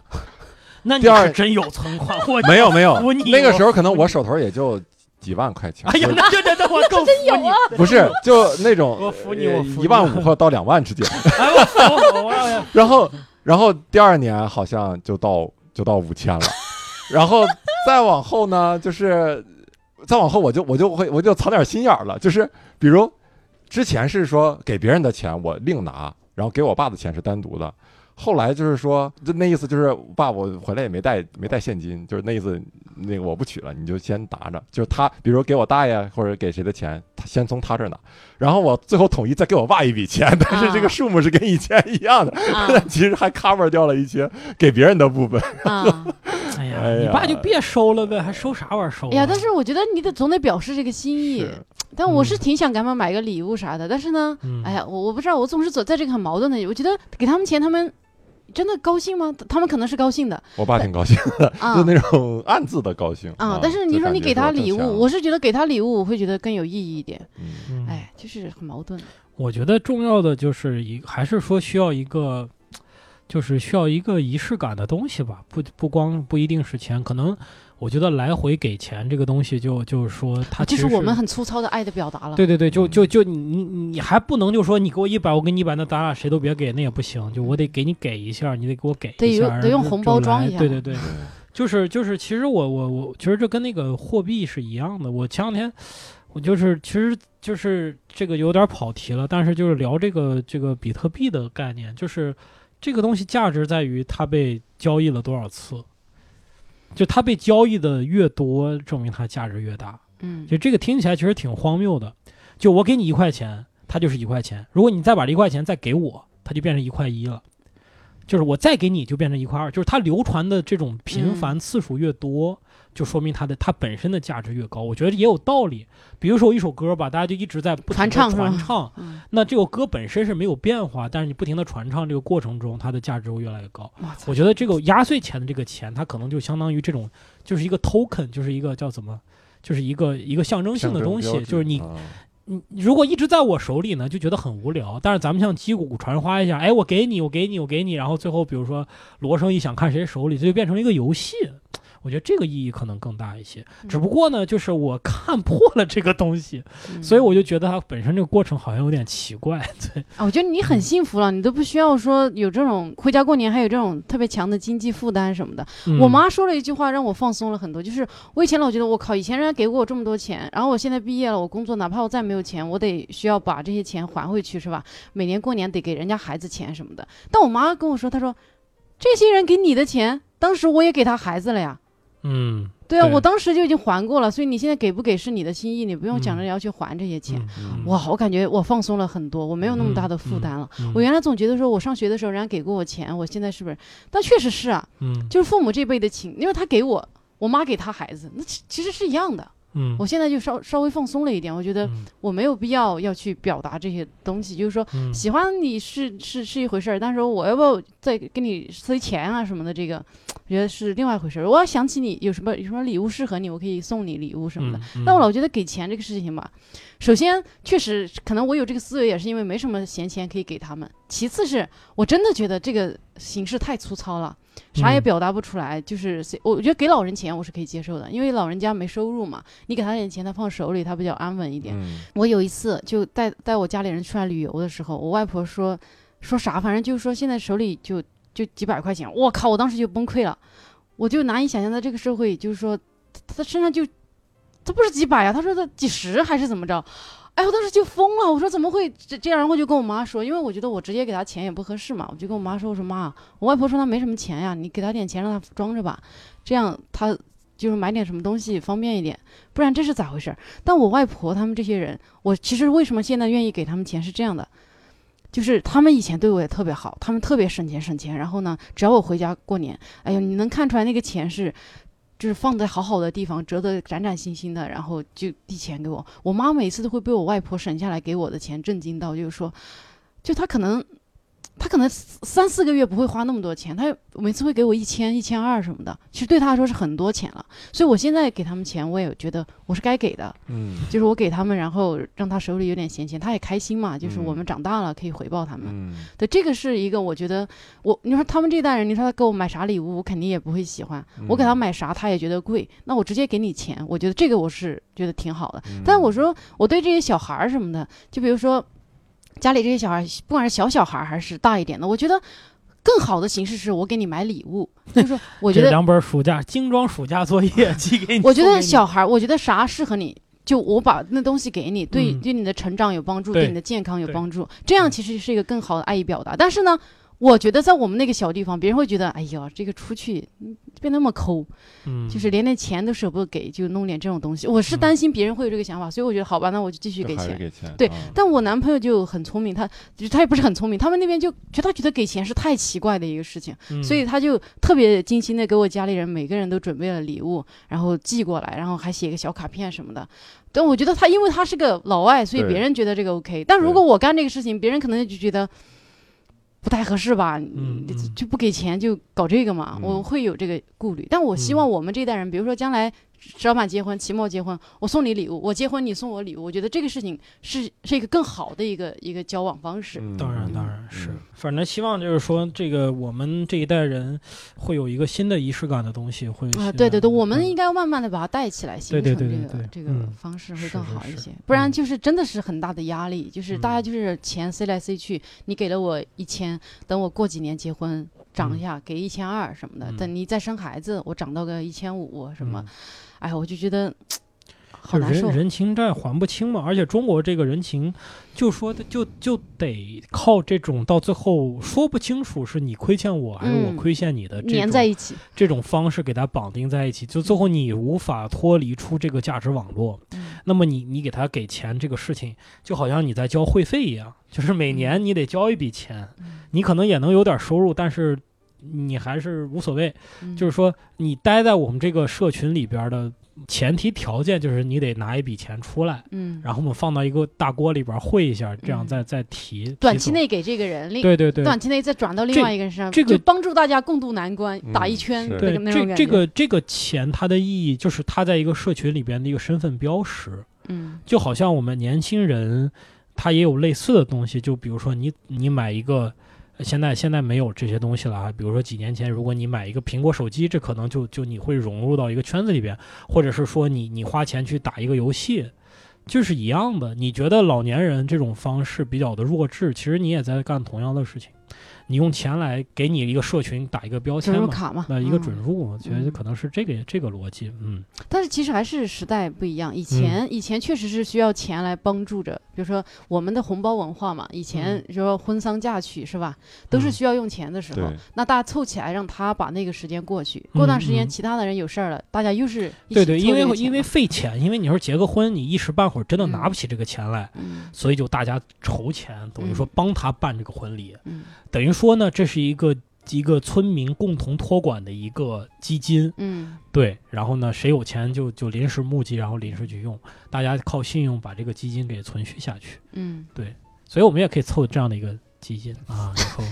[SPEAKER 1] 那你
[SPEAKER 3] 第二
[SPEAKER 1] 是真有存款，我
[SPEAKER 3] 没有没有
[SPEAKER 1] 服你，
[SPEAKER 3] 那个时候可能
[SPEAKER 1] 服
[SPEAKER 3] 我
[SPEAKER 1] 你
[SPEAKER 3] 手头也就几万块钱，
[SPEAKER 1] 哎呀，那这这这我更真有啊！
[SPEAKER 3] 不是就那种呃
[SPEAKER 1] 我服你我服你
[SPEAKER 3] 一万五或到两万之间。
[SPEAKER 1] 哎，我服我我我
[SPEAKER 3] 然后，然后第二年好像就到就到五千了，然后再往后呢，就是再往后我就我就会我就藏点心眼儿了，就是比如之前是说给别人的钱我另拿，然后给我爸的钱是单独的。后来就是说，就那意思就是，爸，我回来也没带没带现金，就是那意思，那个我不取了，你就先拿着。就是他，比如给我大爷或者给谁的钱，他先从他这儿拿，然后我最后统一再给我爸一笔钱，但是这个
[SPEAKER 2] 啊
[SPEAKER 3] 数目是跟以前一样的。
[SPEAKER 2] 啊
[SPEAKER 3] 但 其实还 cover 掉了一些给别人的部 分。
[SPEAKER 2] 啊！
[SPEAKER 1] 哎呀，
[SPEAKER 3] 哎呀
[SPEAKER 1] 你爸就别收了呗，还收啥玩意儿收啊？
[SPEAKER 2] 哎呀，但是我觉得你得总得表示这个心意，
[SPEAKER 3] 是
[SPEAKER 2] 但我是
[SPEAKER 1] 嗯
[SPEAKER 2] 挺想给他们买个礼物啥的，但是呢，
[SPEAKER 1] 嗯，
[SPEAKER 2] 哎呀，我我不知道，我总是走在这个很矛盾的，我觉得给他们钱，他们真的高兴吗？他们可能是高 兴的
[SPEAKER 3] 我爸挺高兴，就
[SPEAKER 2] 啊
[SPEAKER 3] 那种暗自的高兴
[SPEAKER 2] 啊！但是你说你给他礼物，我是觉得给他礼物我会觉得更有意义一点，
[SPEAKER 3] 嗯
[SPEAKER 1] 嗯，
[SPEAKER 2] 哎，就是很矛盾。
[SPEAKER 1] 我觉得重要的就是一，还是说需要一个，就是需要一个仪式感的东西吧。不不光不一定是钱，可能我觉得来回给钱这个东西就，就是说它其
[SPEAKER 2] 就是
[SPEAKER 1] 实
[SPEAKER 2] 啊我们很粗糙的爱的表达了。
[SPEAKER 1] 对对对，就
[SPEAKER 3] 嗯
[SPEAKER 1] 就就你你你还不能就说你给我一百，我给你一百，那咱俩谁都别给，那也不行。就我得给你给一下，你得给我给
[SPEAKER 2] 得
[SPEAKER 1] 一
[SPEAKER 2] 用
[SPEAKER 1] 下，
[SPEAKER 2] 得用
[SPEAKER 1] 然后
[SPEAKER 2] 红
[SPEAKER 1] 就
[SPEAKER 2] 包装
[SPEAKER 1] 来
[SPEAKER 2] 一下
[SPEAKER 1] 对对对，就是就是，其实我我我，其实这跟那个货币是一样的。我前两天我就是其实就是这个有点跑题了，但是就是聊这个这个比特币的概念，就是这个东西价值在于它被交易了多少次。就它被交易的越多，证明它价值越大。
[SPEAKER 2] 嗯，
[SPEAKER 1] 就这个听起来其实挺荒谬的。就我给你一块钱，它就是一块钱；如果你再把这一块钱再给我，它就变成一块一了。就是我再给你就变成一块二，就是它流传的这种
[SPEAKER 2] 嗯
[SPEAKER 1] 频繁次数越多，就说明它的它本身的价值越高。我觉得也有道理。比如说一首歌吧，大家就一直在不停
[SPEAKER 2] 传
[SPEAKER 1] 地
[SPEAKER 2] 唱是吧
[SPEAKER 1] 传唱，
[SPEAKER 2] 嗯
[SPEAKER 1] 那这首歌本身是没有变化，但是你不停的传唱这个过程中，它的价值会越来越高。
[SPEAKER 2] 哇塞
[SPEAKER 1] 我觉得这个压岁钱的这个钱，它可能就相当于这种，就是一个 token，就是一个叫怎么，就是一个一个象征啊性的东西。就是你，
[SPEAKER 3] 啊
[SPEAKER 1] 你如果一直在我手里呢，就觉得很无聊。但是咱们像击鼓传花一下，哎，我给你，我给你，我给你，然后最后比如说锣声一响，看谁手里，这就变成了一个游戏。我觉得这个意义可能更大一些。
[SPEAKER 2] 嗯
[SPEAKER 1] 只不过呢，就是我 看破了这个东西，
[SPEAKER 2] 嗯
[SPEAKER 1] 所以我就觉得它本身这个过程好像有点奇怪。对，
[SPEAKER 2] 啊，我觉得你
[SPEAKER 1] 嗯
[SPEAKER 2] 很幸福了，你都不需要说有这种回家过年还有这种特别强的经济负担什么的。
[SPEAKER 1] 嗯
[SPEAKER 2] 我妈说了一句话让我放松了很多，就是我以前老觉得我靠，以前人家给过我这么多钱，然后我现在毕业了，我工作哪怕我再没有钱，我得需要把这些钱还回去是吧？每年过年得给人家孩子钱什么的。但我妈跟我说，她说这些人给你的钱，当时我也给他孩子了呀。
[SPEAKER 1] 嗯，
[SPEAKER 2] 对啊，
[SPEAKER 1] 对
[SPEAKER 2] 我当时就已经还过了，所以你现在给不给是你的心意，你不用想着要去还这些钱。
[SPEAKER 1] 嗯，嗯
[SPEAKER 2] 哇，我感觉我放松了很多，我没有那么大的负担了。
[SPEAKER 1] 嗯
[SPEAKER 2] 我原来总觉得说，我上学的时候人家给过我钱，我现在是不是？但确实是啊，
[SPEAKER 1] 嗯，
[SPEAKER 2] 就是父母这辈的情，因为他给我，我妈给他孩子，那其其实是一样的。
[SPEAKER 1] 嗯，
[SPEAKER 2] 我现在就稍稍微放松了一点，我觉得
[SPEAKER 1] 嗯
[SPEAKER 2] 我没有必要要去表达这些东西，就是说
[SPEAKER 1] 嗯
[SPEAKER 2] 喜欢你是是是一回事儿，但是我要不要再跟你塞钱啊什么的，这个我觉得是另外一回事儿。我要想起你有什么有什么礼物适合你，我可以送你礼物什么的。
[SPEAKER 1] 嗯
[SPEAKER 2] 但我老觉得给钱这个事情吧，首先确实可能我有这个思维，也是因为没什么闲钱可以给他们。其次是我真的觉得这个形式太粗糙了，啥也
[SPEAKER 1] 嗯
[SPEAKER 2] 表达不出来。就是谁我觉得给老人钱我是可以接受的，因为老人家没收入嘛，你给他点钱，他放手里他比较安稳一点。
[SPEAKER 3] 嗯
[SPEAKER 2] 我有一次就带带我家里人出来旅游的时候，我外婆说说啥，反正就是说现在手里就就几百块钱，我靠，我当时就崩溃了，我就难以想象在这个社会，就是说他他身上就他不是几百呀、啊，他说他几十还是怎么着。哎，我当时就疯了，我说怎么会这这样？然后就跟我妈说，因为我觉得我直接给他钱也不合适嘛，我就跟我妈说，我说妈，我外婆说她没什么钱呀，你给她点钱让她装着吧，这样她就是买点什么东西方便一点，不然这是咋回事儿？但我外婆他们这些人，我其实为什么现在愿意给他们钱是这样的，就是他们以前对我也特别好，他们特别省钱省钱。然后呢，只要我回家过年，哎呦，你能看出来那个钱是，就是放在好好的地方，折得崭崭新新的，然后就递钱给我。我妈每次都会被我外婆省下来给我的钱震惊到，就是说，就她可能。她可能三四个月不会花那么多钱，她每次会给我一千、一千二什么的，其实对她来说是很多钱了。所以我现在给他们钱，我也觉得我是该给的，
[SPEAKER 3] 嗯
[SPEAKER 2] 就是我给他们，然后让他手里有点闲钱，他也开心嘛。就是我
[SPEAKER 3] 嗯
[SPEAKER 2] 们长大了可以回报他们。
[SPEAKER 3] 嗯
[SPEAKER 2] 对，这个是一个我觉得我你说他们这代人，你说他给我买啥礼物，我肯定也不会喜欢。
[SPEAKER 3] 嗯
[SPEAKER 2] 我给他买啥，他也觉得贵。那我直接给你钱，我觉得这个我是觉得挺好的。
[SPEAKER 3] 嗯
[SPEAKER 2] 但我说我对这些小孩儿什么的，就比如说家里这些小孩儿，不管是小小孩儿还是大一点的，我觉得更好的形式是我给你买礼物，就是我觉
[SPEAKER 1] 这
[SPEAKER 2] 得
[SPEAKER 1] 两本暑假精装暑假作 业寄给 你，
[SPEAKER 2] 我觉
[SPEAKER 1] 送给
[SPEAKER 2] 得
[SPEAKER 1] 你
[SPEAKER 2] 小孩儿，我觉得啥适合你，就我把那东西给你，对、
[SPEAKER 1] 嗯
[SPEAKER 2] 对你的成长有帮助，
[SPEAKER 1] 对
[SPEAKER 2] 对你的健康有
[SPEAKER 1] 对
[SPEAKER 2] 帮助，这样其实是一个更好的爱意表达。但是呢，我觉得在我们那个小地方，别人会觉得，哎呀，这个出去嗯变那么抠，
[SPEAKER 1] 嗯
[SPEAKER 2] 就是连那钱都舍不得给，就弄点这种东西。我是
[SPEAKER 1] 嗯
[SPEAKER 2] 担心别人会有这个想法，所以我觉得好吧，那我就继续
[SPEAKER 3] 就
[SPEAKER 2] 给
[SPEAKER 3] 还是
[SPEAKER 2] 钱。
[SPEAKER 3] 给钱，
[SPEAKER 2] 对
[SPEAKER 3] 啊
[SPEAKER 2] 但我男朋友就很聪明，他就他也不是很聪明，他们那边就觉得他觉得给钱是太奇怪的一个事情。
[SPEAKER 1] 嗯
[SPEAKER 2] 所以他就特别精心的给我家里人每个人都准备了礼物，然后寄过来，然后还写个小卡片什么的。但我觉得他，因为他是个老外，所以
[SPEAKER 3] 对
[SPEAKER 2] 别人觉得这个 OK。但如果我干这个事情，别人可能就觉得不太合适吧，
[SPEAKER 1] 嗯
[SPEAKER 2] 你
[SPEAKER 1] 嗯
[SPEAKER 2] 就不给钱就搞这个嘛，
[SPEAKER 3] 嗯
[SPEAKER 2] 我会有这个顾虑。但我
[SPEAKER 1] 嗯
[SPEAKER 2] 希望我们这一代人，比如说将来小满结婚、期末结婚，我送你礼物，我结婚你送我礼物，我觉得这个事情是是一个更好的一个一个交往方式。
[SPEAKER 3] 嗯
[SPEAKER 1] 当然
[SPEAKER 3] 嗯
[SPEAKER 1] 当然是
[SPEAKER 3] 嗯，
[SPEAKER 1] 反正希望就是说这个我们这一代人会有一个新的仪式感的东西会
[SPEAKER 2] 啊，对对对，我们
[SPEAKER 1] 嗯
[SPEAKER 2] 应该慢慢的把它带起来，形
[SPEAKER 1] 对对
[SPEAKER 2] 成这
[SPEAKER 1] 对对
[SPEAKER 2] 个
[SPEAKER 1] 对
[SPEAKER 2] 这个
[SPEAKER 1] 嗯
[SPEAKER 2] 方式
[SPEAKER 1] 是
[SPEAKER 2] 会更
[SPEAKER 1] 是
[SPEAKER 2] 好一
[SPEAKER 1] 是
[SPEAKER 2] 些，不然
[SPEAKER 1] 嗯
[SPEAKER 2] 就是真的是很大的压力，就是大家
[SPEAKER 1] 嗯
[SPEAKER 2] 就是钱塞来塞去，你给了我一千，等我过几年结婚涨
[SPEAKER 1] 嗯
[SPEAKER 2] 一下给一千二什么的，等你再生孩子我涨到个一千五什么，
[SPEAKER 1] 嗯
[SPEAKER 2] 哎呀，我就觉得好
[SPEAKER 1] 就
[SPEAKER 2] 难受
[SPEAKER 1] 人。人情债还不清嘛，而且中国这个人情，就说的就就得靠这种到最后说不清楚是你亏欠我还是我
[SPEAKER 2] 嗯
[SPEAKER 1] 亏欠你的这
[SPEAKER 2] 粘
[SPEAKER 1] 种
[SPEAKER 2] 在一起，
[SPEAKER 1] 这种方式给它绑定在一起，就最后你无法脱离出这个价值网络。
[SPEAKER 2] 嗯
[SPEAKER 1] 那么你你给他给钱这个事情，就好像你在交会费一样，就是每
[SPEAKER 2] 嗯
[SPEAKER 1] 年你得交一笔钱，你可能也能有点收入，但是你还是无所谓。
[SPEAKER 2] 嗯
[SPEAKER 1] 就是说，你待在我们这个社群里边儿的前提条件就是你得拿一笔钱出来，
[SPEAKER 2] 嗯，
[SPEAKER 1] 然后我们放到一个大锅里边儿烩一下，这样
[SPEAKER 2] 嗯
[SPEAKER 1] 再再提。提
[SPEAKER 2] 短期
[SPEAKER 1] 走
[SPEAKER 2] 内给这个人，另
[SPEAKER 1] 对对对，
[SPEAKER 2] 短期内再转到另
[SPEAKER 1] 这
[SPEAKER 2] 外一个人身上，
[SPEAKER 1] 这个
[SPEAKER 2] 就帮助大家共度难关，打一
[SPEAKER 3] 嗯
[SPEAKER 2] 圈
[SPEAKER 3] 是
[SPEAKER 2] 那
[SPEAKER 1] 对
[SPEAKER 2] 个那种
[SPEAKER 1] 这
[SPEAKER 2] 感
[SPEAKER 1] 这
[SPEAKER 2] 觉。
[SPEAKER 1] 个这个钱它的意义就是它在一个社群里边的一个身份标识，
[SPEAKER 2] 嗯
[SPEAKER 1] 就好像我们年轻人他也有类似的东西，就比如说你你买一个。呃现在现在没有这些东西了啊，比如说几年前，如果你买一个苹果手机，这可能就就你会融入到一个圈子里边，或者是说你你花钱去打一个游戏，就是一样的。你觉得老年人这种方式比较的弱智，其实你也在干同样的事情，你用钱来给你一个社群打一个标
[SPEAKER 2] 准
[SPEAKER 1] 签
[SPEAKER 2] 入
[SPEAKER 1] 嘛，
[SPEAKER 2] 卡嘛，
[SPEAKER 1] 呃，一个
[SPEAKER 2] 嗯
[SPEAKER 1] 准入，我觉得
[SPEAKER 2] 嗯
[SPEAKER 1] 可能是这个这个逻辑，嗯
[SPEAKER 2] 但是其实还是时代不一样，以前、以前确实是需要钱来帮助着，比如说我们的红包文化嘛，以前说婚丧嫁娶是吧，都是
[SPEAKER 1] 嗯
[SPEAKER 2] 需要用钱的时候，
[SPEAKER 3] 对
[SPEAKER 2] 那大家凑起来让他把那个时间过去，过段
[SPEAKER 1] 嗯
[SPEAKER 2] 时间
[SPEAKER 1] 嗯
[SPEAKER 2] 其他的人有事儿了，大家又是一
[SPEAKER 1] 对
[SPEAKER 2] 起
[SPEAKER 1] 对，
[SPEAKER 2] 凑
[SPEAKER 1] 因为
[SPEAKER 2] 这个钱
[SPEAKER 1] 因为
[SPEAKER 2] 嘛
[SPEAKER 1] 费钱，因为你说结个婚，你一时半会儿真的拿
[SPEAKER 2] 嗯
[SPEAKER 1] 不起这个钱来，
[SPEAKER 2] 嗯
[SPEAKER 1] 所以就大家筹钱，等于说
[SPEAKER 2] 嗯
[SPEAKER 1] 帮他办这个婚礼，
[SPEAKER 2] 嗯
[SPEAKER 1] 等于说呢，这是一个一个村民共同托管的一个基金，
[SPEAKER 2] 嗯
[SPEAKER 1] 对，然后呢，谁有钱就就临时募集，然后临时去用，大家靠信用把这个基金给存续下去，
[SPEAKER 2] 嗯，
[SPEAKER 1] 所以我们也可以凑这样的一个基金啊，然后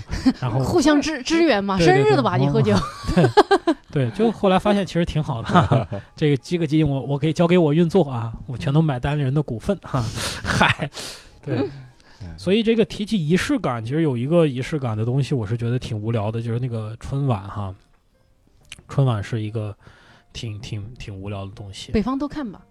[SPEAKER 1] 然 后
[SPEAKER 2] 互相支支援嘛，
[SPEAKER 1] 对
[SPEAKER 2] 生
[SPEAKER 1] 对
[SPEAKER 2] 日
[SPEAKER 1] 对
[SPEAKER 2] 的吧，
[SPEAKER 1] 嗯
[SPEAKER 2] 你喝酒，
[SPEAKER 1] 对，就后来发现其实挺好的，哈哈这个这个基金我我可以交给我运作啊，我全都买单人的股份哈、 嗨，对。
[SPEAKER 3] 嗯哎
[SPEAKER 1] 所以这个提起仪式感，其实有一个仪式感的东西，我是觉得挺无聊的，就是那个春晚哈。春晚是一个挺挺挺无聊的东西，
[SPEAKER 2] 北方都看吧，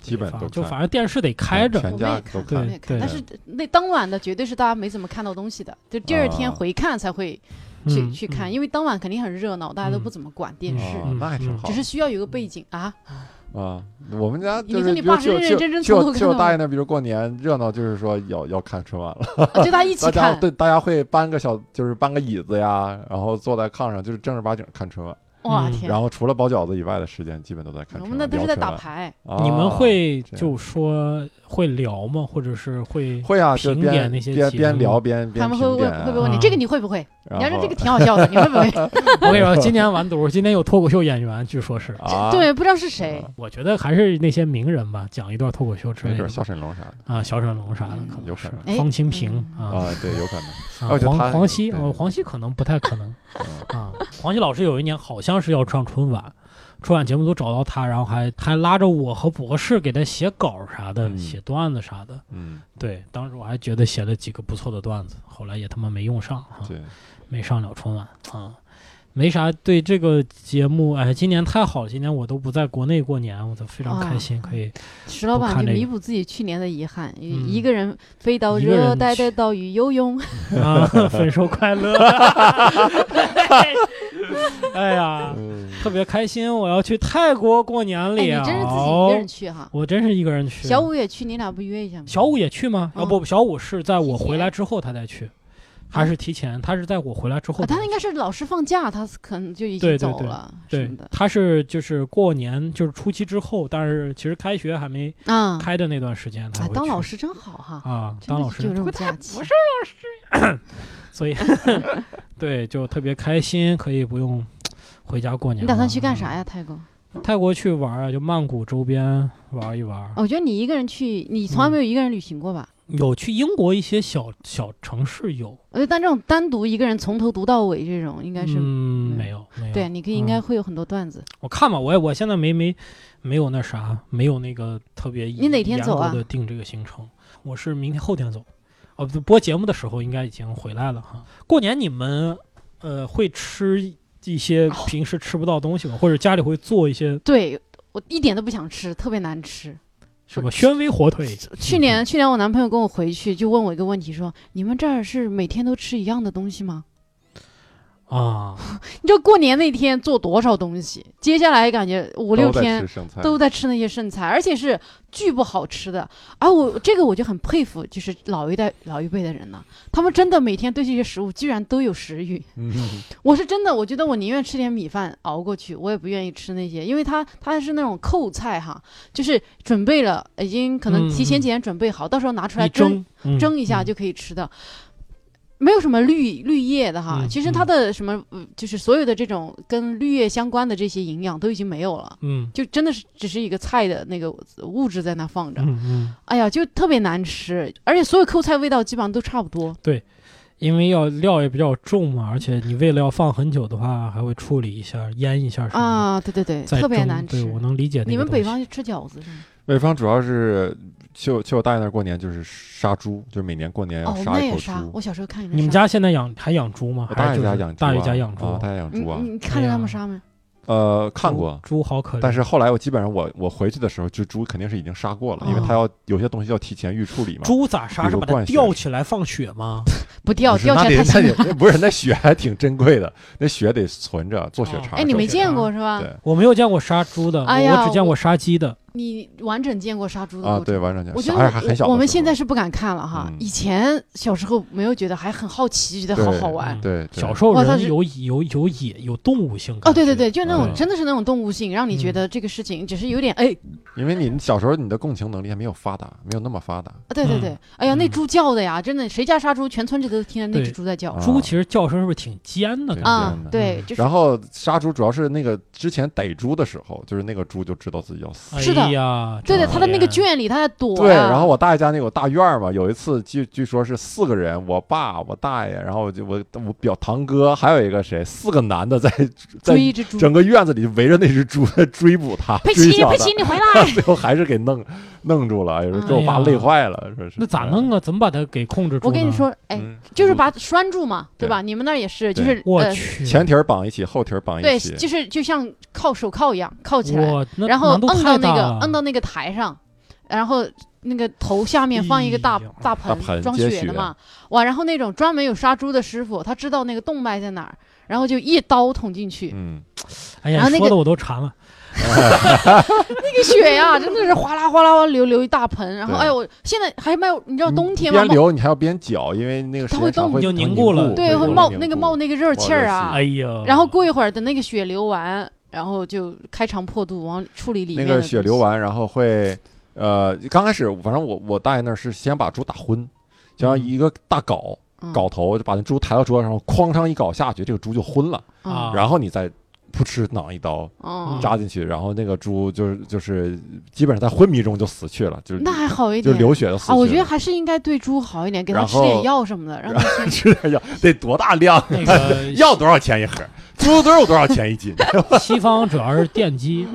[SPEAKER 3] 基本都
[SPEAKER 1] 就
[SPEAKER 3] 看
[SPEAKER 1] 反正电视得开着，
[SPEAKER 3] 全
[SPEAKER 2] 我
[SPEAKER 3] 家
[SPEAKER 2] 们也
[SPEAKER 3] 都
[SPEAKER 2] 看，
[SPEAKER 1] 看
[SPEAKER 2] 我们也看，
[SPEAKER 1] 对
[SPEAKER 2] 但是那当晚的绝对是大家没怎么看到东西的，就第二天
[SPEAKER 3] 啊
[SPEAKER 2] 回看才会去
[SPEAKER 1] 嗯
[SPEAKER 2] 去
[SPEAKER 1] 嗯
[SPEAKER 2] 看，因为当晚肯定很热闹，大家都不怎么管电视。
[SPEAKER 3] 哦，那还
[SPEAKER 1] 嗯
[SPEAKER 3] 挺好
[SPEAKER 2] 只。是需要有个背景 啊，
[SPEAKER 3] 啊，我们家
[SPEAKER 2] 你
[SPEAKER 3] 就
[SPEAKER 2] 跟
[SPEAKER 3] 是
[SPEAKER 2] 你
[SPEAKER 3] 比如
[SPEAKER 2] 爸是
[SPEAKER 3] 就
[SPEAKER 2] 认
[SPEAKER 3] 就
[SPEAKER 2] 认真真从头
[SPEAKER 3] 就
[SPEAKER 2] 看
[SPEAKER 3] 就
[SPEAKER 2] 到
[SPEAKER 3] 大
[SPEAKER 2] 尾
[SPEAKER 3] 爷那，比如过年热闹，就是说要要看春晚了，
[SPEAKER 2] 啊就大家一起
[SPEAKER 3] 大家
[SPEAKER 2] 看。
[SPEAKER 3] 对大家会搬个小，就是搬个椅子呀，然后坐在炕上，就是正儿八经看春晚。
[SPEAKER 2] 哇
[SPEAKER 1] 嗯
[SPEAKER 2] 天
[SPEAKER 3] 然！后除了包饺子以外的时间，基本都在看
[SPEAKER 2] 我
[SPEAKER 3] 春
[SPEAKER 2] 们
[SPEAKER 3] 晚。
[SPEAKER 2] 那都是
[SPEAKER 3] 聊
[SPEAKER 2] 在
[SPEAKER 3] 春
[SPEAKER 2] 打
[SPEAKER 3] 晚
[SPEAKER 2] 牌，
[SPEAKER 3] 啊
[SPEAKER 1] 你们会
[SPEAKER 3] 这样
[SPEAKER 1] 就说会聊吗？或者是会
[SPEAKER 3] 会啊，就
[SPEAKER 1] 评
[SPEAKER 3] 边
[SPEAKER 1] 点那些
[SPEAKER 3] 边
[SPEAKER 1] 节
[SPEAKER 3] 边
[SPEAKER 1] 目
[SPEAKER 3] 聊边
[SPEAKER 2] 他
[SPEAKER 3] 边
[SPEAKER 2] 们会
[SPEAKER 3] 评点
[SPEAKER 2] 问
[SPEAKER 3] 啊。
[SPEAKER 2] 会不会问你
[SPEAKER 1] 啊
[SPEAKER 2] 这个你会不会？你要
[SPEAKER 3] 然
[SPEAKER 2] 是
[SPEAKER 3] 后
[SPEAKER 2] 这个挺好笑的，你会不 会？
[SPEAKER 1] 我跟你说，今年完犊儿，今年有脱口秀演员，据说是，
[SPEAKER 3] 啊，
[SPEAKER 2] 对，不知道是谁
[SPEAKER 3] 啊，
[SPEAKER 1] 我觉得还是那些名人吧，讲一段脱口秀之
[SPEAKER 3] 没
[SPEAKER 1] 类的
[SPEAKER 3] 准儿小沈龙啥的
[SPEAKER 1] 啊，小沈龙啥的，可
[SPEAKER 3] 嗯
[SPEAKER 1] 能
[SPEAKER 3] 有可
[SPEAKER 1] 是
[SPEAKER 3] 能
[SPEAKER 2] 哎
[SPEAKER 1] 方清平
[SPEAKER 2] 嗯
[SPEAKER 1] 啊，
[SPEAKER 3] 啊，对，有可能。
[SPEAKER 1] 啊
[SPEAKER 3] 而且
[SPEAKER 1] 黄
[SPEAKER 3] 他
[SPEAKER 1] 黄西，
[SPEAKER 3] 对
[SPEAKER 1] 哦，黄西可能不太可能
[SPEAKER 3] 嗯
[SPEAKER 1] 啊。黄西老师有一年好像是要上春晚，春晚节目组找到他，然后还还拉着我和博士给他写稿啥的，
[SPEAKER 3] 嗯
[SPEAKER 1] 写段子啥的。
[SPEAKER 3] 嗯，
[SPEAKER 1] 对，当时我还觉得写了几个不错的段子，后来也他妈没用上啊。
[SPEAKER 3] 对，
[SPEAKER 1] 没上了春晚啊，没啥对这个节目，哎，今年太好了，今年我都不在国内过年，我都非
[SPEAKER 2] 哦
[SPEAKER 1] 常开心，可以
[SPEAKER 2] 石老
[SPEAKER 1] 我
[SPEAKER 2] 板
[SPEAKER 1] 看
[SPEAKER 2] 就
[SPEAKER 1] 这个
[SPEAKER 2] 弥补自己去年的遗憾，
[SPEAKER 1] 嗯
[SPEAKER 2] 一个人飞到
[SPEAKER 1] 一个人
[SPEAKER 2] 热带
[SPEAKER 1] 去
[SPEAKER 2] 的岛屿游泳，
[SPEAKER 1] 啊，分手快乐，哎呀，
[SPEAKER 3] 嗯，
[SPEAKER 1] 特别开心，我要去泰国过年
[SPEAKER 2] 哎，
[SPEAKER 1] 了，
[SPEAKER 2] 你真是自己一个人去哈？
[SPEAKER 1] 我哦真是一个人去，
[SPEAKER 2] 小五也去，你俩不约一下吗？
[SPEAKER 1] 小五也去吗？
[SPEAKER 2] 嗯
[SPEAKER 1] 要不小五是在我
[SPEAKER 2] 提前
[SPEAKER 1] 回来之后他再去，还是提前？他是在我回来之后
[SPEAKER 2] 啊，
[SPEAKER 1] 才去、
[SPEAKER 2] 他应该是老师放假，他可能就已
[SPEAKER 1] 对
[SPEAKER 2] 经
[SPEAKER 1] 对
[SPEAKER 2] 走
[SPEAKER 1] 对
[SPEAKER 2] 了什
[SPEAKER 1] 对
[SPEAKER 2] 么的，
[SPEAKER 1] 他是就是过年就是初七之后，但是其实开学还没
[SPEAKER 2] 啊。
[SPEAKER 1] 开的那段时间他
[SPEAKER 2] 哎
[SPEAKER 1] 会，
[SPEAKER 2] 当
[SPEAKER 1] 去
[SPEAKER 2] 老师真好哈，
[SPEAKER 1] 啊，
[SPEAKER 2] 真
[SPEAKER 1] 当
[SPEAKER 2] 的
[SPEAKER 1] 老
[SPEAKER 2] 有
[SPEAKER 1] 师
[SPEAKER 2] 这，种假期，
[SPEAKER 1] 所以 对就特别开心，可以不用回家过年了。
[SPEAKER 2] 你打算去干啥呀？哦泰国？
[SPEAKER 1] 嗯？泰国去玩啊，就曼谷周边玩一玩。
[SPEAKER 2] 哦我觉得你一个人去，你从来没有一个人旅行过吧？
[SPEAKER 1] 有去英国一些小小城市有，
[SPEAKER 2] 我觉得但这种单独一个人从头读到尾这种，应该是
[SPEAKER 1] 嗯，
[SPEAKER 2] 嗯
[SPEAKER 1] 没有没有。
[SPEAKER 2] 对，你可以应该会有很多段子。
[SPEAKER 1] 我看吧，我也我现在没没没有那啥，没有那个特别
[SPEAKER 2] 你哪天走啊
[SPEAKER 1] 的定这个行程，我是明天后天走。哦，不播节目的时候应该已经回来了哈。过年你们呃会吃一些平时吃不到东西吗？或者家里会做一些
[SPEAKER 2] 对我一点都不想吃，特别难吃。
[SPEAKER 1] 什么宣威火腿？
[SPEAKER 2] 去年去年我男朋友跟我回去就问我一个问题，说你们这儿是每天都吃一样的东西吗？
[SPEAKER 1] 啊，
[SPEAKER 2] 你知道过年那天做多少东西？接下来感觉五
[SPEAKER 3] 五
[SPEAKER 2] 六天
[SPEAKER 3] 生
[SPEAKER 1] 嗯
[SPEAKER 3] 菜，
[SPEAKER 2] 都在吃那些剩菜，而且是巨不好吃的。而我这个我就很佩服，就是老一代老一辈的人了、他们真的每天对这些食物居然都有食欲。
[SPEAKER 3] 嗯
[SPEAKER 2] 我是真的，我觉得我宁愿吃点米饭熬过去，我也不愿意吃那些，因为它它是那种扣菜哈，就是准备了，已经可能
[SPEAKER 1] 嗯
[SPEAKER 2] 提前几天准备好，到时候拿出来
[SPEAKER 1] 一
[SPEAKER 2] 蒸
[SPEAKER 1] 蒸嗯
[SPEAKER 2] 蒸一下
[SPEAKER 1] 嗯
[SPEAKER 2] 就可以吃的，没有什么绿绿叶的哈。
[SPEAKER 1] 嗯
[SPEAKER 2] 其实它的什么，呃就是所有的这种跟绿叶相关的这些营养都已经没有了。
[SPEAKER 1] 嗯
[SPEAKER 2] 就真的是只是一个菜的那个物质在那放着，
[SPEAKER 1] 嗯嗯，
[SPEAKER 2] 哎呀，就特别难吃，而且所有扣菜味道基本上都差不多。
[SPEAKER 1] 因为要料也比较重嘛，而且你为了要放很久的话，还会处理一下、腌一下
[SPEAKER 3] 嗯
[SPEAKER 1] 什么的。
[SPEAKER 2] 啊，对对对，
[SPEAKER 1] 再
[SPEAKER 2] 特别
[SPEAKER 1] 蒸
[SPEAKER 2] 难吃
[SPEAKER 1] 对，。我能理解那个
[SPEAKER 2] 你们北
[SPEAKER 1] 东西
[SPEAKER 2] 方就吃饺子是吗？
[SPEAKER 3] 北方主要是去我去我大爷那儿过年就是杀猪，就是每年过年要
[SPEAKER 2] 哦，我们
[SPEAKER 3] 杀
[SPEAKER 2] 那
[SPEAKER 3] 一
[SPEAKER 2] 也
[SPEAKER 3] 口
[SPEAKER 2] 杀，
[SPEAKER 3] 猪。
[SPEAKER 2] 我小时候看人
[SPEAKER 1] 你们
[SPEAKER 2] 杀
[SPEAKER 1] 家现在养还养猪吗？
[SPEAKER 3] 我
[SPEAKER 1] 还
[SPEAKER 3] 大
[SPEAKER 1] 是
[SPEAKER 3] 爷
[SPEAKER 1] 就
[SPEAKER 3] 家
[SPEAKER 1] 是
[SPEAKER 3] 养猪啊，
[SPEAKER 1] 大爷家养猪，
[SPEAKER 3] 啊大爷养
[SPEAKER 2] 你
[SPEAKER 3] 猪啊。
[SPEAKER 2] 你看着他
[SPEAKER 1] 哎呀
[SPEAKER 2] 们杀没？
[SPEAKER 3] 呃，看过，
[SPEAKER 1] 猪好可怜。
[SPEAKER 3] 但是后来我基本上我我回去的时候，就猪肯定是已经杀过了，因为
[SPEAKER 1] 啊
[SPEAKER 3] 它要
[SPEAKER 2] 哦
[SPEAKER 3] 有些东西要提前预处理嘛。
[SPEAKER 1] 猪咋
[SPEAKER 3] 比
[SPEAKER 1] 杀？
[SPEAKER 3] 如
[SPEAKER 1] 是把它
[SPEAKER 3] 灌血
[SPEAKER 1] 吊起来放血吗？
[SPEAKER 2] 不掉，
[SPEAKER 3] 不是
[SPEAKER 2] 掉
[SPEAKER 3] 那
[SPEAKER 2] 起来
[SPEAKER 3] 得
[SPEAKER 2] 太
[SPEAKER 3] 那
[SPEAKER 2] 辛苦。
[SPEAKER 3] 得不是那血还挺珍贵的，那血得存着做血
[SPEAKER 1] 哦
[SPEAKER 3] 肠。
[SPEAKER 2] 哎，你没
[SPEAKER 1] 手
[SPEAKER 2] 见
[SPEAKER 1] 拿
[SPEAKER 2] 过是吧？
[SPEAKER 3] 对
[SPEAKER 1] 我没有见过杀猪的，
[SPEAKER 2] 哎呀
[SPEAKER 1] 我只见过杀鸡的。
[SPEAKER 2] 你完整见过杀猪的
[SPEAKER 3] 啊？
[SPEAKER 2] 过程
[SPEAKER 3] 对，完整讲，
[SPEAKER 2] 我觉
[SPEAKER 3] 啥呀还很
[SPEAKER 2] 得
[SPEAKER 3] 小
[SPEAKER 2] 我
[SPEAKER 3] 的
[SPEAKER 2] 我们
[SPEAKER 3] 时
[SPEAKER 2] 现在
[SPEAKER 3] 候
[SPEAKER 2] 是不敢看了哈，
[SPEAKER 3] 嗯
[SPEAKER 2] 以前小时候没有觉得，还很好奇，觉得好
[SPEAKER 3] 对
[SPEAKER 2] 好玩。
[SPEAKER 1] 嗯
[SPEAKER 3] 对对
[SPEAKER 1] 小时候
[SPEAKER 2] 哇它
[SPEAKER 1] 人
[SPEAKER 2] 是
[SPEAKER 1] 有有有野有动物性
[SPEAKER 2] 哦，
[SPEAKER 1] 感觉
[SPEAKER 2] 对对对，就那种
[SPEAKER 3] 对
[SPEAKER 2] 真的是那种动物性，让你觉
[SPEAKER 1] 嗯
[SPEAKER 2] 得这个事情只是有点哎，
[SPEAKER 3] 因为你小时候你的共情能力还没有发达，没有那么发达。
[SPEAKER 2] 对对对，哎呀，那
[SPEAKER 1] 嗯
[SPEAKER 2] 猪叫的呀，真的，谁家杀猪，全村分之都听见那只
[SPEAKER 1] 对
[SPEAKER 2] 猪在叫
[SPEAKER 3] 啊
[SPEAKER 1] 猪其实叫声是不是挺尖的？
[SPEAKER 3] 对
[SPEAKER 1] 感觉
[SPEAKER 2] 啊
[SPEAKER 3] 嗯，
[SPEAKER 2] 对，就是
[SPEAKER 3] 然后杀猪主要是那个之前逮猪的时候，就是那个猪就知道自己要死。
[SPEAKER 2] 是的
[SPEAKER 1] 哎呀，
[SPEAKER 2] 对的，
[SPEAKER 1] 真
[SPEAKER 2] 他的那个
[SPEAKER 1] 讨厌
[SPEAKER 2] 圈里他在躲
[SPEAKER 3] 对，
[SPEAKER 2] 呀
[SPEAKER 3] 然后我大爷家那有大院儿嘛，有一次据据说是四个人，我爸、我大爷，然后我就我我表堂哥，还有一个谁，四个男的在在
[SPEAKER 2] 追一只猪，
[SPEAKER 3] 整个院子里围着那只猪在追捕它，
[SPEAKER 2] 佩
[SPEAKER 3] 追
[SPEAKER 2] 奇，
[SPEAKER 3] 叫
[SPEAKER 2] 佩
[SPEAKER 3] 它！
[SPEAKER 2] 奇，，你回 来
[SPEAKER 3] 最后还是给弄弄住了，有时候给我爸
[SPEAKER 1] 哎呀
[SPEAKER 3] 累坏了，说是
[SPEAKER 1] 那咋弄
[SPEAKER 3] 啊？
[SPEAKER 1] 啊？怎么把它给控制住？
[SPEAKER 2] 我跟你，说，哎，
[SPEAKER 3] 嗯
[SPEAKER 2] 就是把它拴住嘛，对
[SPEAKER 3] 对
[SPEAKER 2] 吧？你们那儿也是，就
[SPEAKER 3] 对
[SPEAKER 2] 是
[SPEAKER 1] 我
[SPEAKER 2] 呃，
[SPEAKER 1] 去，
[SPEAKER 3] 前蹄儿绑一起，后蹄儿绑
[SPEAKER 2] 对，
[SPEAKER 3] 一起，
[SPEAKER 2] 就是就像靠手铐一样铐起来，
[SPEAKER 1] 哇，那
[SPEAKER 2] 然后
[SPEAKER 1] 难度
[SPEAKER 2] 摁
[SPEAKER 1] 太
[SPEAKER 2] 到
[SPEAKER 1] 大
[SPEAKER 2] 那
[SPEAKER 1] 了
[SPEAKER 2] 个摁到那个台上，然后那个头下面放一个大
[SPEAKER 1] 哎呀
[SPEAKER 2] 大
[SPEAKER 3] 大盆
[SPEAKER 2] 装
[SPEAKER 3] 接
[SPEAKER 2] 血
[SPEAKER 3] 血
[SPEAKER 2] 的嘛，哇！然后那种专门有杀猪的师傅，他知道那个动脉在哪儿，然后就一刀捅进去，
[SPEAKER 3] 嗯，
[SPEAKER 1] 哎呀，
[SPEAKER 2] 然后那
[SPEAKER 1] 说
[SPEAKER 2] 个
[SPEAKER 1] 的我都馋了。
[SPEAKER 2] 那个血呀、真的是哗啦哗啦哗流流一大盆，然后
[SPEAKER 3] 对
[SPEAKER 2] 哎呦，我现在还没有，你知道
[SPEAKER 3] 你
[SPEAKER 2] 冬天嘛
[SPEAKER 3] 边，流你还要边搅，因为那个时
[SPEAKER 2] 它会
[SPEAKER 3] 间长
[SPEAKER 2] 冻
[SPEAKER 3] 会
[SPEAKER 1] 就
[SPEAKER 3] 它
[SPEAKER 1] 凝
[SPEAKER 3] 凝
[SPEAKER 1] 固了
[SPEAKER 2] 对，
[SPEAKER 1] 对
[SPEAKER 2] 会
[SPEAKER 1] 流
[SPEAKER 2] 冒
[SPEAKER 3] 凝
[SPEAKER 2] 那个
[SPEAKER 3] 固
[SPEAKER 2] 冒那个热气儿啊
[SPEAKER 1] 哎，呀，
[SPEAKER 2] 然后过一会儿等那个血流完，然后就开肠破肚往处理里
[SPEAKER 3] 那
[SPEAKER 2] 面的
[SPEAKER 3] 个
[SPEAKER 2] 东西。
[SPEAKER 3] 血流完，然后会，呃，刚开始反正我我大爷那儿是先把猪打昏，就像一个大镐
[SPEAKER 2] 嗯，
[SPEAKER 3] 镐头，就把那猪抬到桌上，然后哐当一镐下去，这个猪就昏了，
[SPEAKER 1] 啊
[SPEAKER 3] 然后你再噗嗤攮一刀
[SPEAKER 2] 嗯，嗯
[SPEAKER 3] 扎进去，然后那个猪就是就是基本上在昏迷中就死去了，就是
[SPEAKER 2] 那还好一
[SPEAKER 3] 嗯就
[SPEAKER 2] 点。
[SPEAKER 3] 流血的死去
[SPEAKER 2] 啊，
[SPEAKER 3] 了。
[SPEAKER 2] 我觉得还是应该对猪好一点，给它
[SPEAKER 3] 然
[SPEAKER 2] 吃点
[SPEAKER 3] 后
[SPEAKER 2] 药什么的，让它
[SPEAKER 3] 还 吃点药得多大量，
[SPEAKER 1] 那个
[SPEAKER 3] 要多少钱一盒？猪都有多少钱一 斤？
[SPEAKER 1] 西方主要是电击，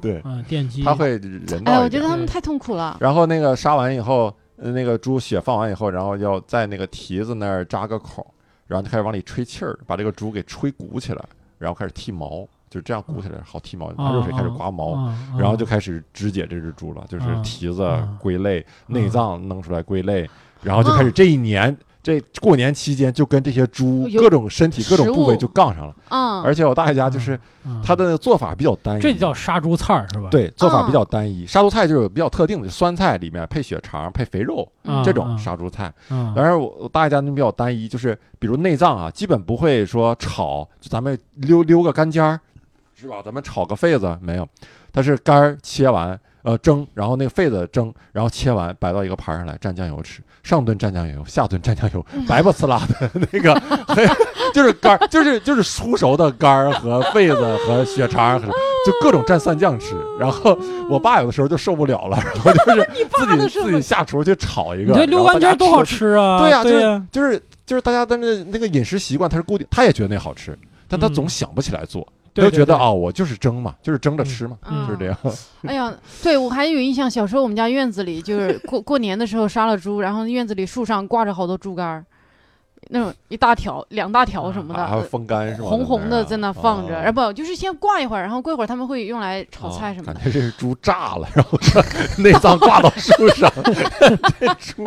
[SPEAKER 3] 对，
[SPEAKER 1] 嗯，电击，
[SPEAKER 3] 他会人
[SPEAKER 2] 哎呀，
[SPEAKER 3] 道
[SPEAKER 2] 我
[SPEAKER 3] 一
[SPEAKER 2] 觉
[SPEAKER 3] 点
[SPEAKER 2] 得。他
[SPEAKER 1] 对
[SPEAKER 2] 们太痛苦了。
[SPEAKER 3] 然后那个杀完以后，呃那个猪血放完以后，然后要在那个蹄子那儿扎个孔，然后就开始往里吹气儿，把这个猪给吹鼓起来，然后开始剃毛，就这样鼓起来好剃毛，拿热水开始刮毛。
[SPEAKER 1] 啊，
[SPEAKER 3] 然后就
[SPEAKER 1] 啊
[SPEAKER 3] 开始肢解这只猪了，就是
[SPEAKER 1] 啊
[SPEAKER 3] 蹄子
[SPEAKER 1] 啊
[SPEAKER 3] 归类，内脏弄出来归类，然后就开始这一年，这过年期间就跟这些猪
[SPEAKER 2] 有
[SPEAKER 3] 各种身体各种部
[SPEAKER 2] 食
[SPEAKER 3] 位
[SPEAKER 2] 物
[SPEAKER 3] 就杠上了。
[SPEAKER 2] 嗯，
[SPEAKER 3] 而且我大爷家就是
[SPEAKER 1] 啊
[SPEAKER 3] 他的做法比较单一，
[SPEAKER 1] 这叫杀猪菜儿是吧？
[SPEAKER 3] 对做法
[SPEAKER 2] 啊
[SPEAKER 3] 比较单一。杀猪菜就是比较特定的，酸菜里面配血肠、配肥肉
[SPEAKER 1] 啊，
[SPEAKER 3] 这种杀猪菜。
[SPEAKER 1] 嗯，
[SPEAKER 3] 当然我我大爷家那比较单一，就是比如内脏啊，基本不会说炒，就咱们溜溜个干尖儿，是吧？咱们炒个肺子没有，它是肝儿切完。呃，蒸，然后那个肺子蒸，然后切完摆到一个盘儿上来蘸酱油吃，上顿蘸酱油，下顿蘸酱油， 白不呲啦的那个，嘿就是肝儿，就是就是熟熟的肝儿和肺子和血肠儿，就各种蘸蒜酱吃。然后我爸有的时候就受不了了，然后就是
[SPEAKER 2] 爸都
[SPEAKER 3] 自己
[SPEAKER 2] 受不
[SPEAKER 3] 自
[SPEAKER 2] 了
[SPEAKER 3] 己下厨去炒一
[SPEAKER 1] 你
[SPEAKER 3] 个。
[SPEAKER 1] 这溜
[SPEAKER 3] 然后
[SPEAKER 1] 干
[SPEAKER 3] 大
[SPEAKER 1] 尖
[SPEAKER 3] 家
[SPEAKER 1] 儿多好
[SPEAKER 3] 着
[SPEAKER 1] 吃啊！
[SPEAKER 3] 对呀
[SPEAKER 1] 对呀，
[SPEAKER 3] 就是就是大家的那那个饮食习惯，它是固定，他也觉得那好吃，但他
[SPEAKER 1] 嗯
[SPEAKER 3] 总想不起来做，
[SPEAKER 1] 对
[SPEAKER 3] 他就觉得
[SPEAKER 1] 对对
[SPEAKER 3] 啊、我就是蒸嘛，就是蒸着吃嘛，
[SPEAKER 2] 啊
[SPEAKER 1] 嗯
[SPEAKER 3] 就是这样。
[SPEAKER 2] 哎呀，对我还有印象，小时候我们家院子里就是 过过年的时候杀了猪，然后院子里树上挂着好多猪肝儿，那种一大条、两大条什么的，呃
[SPEAKER 3] 啊还会风干是吧？
[SPEAKER 2] 红红的在
[SPEAKER 3] 在
[SPEAKER 2] 那
[SPEAKER 3] 儿啊
[SPEAKER 2] 放着，
[SPEAKER 3] 啊
[SPEAKER 2] 然后不就是先挂一会儿，然后过一会儿他们会用来炒菜什么的。
[SPEAKER 3] 感觉这是猪炸了，然后内脏挂 到树上，这猪，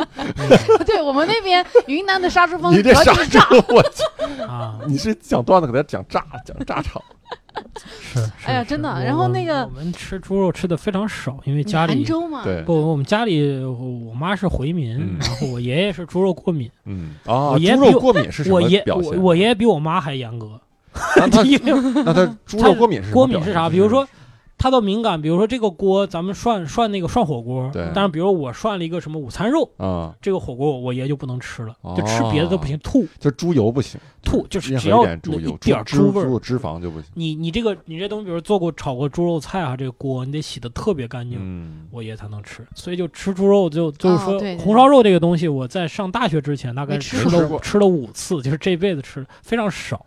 [SPEAKER 2] 对我们那边 云南的杀猪方
[SPEAKER 3] 你
[SPEAKER 2] 式主
[SPEAKER 3] 这
[SPEAKER 2] 要
[SPEAKER 3] 杀
[SPEAKER 2] 就是
[SPEAKER 3] 猪
[SPEAKER 2] 炸，，
[SPEAKER 3] 我
[SPEAKER 1] 啊，
[SPEAKER 3] 你是讲段子给他讲炸，讲炸场，
[SPEAKER 1] 是，是
[SPEAKER 2] 哎呀
[SPEAKER 1] 是
[SPEAKER 2] 真的
[SPEAKER 1] 我
[SPEAKER 2] 然后
[SPEAKER 1] 我
[SPEAKER 2] 那个
[SPEAKER 1] 我们吃猪肉吃的非常少，因为
[SPEAKER 2] 你
[SPEAKER 1] 家
[SPEAKER 2] 杭
[SPEAKER 1] 里
[SPEAKER 2] 州嘛，
[SPEAKER 3] 对，
[SPEAKER 1] 不，我们家里我我妈是回民
[SPEAKER 3] 嗯，
[SPEAKER 1] 然后我爷爷是猪肉过敏，
[SPEAKER 3] 嗯啊，
[SPEAKER 1] 我爷
[SPEAKER 3] 猪
[SPEAKER 1] 比
[SPEAKER 3] 肉
[SPEAKER 1] 我
[SPEAKER 3] 过敏是什
[SPEAKER 1] 我
[SPEAKER 3] 么
[SPEAKER 1] 爷
[SPEAKER 3] 表
[SPEAKER 1] 我
[SPEAKER 3] 现？
[SPEAKER 1] 我爷爷比我妈还严格，
[SPEAKER 3] 那他
[SPEAKER 1] 因为
[SPEAKER 3] 那他猪
[SPEAKER 1] 他
[SPEAKER 3] 肉过敏是什么
[SPEAKER 1] 过敏
[SPEAKER 3] 表
[SPEAKER 1] 是
[SPEAKER 3] 现
[SPEAKER 1] 啥？比如说。他的敏感，比如说这个锅，咱们涮涮那个涮火锅，
[SPEAKER 3] 对
[SPEAKER 1] 但是比如我涮了一个什么午餐肉，
[SPEAKER 3] 啊，
[SPEAKER 1] 这个火锅我爷就不能吃了，就吃别的都
[SPEAKER 3] 哦
[SPEAKER 1] 不行，吐
[SPEAKER 3] 就猪油不行，
[SPEAKER 1] 吐，就是
[SPEAKER 3] 任
[SPEAKER 1] 只
[SPEAKER 3] 何一
[SPEAKER 1] 要
[SPEAKER 3] 点猪
[SPEAKER 1] 那一
[SPEAKER 3] 油，
[SPEAKER 1] 点儿猪
[SPEAKER 3] 猪
[SPEAKER 1] 味儿，
[SPEAKER 3] 肉脂肪就不行。
[SPEAKER 1] 你你这个你这东西，比如做过炒过猪肉菜啊，这个锅你得洗的特别干净，
[SPEAKER 3] 嗯，
[SPEAKER 1] 我爷才能吃。所以就吃猪肉就就是说、
[SPEAKER 2] 哦对对
[SPEAKER 1] 红烧肉这个东西，我在上大学之前大概
[SPEAKER 2] 没吃
[SPEAKER 1] 吃
[SPEAKER 3] 过
[SPEAKER 1] 了吃了五次，就是这辈子吃了非常少。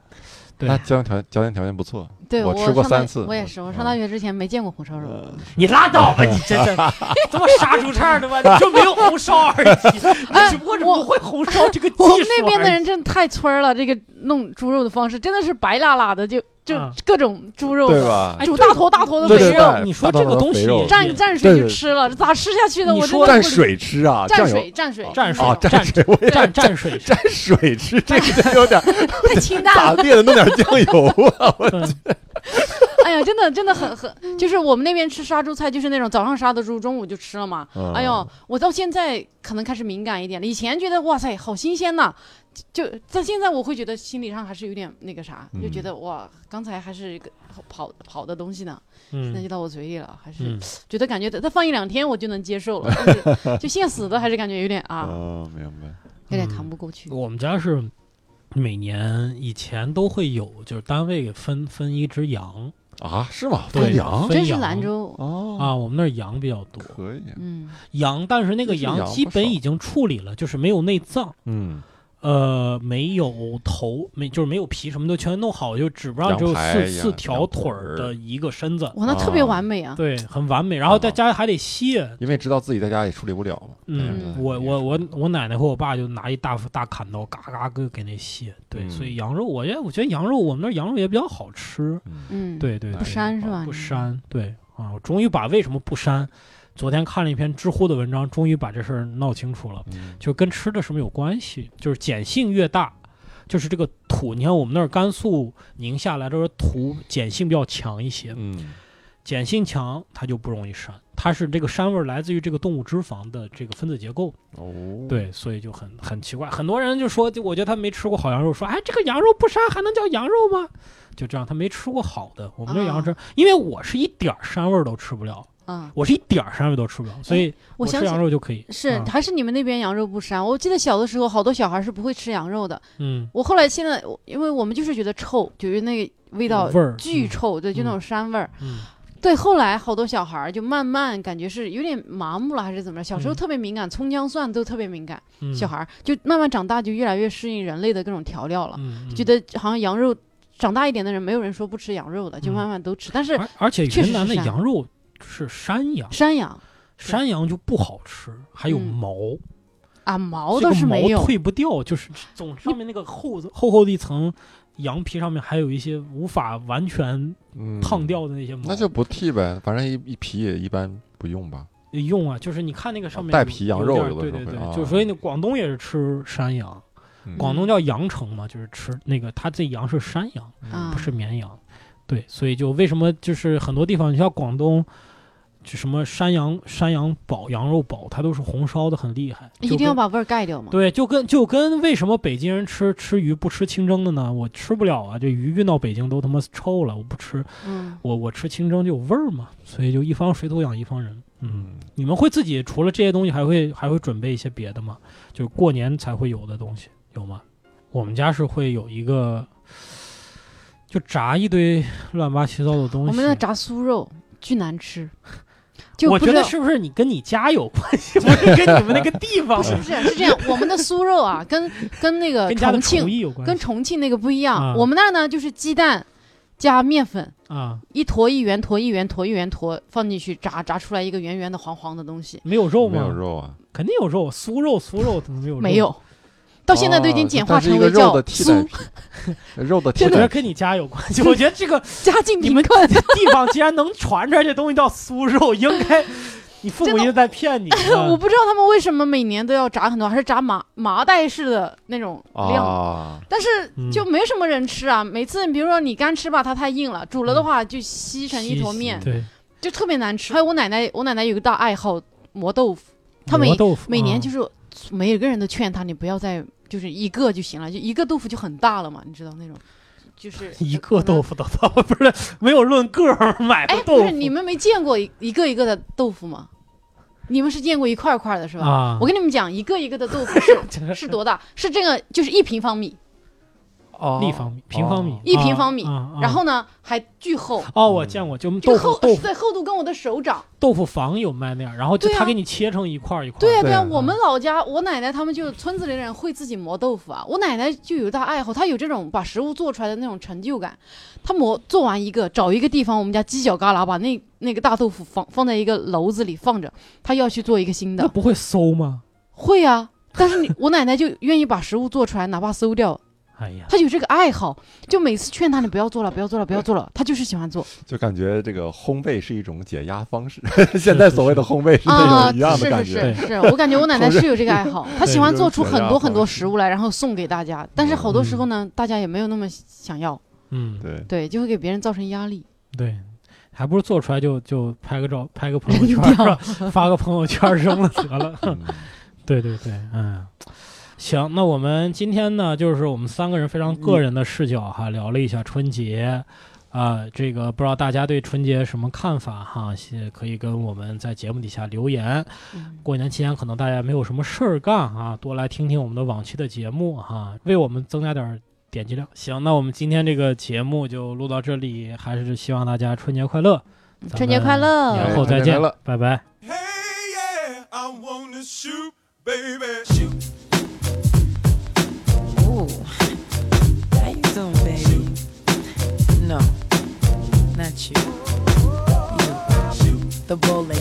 [SPEAKER 1] 对
[SPEAKER 3] 那家庭条家庭条件不错，
[SPEAKER 2] 对
[SPEAKER 3] 我
[SPEAKER 2] 我
[SPEAKER 3] 吃过
[SPEAKER 2] 上大
[SPEAKER 3] 三次
[SPEAKER 2] 我也是，我上
[SPEAKER 3] 嗯
[SPEAKER 2] 大学之前没见过红 烧肉。
[SPEAKER 3] 呃
[SPEAKER 1] 你拉倒吧，你真 的他妈杀猪菜儿的吧，你就没有红烧而已， 你只不过是不会红烧这个技术
[SPEAKER 2] 呃我
[SPEAKER 1] 而已。
[SPEAKER 2] 们那边的人真的太村儿了，这个弄猪肉的方式真的是白拉拉的，就就
[SPEAKER 1] 嗯
[SPEAKER 2] 各种猪肉，
[SPEAKER 3] 对吧？
[SPEAKER 1] 哎
[SPEAKER 2] 煮啊大坨大坨的
[SPEAKER 3] 对
[SPEAKER 2] 肥
[SPEAKER 3] 对
[SPEAKER 2] 肉，
[SPEAKER 3] 对
[SPEAKER 1] 你说这个东西
[SPEAKER 3] 大头的肥肉
[SPEAKER 2] 蘸蘸水
[SPEAKER 3] 对
[SPEAKER 2] 就吃了，咋吃下去的？
[SPEAKER 1] 你
[SPEAKER 2] 我真
[SPEAKER 1] 说
[SPEAKER 2] 的
[SPEAKER 3] 蘸
[SPEAKER 2] 不理
[SPEAKER 3] 水吃啊，
[SPEAKER 2] 蘸
[SPEAKER 3] 酱油
[SPEAKER 2] 水蘸水
[SPEAKER 1] 蘸水
[SPEAKER 3] 啊，蘸水，我也
[SPEAKER 1] 蘸蘸水
[SPEAKER 3] 蘸 水吃，这个有点
[SPEAKER 2] 太清淡
[SPEAKER 3] 咋
[SPEAKER 2] 了。
[SPEAKER 3] 地的，弄点酱 油啊，我
[SPEAKER 1] 对
[SPEAKER 2] 哎呀，真的真的很很，就是我们那边吃杀猪菜，就是那种早上杀的猪，中午就吃了嘛。
[SPEAKER 3] 嗯
[SPEAKER 2] 哎呦，我到现在可能开始敏感一点了，以前觉得哇塞好新鲜呐、就但现在我会觉得心理上还是有点那个啥，就
[SPEAKER 3] 嗯
[SPEAKER 2] 觉得哇，刚才还是一个跑跑的东西呢，现在
[SPEAKER 1] 嗯
[SPEAKER 2] 就到我嘴里了，还是
[SPEAKER 1] 嗯，
[SPEAKER 2] 觉得
[SPEAKER 3] 嗯
[SPEAKER 2] 感觉它它放一两天我就能接受了，但是就现死的还是感觉有点啊。
[SPEAKER 3] 哦，明白。
[SPEAKER 2] 有点
[SPEAKER 1] 嗯
[SPEAKER 2] 扛不过去。
[SPEAKER 1] 我们家是每年以前都会有，就是单位给分分一只羊
[SPEAKER 3] 啊，是吗？
[SPEAKER 1] 对
[SPEAKER 3] 分羊
[SPEAKER 1] 分
[SPEAKER 2] 真是
[SPEAKER 1] 羊
[SPEAKER 2] 兰州，
[SPEAKER 3] 哦
[SPEAKER 1] 啊，我们那儿羊比较多，
[SPEAKER 3] 可以，
[SPEAKER 2] 嗯，
[SPEAKER 1] 羊，但是那个
[SPEAKER 3] 就是
[SPEAKER 1] 羊
[SPEAKER 3] 羊
[SPEAKER 1] 基
[SPEAKER 3] 不
[SPEAKER 1] 本
[SPEAKER 3] 少
[SPEAKER 1] 已经处理了，就是没有内脏，
[SPEAKER 3] 嗯，
[SPEAKER 1] 呃，没有头，没就是没有皮，什么都全弄好，就只不让
[SPEAKER 3] 羊
[SPEAKER 1] 只有
[SPEAKER 3] 排
[SPEAKER 1] 四
[SPEAKER 3] 一样
[SPEAKER 1] 四条
[SPEAKER 3] 羊
[SPEAKER 1] 腿儿
[SPEAKER 3] 腿儿
[SPEAKER 1] 的一个身子，
[SPEAKER 2] 哇，那特别
[SPEAKER 3] 啊
[SPEAKER 2] 完美啊！
[SPEAKER 1] 对，很完美。然后在
[SPEAKER 3] 很好
[SPEAKER 1] 家还得卸，
[SPEAKER 3] 因为知道自己在家也处理不了嘛。
[SPEAKER 1] 嗯，
[SPEAKER 3] 嗯
[SPEAKER 1] 我我我我奶奶和我爸就拿一大大砍刀，嘎嘎给给那卸。对，
[SPEAKER 3] 嗯
[SPEAKER 1] 所以羊肉，我觉得我觉得羊肉，我们那儿羊肉也比较好吃。
[SPEAKER 3] 嗯
[SPEAKER 2] 嗯，，
[SPEAKER 1] 对对
[SPEAKER 3] 不
[SPEAKER 1] 对，
[SPEAKER 2] 膻是吧？
[SPEAKER 1] 不
[SPEAKER 2] 你
[SPEAKER 1] 膻，对啊，我终于把为什么不膻，昨天看了一篇知乎的文章，终于把这事儿闹清楚了，
[SPEAKER 3] 嗯
[SPEAKER 1] 就跟吃的什么有关系，就是碱性越大。就是这个土，你看我们那儿甘肃、宁夏来这土碱性比较强一些，
[SPEAKER 3] 嗯，
[SPEAKER 1] 碱性强它就不容易膻，它是这个膻味儿来自于这个动物脂肪的这个分子结构。
[SPEAKER 3] 哦，，
[SPEAKER 1] 对，所以就很很奇怪，很多人就说，就我觉得他没吃过好羊肉，说哎，这个羊肉不膻还能叫羊肉吗？就这样，他没吃过好的。我们这羊肉
[SPEAKER 2] 啊
[SPEAKER 1] 吃，因为我是一点儿膻味儿都吃不了，
[SPEAKER 2] 啊，
[SPEAKER 1] 我是一点儿膻味儿都吃不了，所以
[SPEAKER 2] 哎我
[SPEAKER 1] 吃
[SPEAKER 2] 想起
[SPEAKER 1] 羊肉就可以。
[SPEAKER 2] 是
[SPEAKER 1] 啊
[SPEAKER 2] 还是你们那边羊肉不膻？我记得小的时候，好多小孩是不会吃羊肉的。
[SPEAKER 1] 嗯，
[SPEAKER 2] 我后来现在，我因为我们就是觉得臭，就是那个味
[SPEAKER 1] 有
[SPEAKER 2] 道
[SPEAKER 1] 味儿
[SPEAKER 2] 巨
[SPEAKER 1] 嗯
[SPEAKER 2] 臭，对，就那
[SPEAKER 1] 嗯
[SPEAKER 2] 种膻味儿。
[SPEAKER 1] 嗯
[SPEAKER 2] 对，后来好多小孩儿就慢慢感觉是有点麻木了，还是怎么着？小时候
[SPEAKER 1] 嗯
[SPEAKER 2] 特别敏感，葱姜蒜都特别敏感，
[SPEAKER 1] 嗯，
[SPEAKER 2] 小孩儿就慢慢长大就越来越适应人类的各种调料了，
[SPEAKER 1] 嗯，嗯
[SPEAKER 2] 觉得好像羊肉，长大一点的人没有人说不吃羊肉的，
[SPEAKER 1] 嗯
[SPEAKER 2] 就慢慢都吃。但是
[SPEAKER 1] 而而且
[SPEAKER 2] 确实
[SPEAKER 1] 云南
[SPEAKER 2] 是
[SPEAKER 1] 的
[SPEAKER 2] 膻
[SPEAKER 1] 羊肉是山羊，
[SPEAKER 2] 山羊
[SPEAKER 1] 山羊就不好吃，还有
[SPEAKER 2] 嗯
[SPEAKER 1] 毛，
[SPEAKER 2] 啊，毛
[SPEAKER 1] 这
[SPEAKER 2] 倒
[SPEAKER 1] 个
[SPEAKER 2] 是没
[SPEAKER 1] 毛
[SPEAKER 2] 有，
[SPEAKER 1] 退不掉，就是总上面那个厚厚厚的一层羊皮上面还有一些无法完全
[SPEAKER 3] 嗯，
[SPEAKER 1] 烫，掉的那些毛，
[SPEAKER 3] 那就不剃呗，反正一一皮也一般不用吧。
[SPEAKER 1] 用啊，就是你看那个上面
[SPEAKER 3] 带
[SPEAKER 1] 有
[SPEAKER 3] 皮羊
[SPEAKER 1] 有
[SPEAKER 3] 肉
[SPEAKER 1] 点儿
[SPEAKER 3] 有的
[SPEAKER 1] 对
[SPEAKER 3] 时候
[SPEAKER 1] 对
[SPEAKER 3] 会
[SPEAKER 1] 对，
[SPEAKER 3] 啊
[SPEAKER 1] 就所以那广东也是吃山羊，
[SPEAKER 3] 嗯
[SPEAKER 1] 广东叫羊城嘛，就是吃那个它这羊是山羊，
[SPEAKER 3] 嗯
[SPEAKER 2] 啊
[SPEAKER 1] 嗯不是绵羊，对，所以就为什么就是很多地方，你像广东。就什么山羊、山羊煲、羊肉煲，它都是红烧的，很厉害。
[SPEAKER 2] 哎一
[SPEAKER 1] 就
[SPEAKER 2] 定要
[SPEAKER 1] 跟
[SPEAKER 2] 把味儿盖掉嘛。
[SPEAKER 1] 对，就跟就跟为什么北京人吃吃鱼不吃清蒸的呢？我吃不了啊，这鱼运到北京都他妈臭了，我不吃，
[SPEAKER 2] 嗯，
[SPEAKER 1] 我我吃清蒸就有味儿嘛，所以就一方水土养一方人。嗯，
[SPEAKER 3] 嗯，
[SPEAKER 1] 你们会自己除了这些东西，还会还会准备一些别的吗？就是过年才会有的东西有吗？我们家是会有一个，就炸一堆乱八七糟的东西。
[SPEAKER 2] 我们那炸酥肉巨难 吃，就
[SPEAKER 1] 我
[SPEAKER 2] 不
[SPEAKER 1] 觉
[SPEAKER 2] 知
[SPEAKER 1] 得
[SPEAKER 2] 道
[SPEAKER 1] 是不是你跟你家有关系， 不是跟你们那个地方
[SPEAKER 2] 不是不是是这样，我们的酥肉啊，跟跟那个
[SPEAKER 1] 跟家的
[SPEAKER 2] 重
[SPEAKER 1] 厨
[SPEAKER 2] 庆
[SPEAKER 1] 艺有关
[SPEAKER 2] 跟
[SPEAKER 1] 系
[SPEAKER 2] 重庆那个不一样，
[SPEAKER 1] 啊
[SPEAKER 2] 我们那儿呢就是鸡蛋加面粉。
[SPEAKER 1] 啊？
[SPEAKER 2] 一坨一圆，坨一圆，坨一圆，坨放进去炸，炸出来一个圆圆的、黄黄的东西，
[SPEAKER 1] 没有肉
[SPEAKER 3] 没
[SPEAKER 1] 吗？
[SPEAKER 3] 有肉啊，
[SPEAKER 1] 肯定有肉，酥肉酥肉怎么没有肉？
[SPEAKER 2] 没有，到现在都已经
[SPEAKER 3] 哦
[SPEAKER 2] 简化
[SPEAKER 3] 它是一
[SPEAKER 2] 成
[SPEAKER 3] 个
[SPEAKER 2] 为
[SPEAKER 3] 肉
[SPEAKER 2] 叫
[SPEAKER 3] 的替代
[SPEAKER 2] 酥
[SPEAKER 3] 品， 肉的替
[SPEAKER 1] 我觉
[SPEAKER 3] 代
[SPEAKER 1] 得
[SPEAKER 3] 品。
[SPEAKER 1] 跟你家有关 系。我觉得这个
[SPEAKER 2] 家境
[SPEAKER 1] 你
[SPEAKER 2] 贫
[SPEAKER 1] 们
[SPEAKER 2] 困。
[SPEAKER 1] 地方既然能传出来这东西叫酥肉，应该你父母
[SPEAKER 2] 真的
[SPEAKER 1] 一直在骗你。
[SPEAKER 2] 我不知道他们为什么每年都要炸很多，还是炸麻麻袋式的那种
[SPEAKER 1] 哦
[SPEAKER 2] 量，
[SPEAKER 3] 啊，
[SPEAKER 2] 但是
[SPEAKER 1] 嗯
[SPEAKER 2] 就没什么人吃啊。每次比如说你干吃吧，它太硬了；煮了的话就稀成一坨面，
[SPEAKER 1] 嗯对，
[SPEAKER 2] 就特别难吃。还有我奶奶，我奶奶有个大爱好磨豆腐，他每
[SPEAKER 1] 磨豆腐啊
[SPEAKER 2] 每年就是是每个人都劝她，你不要再就是一个就行了，就一个豆腐就很大了嘛，你知道那种，就是
[SPEAKER 1] 一个豆。腐都到，不是没有论个儿买
[SPEAKER 2] 哎
[SPEAKER 1] 的，豆
[SPEAKER 2] 不
[SPEAKER 1] 腐。
[SPEAKER 2] 是你们没见过一一个一个的豆腐吗？你们是见过一块儿块儿的是吧？
[SPEAKER 1] 啊，
[SPEAKER 2] 我跟你们讲，一个一个的豆腐 是
[SPEAKER 1] 真的
[SPEAKER 2] 是多大？是这个，就是一平方米，
[SPEAKER 3] 哦
[SPEAKER 1] 立方米、平方米
[SPEAKER 3] 哦、
[SPEAKER 2] 一平方米
[SPEAKER 1] 啊啊
[SPEAKER 2] 然后呢还巨厚，
[SPEAKER 1] 哦，我见过，就豆
[SPEAKER 2] 这个
[SPEAKER 1] 腐
[SPEAKER 2] 厚
[SPEAKER 1] 豆腐
[SPEAKER 2] 对厚度跟我的手掌。
[SPEAKER 1] 豆腐房有卖那样，然后就
[SPEAKER 2] 对啊
[SPEAKER 1] 他给你切成一块儿一块儿。
[SPEAKER 2] 对呀、对嗯呀、
[SPEAKER 3] 对啊
[SPEAKER 2] 我们老家我奶奶他们就村子里的人会自己磨豆腐啊。我奶奶就有大爱好，她有这种把食物做出来的那种成就感。她磨做完一个，找一个地方，我们家犄角旮旯把那那个大豆腐放放在一个篓子里放着，她要去做一个新
[SPEAKER 1] 那
[SPEAKER 2] 的。
[SPEAKER 1] 不会馊吗？
[SPEAKER 2] 会啊，但是你我奶奶就愿意把食物做出来，哪怕馊掉，
[SPEAKER 1] 哎呀，
[SPEAKER 2] 她有这个爱好。就每次劝她你不要做了，不要做了，不要做了，她就是喜欢做。
[SPEAKER 3] 就感觉这个烘焙是一种解压方式。 现在所谓的烘焙是那
[SPEAKER 2] 啊，
[SPEAKER 3] 种一样的感
[SPEAKER 2] 是
[SPEAKER 3] 觉。
[SPEAKER 2] 是是是，我感觉我奶奶是有这个爱 好，她喜欢做出很多很多食物来，然后送给大家。但是好多时候
[SPEAKER 3] 嗯
[SPEAKER 2] 呢，大家也没有那么想要，
[SPEAKER 1] 嗯，
[SPEAKER 3] 对，
[SPEAKER 2] 对，就会给别人造成压力。
[SPEAKER 1] 对，还不如做出来就就拍个照，拍个朋友圈儿，是吧发个朋友圈儿扔了得了。
[SPEAKER 3] 嗯
[SPEAKER 1] 对对对，嗯，行，那我们今天呢，就是我们三个人非常个人的视角哈，聊了一下春节，啊、这个不知道大家对春节什么看法哈？也可以跟我们在节目底下留言。
[SPEAKER 2] 嗯
[SPEAKER 1] 过年期间可能大家没有什么事儿干啊，多来听听我们的往期的节目哈、为我们增加点儿点击量。行，那我们今天这个节目就录到这里，还是希望大家春节快乐，咱
[SPEAKER 2] 春节快
[SPEAKER 1] 们
[SPEAKER 2] 乐！
[SPEAKER 1] 年后再
[SPEAKER 3] 春节
[SPEAKER 1] 见
[SPEAKER 3] 快乐，
[SPEAKER 1] 拜拜。
[SPEAKER 4] Hey, yeah, I wanna shoot, baby. Shoot,
[SPEAKER 5] Ooh. How you doing, baby? No, not you. You. The bullet.